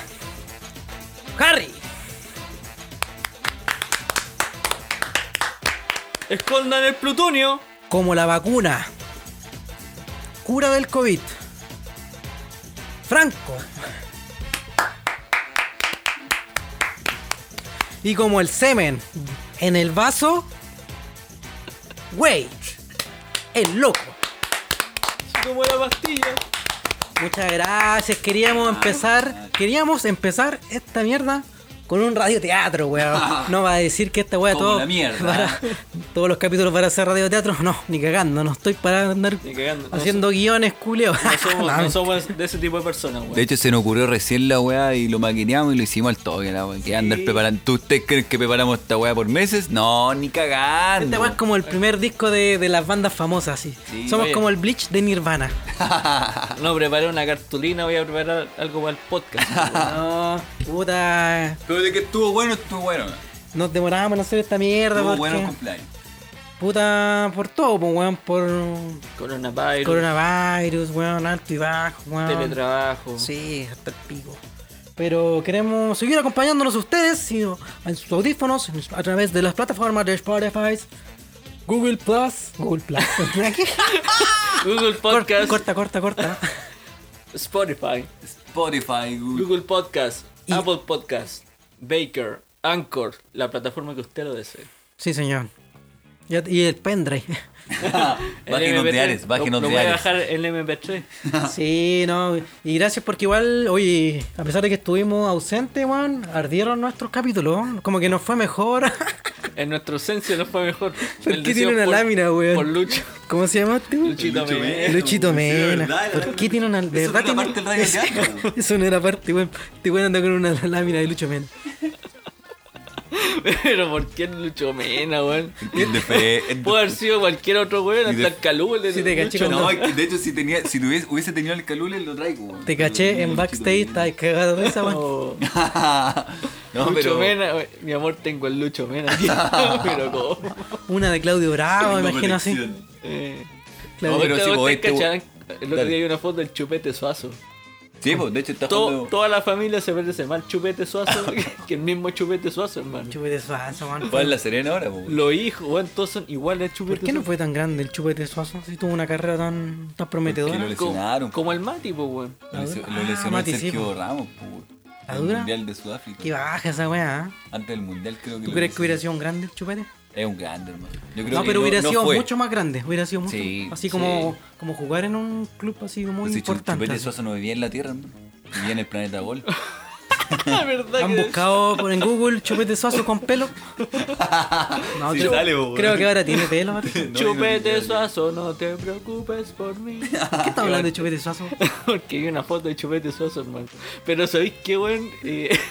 Speaker 4: Harry.
Speaker 7: Escondan el plutonio.
Speaker 4: como la vacuna, cura del COVID, Franco, y como el semen en el vaso, Wade, el loco.
Speaker 7: Como la pastilla.
Speaker 4: Muchas gracias, queríamos empezar, queríamos empezar esta mierda con un radioteatro,
Speaker 7: (laughs)
Speaker 4: weón. No va a decir que esta weá
Speaker 6: Como
Speaker 4: todo
Speaker 6: la
Speaker 4: (laughs)
Speaker 6: mierda.
Speaker 4: para- todos los capítulos van a ser radioteatro, no, ni cagando, no estoy para andar
Speaker 7: Ni cagando. No
Speaker 4: Haciendo guiones, culeo. (laughs)
Speaker 7: No somos, no somos de ese tipo de personas,
Speaker 6: De
Speaker 7: weón.
Speaker 6: hecho, se nos ocurrió recién la weá y lo maquineamos y lo hicimos al toque, la weá. Que andar preparando. ¿Tú ustedes creen que preparamos esta weá por meses? No, ni
Speaker 4: Esta
Speaker 6: cagando.
Speaker 4: Este weá es como el primer disco de, de las bandas famosas, sí.
Speaker 6: Sí,
Speaker 4: Somos
Speaker 7: oye.
Speaker 4: como el Bleach de Nirvana.
Speaker 7: Ah, No preparé una cartulina, voy a preparar algo para el (laughs) podcast. weón.
Speaker 4: No, puta.
Speaker 6: Pero de que estuvo bueno, estuvo bueno.
Speaker 4: Nos demorábamos en hacer esta mierda,
Speaker 6: Estuvo
Speaker 4: porque,
Speaker 6: bueno el cumpleaños.
Speaker 4: Puta, por todo, pues, weón. Por
Speaker 7: Coronavirus,
Speaker 4: coronavirus, weón, alto y bajo, weón.
Speaker 7: teletrabajo.
Speaker 4: Sí, hasta el pico. Pero queremos seguir acompañándonos ustedes y- en sus audífonos en- a través de las plataformas de Spotify, Google Plus, Google Plus. (laughs) Aquí.
Speaker 7: Google Podcast,
Speaker 4: Corta, corta, corta.
Speaker 7: Spotify,
Speaker 6: Spotify, Google. (laughs)
Speaker 7: Google Podcast, Apple Podcast, Baker, Anchor, la plataforma que usted lo desee.
Speaker 4: Sí, señor. Y y el (laughs) pendrive.
Speaker 7: El
Speaker 6: Bájenos
Speaker 7: MP3,
Speaker 6: de Ares,
Speaker 7: lo-
Speaker 6: bájenos de
Speaker 7: lo voy a
Speaker 6: Ares.
Speaker 7: bajar el MP3.
Speaker 4: Sí, no. Y gracias porque igual, oye, a pesar de que estuvimos ausentes, weón, ardieron nuestros capítulos. Como que nos fue mejor. (laughs)
Speaker 7: En nuestro senso no fue mejor.
Speaker 4: ¿Por
Speaker 7: El
Speaker 4: qué
Speaker 7: deseo
Speaker 4: tiene una
Speaker 7: por-
Speaker 4: lámina, weón?
Speaker 7: Por Lucho.
Speaker 4: ¿Cómo se llama este? weón?
Speaker 7: Luchito Mena.
Speaker 4: Luchito Mena.
Speaker 6: Sí, verdad,
Speaker 4: ¿Por
Speaker 6: verdad.
Speaker 4: qué tiene una... de
Speaker 6: Eso
Speaker 4: verdad
Speaker 6: no era
Speaker 4: tiene-
Speaker 6: parte del radio
Speaker 4: (laughs) Eso-
Speaker 6: teatro,
Speaker 4: Eso no era parte, weón. Te weón anda con una (laughs) lámina de Lucho Mena.
Speaker 7: (laughs) Pero ¿por qué Lucho Mena, weón?
Speaker 6: (laughs) El de fe- el de-
Speaker 7: Puede haber sido cualquier otro weón,
Speaker 6: Y de-
Speaker 7: hasta el calú, el de
Speaker 4: Sí, te caché
Speaker 7: Lucho.
Speaker 4: con-
Speaker 6: No, es que de hecho, si, tenía, si tuviese- hubiese tenido el calule, lo traigo. weón.
Speaker 4: Te caché en backstage, estás cagado de risa, weón.
Speaker 7: Oh.
Speaker 6: (laughs) no,
Speaker 7: Lucho
Speaker 6: pero.
Speaker 7: Mena, we- mi amor, tengo el
Speaker 6: (laughs)
Speaker 7: Lucho Mena aquí. (laughs) pero ¿cómo?
Speaker 4: Una de Claudio Bravo,
Speaker 6: tengo
Speaker 4: Ah, me imagino así.
Speaker 6: protección.
Speaker 7: Eh,
Speaker 6: No, pero
Speaker 7: ¿ustedes-
Speaker 6: sí, vos,
Speaker 7: ustedes
Speaker 6: este-
Speaker 7: cacharán? El otro
Speaker 6: Dale.
Speaker 7: día hay una foto del Chupete Suazo.
Speaker 6: Sí, pues, de hecho, está
Speaker 7: To-
Speaker 6: jugando.
Speaker 7: toda la familia se parece más al Chupete Suazo
Speaker 6: (laughs)
Speaker 7: que el mismo Chupete Suazo, hermano.
Speaker 4: Chupete suazo, weón.
Speaker 6: Va en la Serena ahora, pues.
Speaker 7: Los hijos, weón, todos son iguales al
Speaker 4: ¿Por
Speaker 7: Chupete
Speaker 4: qué no
Speaker 7: Suazo.
Speaker 4: fue tan grande el chupete Suazo? Si tuvo una carrera tan, tan
Speaker 6: Que lo
Speaker 4: prometedora.
Speaker 6: lesionaron.
Speaker 7: Como el Mati, pues,
Speaker 6: (laughs)
Speaker 7: weón.
Speaker 6: Lo lesio-
Speaker 4: Ah,
Speaker 6: lo lesionó el
Speaker 4: Mati, sí,
Speaker 6: Sergio
Speaker 4: po.
Speaker 6: Ramos, po,
Speaker 4: ¿La
Speaker 6: en el
Speaker 4: dura?
Speaker 6: Mundial de Sudáfrica.
Speaker 4: Qué baja esa weá. ¿eh?
Speaker 6: Antes del Mundial creo que
Speaker 4: ¿Tú
Speaker 6: lo
Speaker 4: crees que hubiera sido
Speaker 6: lesionó.
Speaker 4: un grande el chupete?
Speaker 6: Es un grande, hermano. Yo creo
Speaker 4: No,
Speaker 6: que
Speaker 4: pero hubiera
Speaker 6: no
Speaker 4: sido
Speaker 6: fue.
Speaker 4: mucho más grande. Hubiera sido mucho.
Speaker 6: Sí,
Speaker 4: así como,
Speaker 6: sí.
Speaker 4: como jugar en un club así muy
Speaker 6: Pues si Chu-
Speaker 4: importante.
Speaker 6: Chupete
Speaker 4: así.
Speaker 6: Suazo no vivía en la Tierra, hermano. Vivía en el planeta
Speaker 4: (laughs)
Speaker 6: Gol.
Speaker 7: La verdad
Speaker 4: ¿Han
Speaker 7: que
Speaker 4: buscado por en Google chupete Suazo con
Speaker 6: (laughs)
Speaker 4: pelo? No,
Speaker 6: Sí,
Speaker 4: creo,
Speaker 6: sale, po,
Speaker 4: creo
Speaker 6: weón.
Speaker 4: que ahora tiene
Speaker 6: (laughs)
Speaker 4: pelo. ahora. ¿Por
Speaker 7: Chupete Suazo, no te preocupes
Speaker 6: (laughs)
Speaker 7: por mí.
Speaker 4: qué está hablando de chupete Suazo?
Speaker 7: (laughs) Porque vi una foto de Chupete Suazo, hermano. Pero ¿sabéis qué, weón? Eh, (laughs)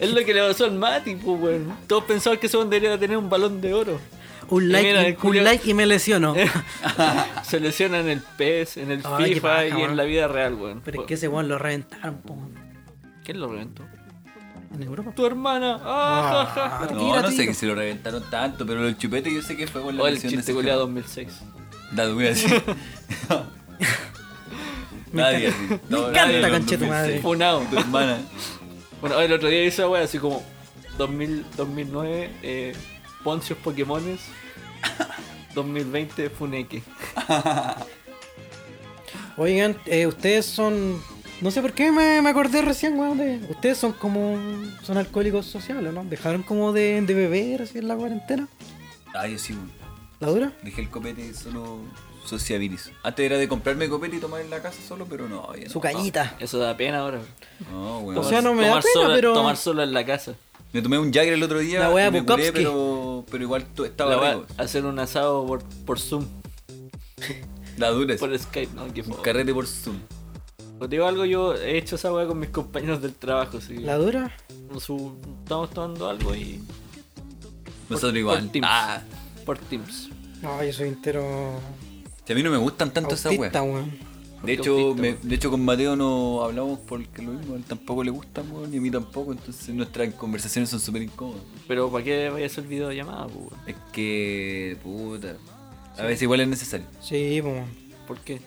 Speaker 7: Es lo que le pasó al Mati, pues, weón. Todos pensaban que ese weón debería tener un balón
Speaker 6: (laughs)
Speaker 7: de oro.
Speaker 4: Un
Speaker 7: Y
Speaker 4: like,
Speaker 7: mira,
Speaker 4: y-
Speaker 7: el
Speaker 4: un
Speaker 7: culiao-
Speaker 4: like y me lesiono.
Speaker 7: Se lesiona en el PES, en el
Speaker 4: Ay, qué
Speaker 7: FIFA
Speaker 4: paja,
Speaker 7: y
Speaker 4: weón.
Speaker 7: en la vida real, weón.
Speaker 4: Pero es que ese weón lo reventaron, po, weón.
Speaker 7: ¿Quién lo reventó?
Speaker 4: En Europa.
Speaker 7: Tu hermana. Ah, ja, ja, ja.
Speaker 6: No, no sé que se lo reventaron tanto, pero el chupete yo sé que fue con
Speaker 4: Oh,
Speaker 6: la
Speaker 7: O el
Speaker 6: lesión de ese
Speaker 7: chiste goleado 2006.
Speaker 6: La
Speaker 4: (laughs)
Speaker 6: dura así. Nadie así. No,
Speaker 4: Me
Speaker 6: nadie
Speaker 4: encanta,
Speaker 6: lo
Speaker 4: conche tu madre.
Speaker 6: convence.
Speaker 7: Funado.
Speaker 6: Tu hermana.
Speaker 7: Bueno, el otro día hice esa wea así como 2000, 2009, eh, Poncios
Speaker 6: (laughs)
Speaker 7: Pokémones. 2020, Funeke.
Speaker 4: Oigan, eh, ustedes son. No sé por qué me, me acordé recién, weón. de- Ustedes son como. Son alcohólicos sociales, ¿no? ¿Dejaron como de, de beber así en la cuarentena?
Speaker 6: Ay, yo sí, weón.
Speaker 4: ¿La dura?
Speaker 6: dejé el copete solo sociabilis. Antes era de comprarme copete y tomar en la casa solo, pero no. ya no.
Speaker 4: Su cañita.
Speaker 7: Eso da pena ahora.
Speaker 6: No, weón.
Speaker 4: O sea, no me da pena,
Speaker 7: sola,
Speaker 4: pero-
Speaker 7: Tomar sola en la casa.
Speaker 6: Me tomé un Jagger el otro día.
Speaker 4: La wea
Speaker 6: y me curé,
Speaker 4: Bukowski.
Speaker 6: pero, pero igual to- estaba
Speaker 7: La wea-
Speaker 6: rico.
Speaker 7: hacer un asado por, por Zoom,
Speaker 6: La dura es.
Speaker 7: por Skype. No, que
Speaker 6: Un carrete por Zoom.
Speaker 7: Os digo algo, yo he hecho esa wea con mis compañeros del trabajo. Así, que
Speaker 4: ¿La dura?
Speaker 7: su- estamos tomando algo y.
Speaker 6: Nosotros igual.
Speaker 7: Por Teams.
Speaker 6: Ah,
Speaker 7: Por Teams.
Speaker 4: No, yo soy entero.
Speaker 6: si a mí no me gustan tanto esas weas.
Speaker 4: Autista, weón.
Speaker 6: De hecho, me- de hecho con Mateo no hablamos porque lo mismo, a él tampoco le gusta, weón, ni a mí tampoco, entonces nuestras conversaciones son súper incómodas.
Speaker 7: Pero ¿para qué vaya a hacer videollamada? po, weón?
Speaker 6: Es que, puta, a veces igual es necesario.
Speaker 4: Sí, po, weón.
Speaker 7: ¿Por qué?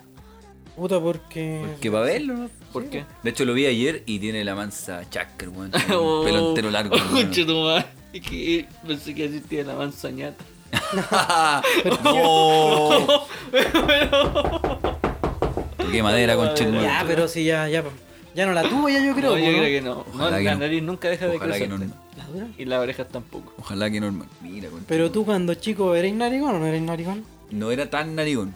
Speaker 4: Puta, porque.
Speaker 6: Porque para verlo, ¿no?
Speaker 7: ¿Por qué?
Speaker 6: De hecho, lo vi ayer y tiene la mansa chakra,
Speaker 4: (laughs)
Speaker 6: weón, tiene
Speaker 7: (laughs) Oh.
Speaker 6: un pelo entero largo. weón.
Speaker 7: Conche tu madre. Es que eh, pensé que existía la manzañata.
Speaker 6: Ah,
Speaker 4: (laughs)
Speaker 6: ¡No! Qué madera, conche tu madre.
Speaker 4: Ya, pero sí, ya, ya. Ya no la tuvo, ya yo creo.
Speaker 7: No, yo
Speaker 4: po,
Speaker 7: creo
Speaker 4: ¿no?
Speaker 7: que no. No,
Speaker 6: Ojalá que
Speaker 7: la
Speaker 6: no.
Speaker 7: nariz nunca deja de
Speaker 6: Ojalá que
Speaker 7: crecer. pues.
Speaker 6: no.
Speaker 4: ¿La dura?
Speaker 7: Y las orejas tampoco.
Speaker 6: Ojalá que normal. Mira, conche
Speaker 4: Pero tú cuando chico, ¿eres narigón o no eres narigón?
Speaker 6: No era tan narigón,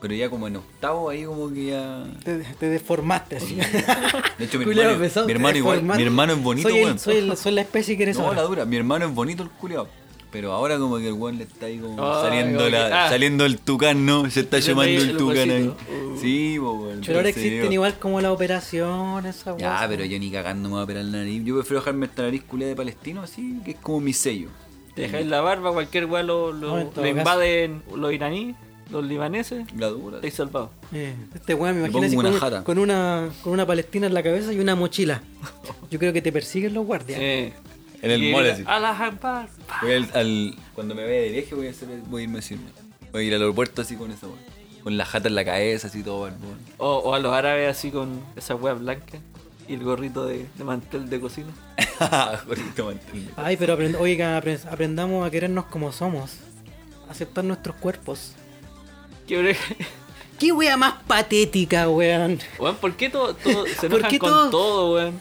Speaker 6: pero ya como en octavo ahí como que ya...
Speaker 4: Te, te deformaste así. (laughs)
Speaker 6: De hecho, mi
Speaker 4: Culeado,
Speaker 6: hermano,
Speaker 4: empezó
Speaker 6: mi
Speaker 4: a
Speaker 6: hermano igual,
Speaker 4: deformar.
Speaker 6: mi hermano es bonito,
Speaker 4: soy, el-
Speaker 6: weón.
Speaker 4: soy, el- soy la especie que eres
Speaker 6: No,
Speaker 4: ahora.
Speaker 6: la dura, mi hermano es bonito el culiao. Pero ahora como que el weón le está ahí como
Speaker 7: Ay,
Speaker 6: saliendo
Speaker 7: como
Speaker 6: la,
Speaker 7: que- ah.
Speaker 6: saliendo el tucán, ¿no? Se está
Speaker 7: Se le
Speaker 6: llamando
Speaker 7: veía
Speaker 6: el
Speaker 7: el
Speaker 6: tucán ahí.
Speaker 7: huesito. Uh.
Speaker 6: Sí, po, weón.
Speaker 4: Pero ahora
Speaker 6: entonces,
Speaker 4: existen
Speaker 6: digo,
Speaker 4: igual como la operación, esa
Speaker 6: Ya,
Speaker 4: cosa.
Speaker 6: pero yo ni cagando me voy a operar la nariz. Yo prefiero dejarme esta nariz culiada de palestino así, que es como mi sello.
Speaker 7: Te dejáis la barba, cualquier weá lo, lo,
Speaker 4: No, en todo
Speaker 7: lo
Speaker 4: caso.
Speaker 7: invaden los iraníes, los libaneses.
Speaker 6: La dura.
Speaker 7: Estáis salvados.
Speaker 4: Eh, este weón me
Speaker 6: Me
Speaker 4: imagino así
Speaker 6: pongo
Speaker 4: con,
Speaker 6: una
Speaker 4: un-
Speaker 6: jata.
Speaker 4: con una con una palestina en la cabeza y una mochila. Yo creo que te persiguen los guardias.
Speaker 7: Eh,
Speaker 6: En el
Speaker 7: y
Speaker 6: mall
Speaker 7: grita,
Speaker 6: así.
Speaker 7: "Alá Akbar".
Speaker 6: Voy al, al- cuando me vea de viaje voy a, hacer, voy a irme así. weón. Voy a ir al aeropuerto así con esa weón. Con la jata en la cabeza, así todo, weón. (laughs)
Speaker 7: O, o a los árabes así con esa wea blanca y el gorrito de, de mantel de cocina.
Speaker 6: Gordito mantel.
Speaker 4: Ay, pero aprend- oiga, apre- aprendamos a querernos como somos. Aceptar nuestros cuerpos.
Speaker 7: Qué bre-
Speaker 4: ¿Qué wea más patética, weón?
Speaker 7: (laughs) Weón, ¿por qué todo, todo- se
Speaker 4: ¿Por
Speaker 7: enojan
Speaker 4: qué
Speaker 7: con
Speaker 4: todo?
Speaker 7: todo, weón?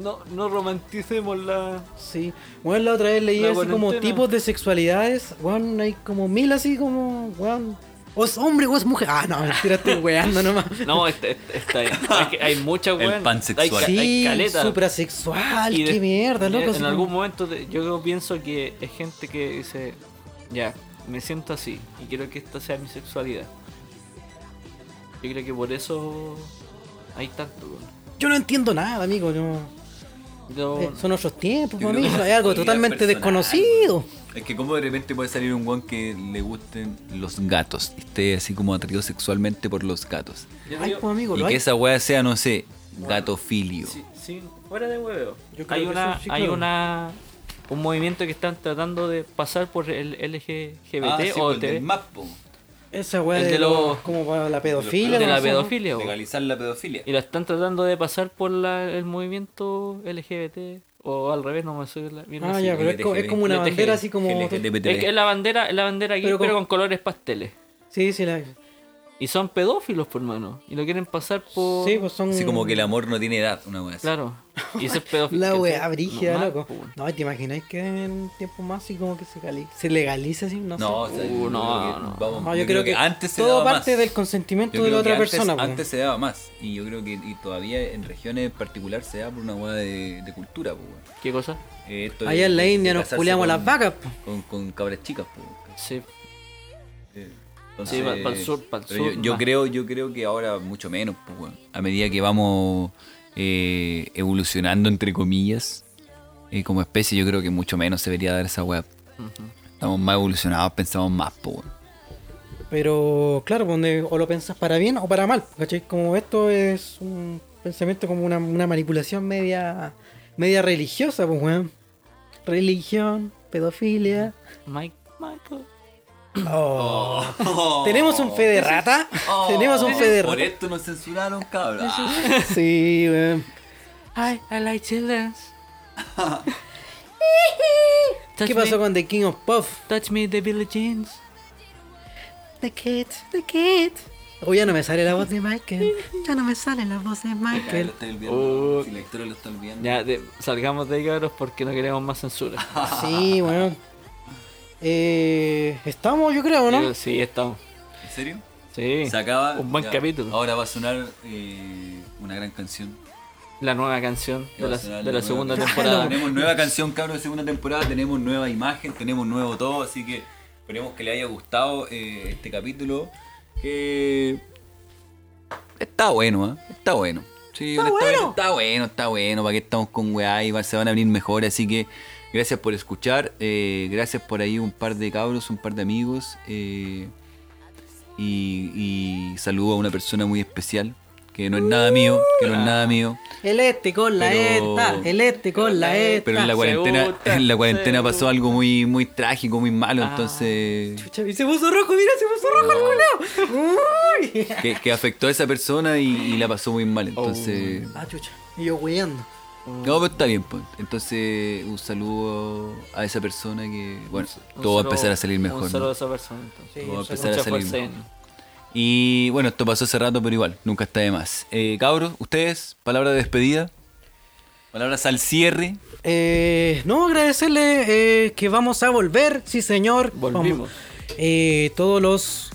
Speaker 7: No, no romanticemos la.
Speaker 4: Sí. Weón, la otra vez leí
Speaker 7: La
Speaker 4: así como
Speaker 7: cuarentena.
Speaker 4: tipos de sexualidades. Weón, hay como mil así como, weón. O es hombre o es mujer. Ah, no, mentira, estoy weando nomás.
Speaker 7: No, este- este-
Speaker 4: (laughs)
Speaker 7: está bien. Hay, que- hay muchas
Speaker 6: El
Speaker 7: weón.
Speaker 6: pansexual.
Speaker 7: Hay, ca- hay
Speaker 4: Sí,
Speaker 7: caleta.
Speaker 4: suprasexual,
Speaker 7: Y de-
Speaker 4: qué mierda,
Speaker 7: y
Speaker 4: loco.
Speaker 7: En,
Speaker 4: así como-
Speaker 7: algún momento te- yo pienso que es gente que dice, ya, me siento así y quiero que esta sea mi sexualidad. Yo creo que por eso hay tanto. weón.
Speaker 4: Yo no entiendo nada, amigo. No.
Speaker 7: Yo,
Speaker 4: Eh, son otros tiempos,
Speaker 6: Yo
Speaker 4: para mí.
Speaker 6: creo que
Speaker 4: Es
Speaker 6: la
Speaker 4: algo
Speaker 6: sexualidad
Speaker 4: totalmente
Speaker 6: personal,
Speaker 4: desconocido.
Speaker 6: Es que como de repente puede salir un guan que le gusten los gatos, y esté así como atraído sexualmente por los gatos.
Speaker 7: yo
Speaker 4: Ay,
Speaker 7: digo-
Speaker 4: pues, amigo,
Speaker 6: Y
Speaker 4: lo
Speaker 6: que
Speaker 4: hay.
Speaker 6: esa weá sea, no sé, gatofilio.
Speaker 7: Sí, sí, fuera de hueveo.
Speaker 4: Yo creo
Speaker 7: Hay
Speaker 4: que
Speaker 7: una,
Speaker 4: eso sí,
Speaker 7: hay
Speaker 4: claro.
Speaker 7: una un movimiento que están tratando de pasar por el LGBT
Speaker 6: Ah, sí,
Speaker 7: o
Speaker 6: pues, del
Speaker 7: TV,
Speaker 6: map, po.
Speaker 4: Esa weá
Speaker 7: el
Speaker 4: de,
Speaker 7: de los-
Speaker 4: los- como para la pedofilia.
Speaker 7: de
Speaker 4: no
Speaker 7: la
Speaker 4: sé, ¿no?
Speaker 7: pedofilia. weón.
Speaker 6: Legalizar la pedofilia.
Speaker 7: Y la están tratando de pasar por la- el movimiento LGBT o al revés, no me sé la- bien
Speaker 4: Ah,
Speaker 7: así.
Speaker 4: ya, pero es, co- es como una
Speaker 7: LTGB,
Speaker 4: bandera así como.
Speaker 6: LGBT.
Speaker 7: Es que es la bandera, es la bandera aquí,
Speaker 4: Pero
Speaker 7: pero
Speaker 4: con-
Speaker 7: con, colores pasteles.
Speaker 4: Sí, sí, la.
Speaker 7: Y son pedófilos, por mano. Y lo quieren pasar por.
Speaker 4: Sí, pues son.
Speaker 6: Así como que el amor no tiene edad, una weá así.
Speaker 7: Claro. Y eso es
Speaker 4: (laughs)
Speaker 7: pedófilo.
Speaker 4: La
Speaker 7: ¿cachai?
Speaker 4: weá brígida,
Speaker 7: No, mal,
Speaker 4: loco.
Speaker 7: po, weón.
Speaker 6: pues,
Speaker 4: No, ¿te imagináis que en tiempo más así como que se, cali- se legaliza así? No,
Speaker 6: No,
Speaker 4: sé.
Speaker 6: o sea,
Speaker 7: Uh,
Speaker 6: yo creo
Speaker 7: no,
Speaker 6: que-
Speaker 7: no.
Speaker 6: vamos,
Speaker 4: No, yo, creo que,
Speaker 6: antes se
Speaker 4: todo
Speaker 6: daba
Speaker 4: parte
Speaker 6: más.
Speaker 4: del
Speaker 6: Yo
Speaker 4: consentimiento de
Speaker 6: creo
Speaker 4: la
Speaker 6: que
Speaker 4: otra
Speaker 6: antes-
Speaker 4: persona. pues. po.
Speaker 6: Antes se daba más. Y yo creo que y todavía en regiones en particular se da por una weá de, de cultura, po, weón.
Speaker 7: ¿Qué cosa?
Speaker 6: Eh, esto
Speaker 4: Allá en la
Speaker 6: de
Speaker 4: India nos
Speaker 6: casarse
Speaker 4: culeamos
Speaker 6: con-
Speaker 4: las vacas, po.
Speaker 6: Con, con cabras chicas, po.
Speaker 7: Sí.
Speaker 6: Entonces,
Speaker 7: Sí, pa- pa'l sur, pa'l
Speaker 6: pero
Speaker 7: sur
Speaker 6: Yo, yo
Speaker 7: más.
Speaker 6: creo, yo creo que ahora mucho menos, pues, weón. a medida que vamos eh, evolucionando, entre comillas, Y como especie yo creo que mucho menos se debería dar esa web. Estamos más evolucionados, pensamos más, po, weón.
Speaker 4: Pero claro, pues, donde o lo pensás para bien o para mal, ¿cachai? Como esto es un pensamiento como una, una manipulación media media religiosa, pues weón. Religión, pedofilia.
Speaker 7: Mike, Michael.
Speaker 4: Oh.
Speaker 6: Oh.
Speaker 4: Tenemos un fe de rata.
Speaker 7: Oh,
Speaker 4: Tenemos un fe de
Speaker 6: Por
Speaker 4: rata.
Speaker 6: esto nos censuraron, cabrón.
Speaker 4: Sí, weón.
Speaker 7: Hi, I like children.
Speaker 4: (laughs) ¿Qué pasó con The King of Puff?
Speaker 7: Touch me the Billie Jeans.
Speaker 4: The Kid, The Kid. Oh, ya no me sale la voz de Michael. Ya no me sale la voz de
Speaker 6: Ah,
Speaker 4: Michael.
Speaker 7: Oh.
Speaker 6: Si la historia lo está olvidando.
Speaker 7: Ya, de- salgamos de ahí, cabros, porque no queremos más censura.
Speaker 6: (laughs)
Speaker 4: Sí, weón. Eh, estamos, yo creo, ¿no?
Speaker 7: Yo- Sí, estamos.
Speaker 6: ¿En serio?
Speaker 7: Sí.
Speaker 6: Se acaba.
Speaker 7: Un buen
Speaker 6: ya. Oh.
Speaker 7: capítulo.
Speaker 6: Ahora va a sonar eh, una gran canción.
Speaker 7: La nueva canción
Speaker 6: Va
Speaker 7: de
Speaker 6: a
Speaker 7: la,
Speaker 6: sonar
Speaker 7: de la
Speaker 6: nueva
Speaker 7: segunda
Speaker 4: (laughs)
Speaker 6: canción.
Speaker 7: temporada.
Speaker 6: Tenemos nueva canción, cabros, de segunda temporada. Tenemos nueva imagen, tenemos nuevo todo. Así que esperemos que le haya gustado eh, este capítulo. Que. Está bueno, ¿eh? Está bueno. Sí, honestamente, está bueno, está bueno. Para que estamos con weá y va- se van a abrir mejor. Así que gracias por escuchar. eh, gracias por ahí un par de cabros, un par de amigos. eh, y, y saludo a una persona muy especial. Que no es nada mío, que no es nada mío.
Speaker 4: El este con la
Speaker 6: Pero-
Speaker 4: esta, el este con la esta.
Speaker 6: Pero en la
Speaker 7: Se
Speaker 6: cuarentena,
Speaker 7: gusta,
Speaker 6: en la
Speaker 7: se
Speaker 6: cuarentena
Speaker 7: gusta. Ah.
Speaker 6: pasó algo muy, muy trágico, muy malo, entonces
Speaker 4: Chucha, y se puso rojo, mira, se puso rojo el culeo. Uy. (laughs)
Speaker 6: que, que afectó a esa persona y, y la pasó muy mal, entonces
Speaker 4: Ah, chucha. Y yo weyando.
Speaker 7: Oh.
Speaker 6: no, pero está bien, pues. Entonces un saludo a esa persona que, bueno,
Speaker 7: Un
Speaker 6: todo va a
Speaker 7: saludo-
Speaker 6: empezar a salir mejor,
Speaker 7: Un saludo
Speaker 6: ¿no?
Speaker 7: a esa persona, entonces.
Speaker 6: todo va a
Speaker 4: un
Speaker 6: empezar
Speaker 7: Mucha
Speaker 6: a salir
Speaker 7: fuerza
Speaker 6: mejor.
Speaker 7: en-
Speaker 6: Y bueno, esto pasó hace rato, pero igual, nunca está de más. Eh, cabros, ustedes, palabra de despedida, palabras al cierre.
Speaker 4: Eh, no, agradecerle eh, que vamos a volver, sí señor.
Speaker 7: Volvimos.
Speaker 4: Vamos. Eh, todos los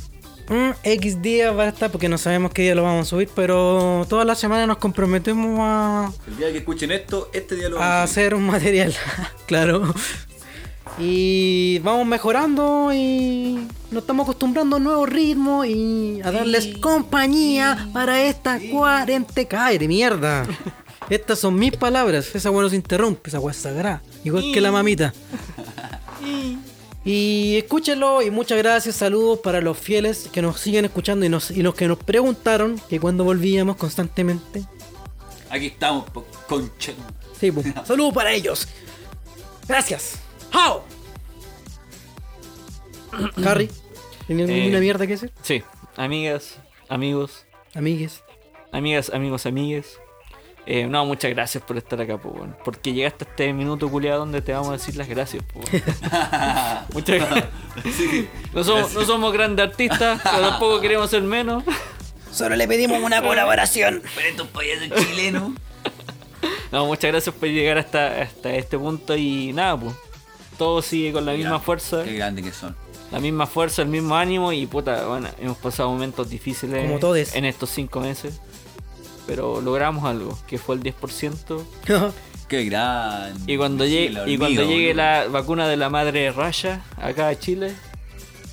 Speaker 4: mm, X días va a estar, porque no sabemos qué día lo vamos a subir, pero todas las semanas nos comprometemos a,
Speaker 6: El día que escuchen esto, este día
Speaker 4: a hacer un material, (laughs) claro. Y vamos mejorando y nos estamos acostumbrando a un nuevo ritmo y a darles compañía para esta cuarenta ¡Ay, de mierda! Estas son mis palabras. Esa weá no se interrumpe, esa weá es sagrada. Igual que la mamita. Y escúchenlo y muchas gracias, saludos para los fieles que nos siguen escuchando y, nos, y los que nos preguntaron que cuando volvíamos constantemente.
Speaker 6: Aquí estamos, po, (laughs) concha.
Speaker 4: Sí,
Speaker 7: (laughs)
Speaker 4: pues. Saludos para ellos. Gracias. ¡How! (clears throat) Harry, ¿tienes
Speaker 7: Eh.
Speaker 4: ninguna mierda que hacer?
Speaker 7: Sí, amigas, amigos,
Speaker 4: Amigues. (laughs)
Speaker 7: amigas, amigos, amigues. Eh, no, muchas gracias por estar acá, po, weón. Porque llegaste a este minuto culiado donde te vamos a decir las gracias,
Speaker 6: (laughs)
Speaker 7: po, weón. Muchas gracias. No somos, no somos grandes artistas, pero tampoco queremos ser menos. (laughs)
Speaker 8: Solo le pedimos una colaboración.
Speaker 7: No, muchas gracias por llegar hasta, hasta este punto y nada, pues. Todo sigue con la misma fuerza,
Speaker 6: Qué grande que son.
Speaker 7: la misma fuerza, el mismo ánimo y puta, bueno, hemos pasado momentos difíciles
Speaker 4: Como todes.
Speaker 7: en estos cinco meses. Pero logramos algo, que fue el 10%.
Speaker 6: Qué grande.
Speaker 7: Y cuando
Speaker 6: Sí,
Speaker 7: llegue,
Speaker 6: la
Speaker 7: y cuando
Speaker 6: hormiga,
Speaker 7: llegue
Speaker 6: boludo.
Speaker 7: la vacuna de la madre Raya acá a Chile,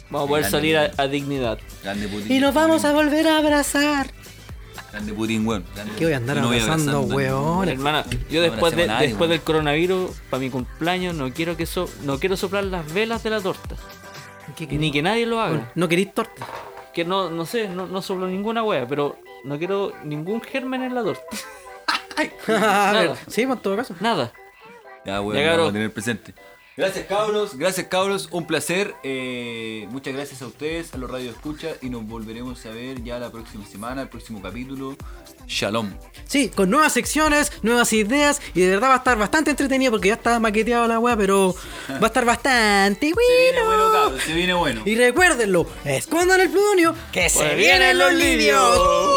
Speaker 7: vamos a poder
Speaker 6: Grande,
Speaker 7: salir a,
Speaker 6: grande.
Speaker 7: a dignidad.
Speaker 6: Grande Putin.
Speaker 4: y nos vamos a volver a abrazar.
Speaker 6: Grande Putin, weón. Grande
Speaker 4: Que voy a andar
Speaker 6: No
Speaker 4: abrazando,
Speaker 6: abrazando,
Speaker 4: weón.
Speaker 7: Hermana,
Speaker 6: No
Speaker 7: yo después, de-
Speaker 6: abracemos a nadie,
Speaker 7: después
Speaker 6: weón.
Speaker 7: del coronavirus, para mi cumpleaños, no quiero que so- no quiero soplar las velas de la torta. Ni que nadie lo haga.
Speaker 4: No queréis torta. (laughs)
Speaker 7: Que no, no sé, no, no soplo ninguna wea, pero no quiero ningún germen en la torta.
Speaker 4: A ver,
Speaker 7: Nada.
Speaker 4: sí, pues, en todo caso.
Speaker 7: Nada.
Speaker 6: Ya,
Speaker 7: Ya,
Speaker 6: weón,
Speaker 7: cabros.
Speaker 6: vamos a tener presente. Gracias, cabros. Gracias, cabros. Un placer. Eh, muchas gracias a ustedes, a los Radio Escucha. Y nos volveremos a ver ya la próxima semana, el próximo capítulo. Shalom.
Speaker 4: Sí, con nuevas secciones, nuevas ideas y de verdad va a estar bastante entretenido porque ya está maqueteado la weá,
Speaker 7: (laughs)
Speaker 4: pero va a estar bastante bueno.
Speaker 6: Se viene bueno.
Speaker 7: Pues
Speaker 4: Y recuérdenlo, escondan el pludonio que se vienen los libios.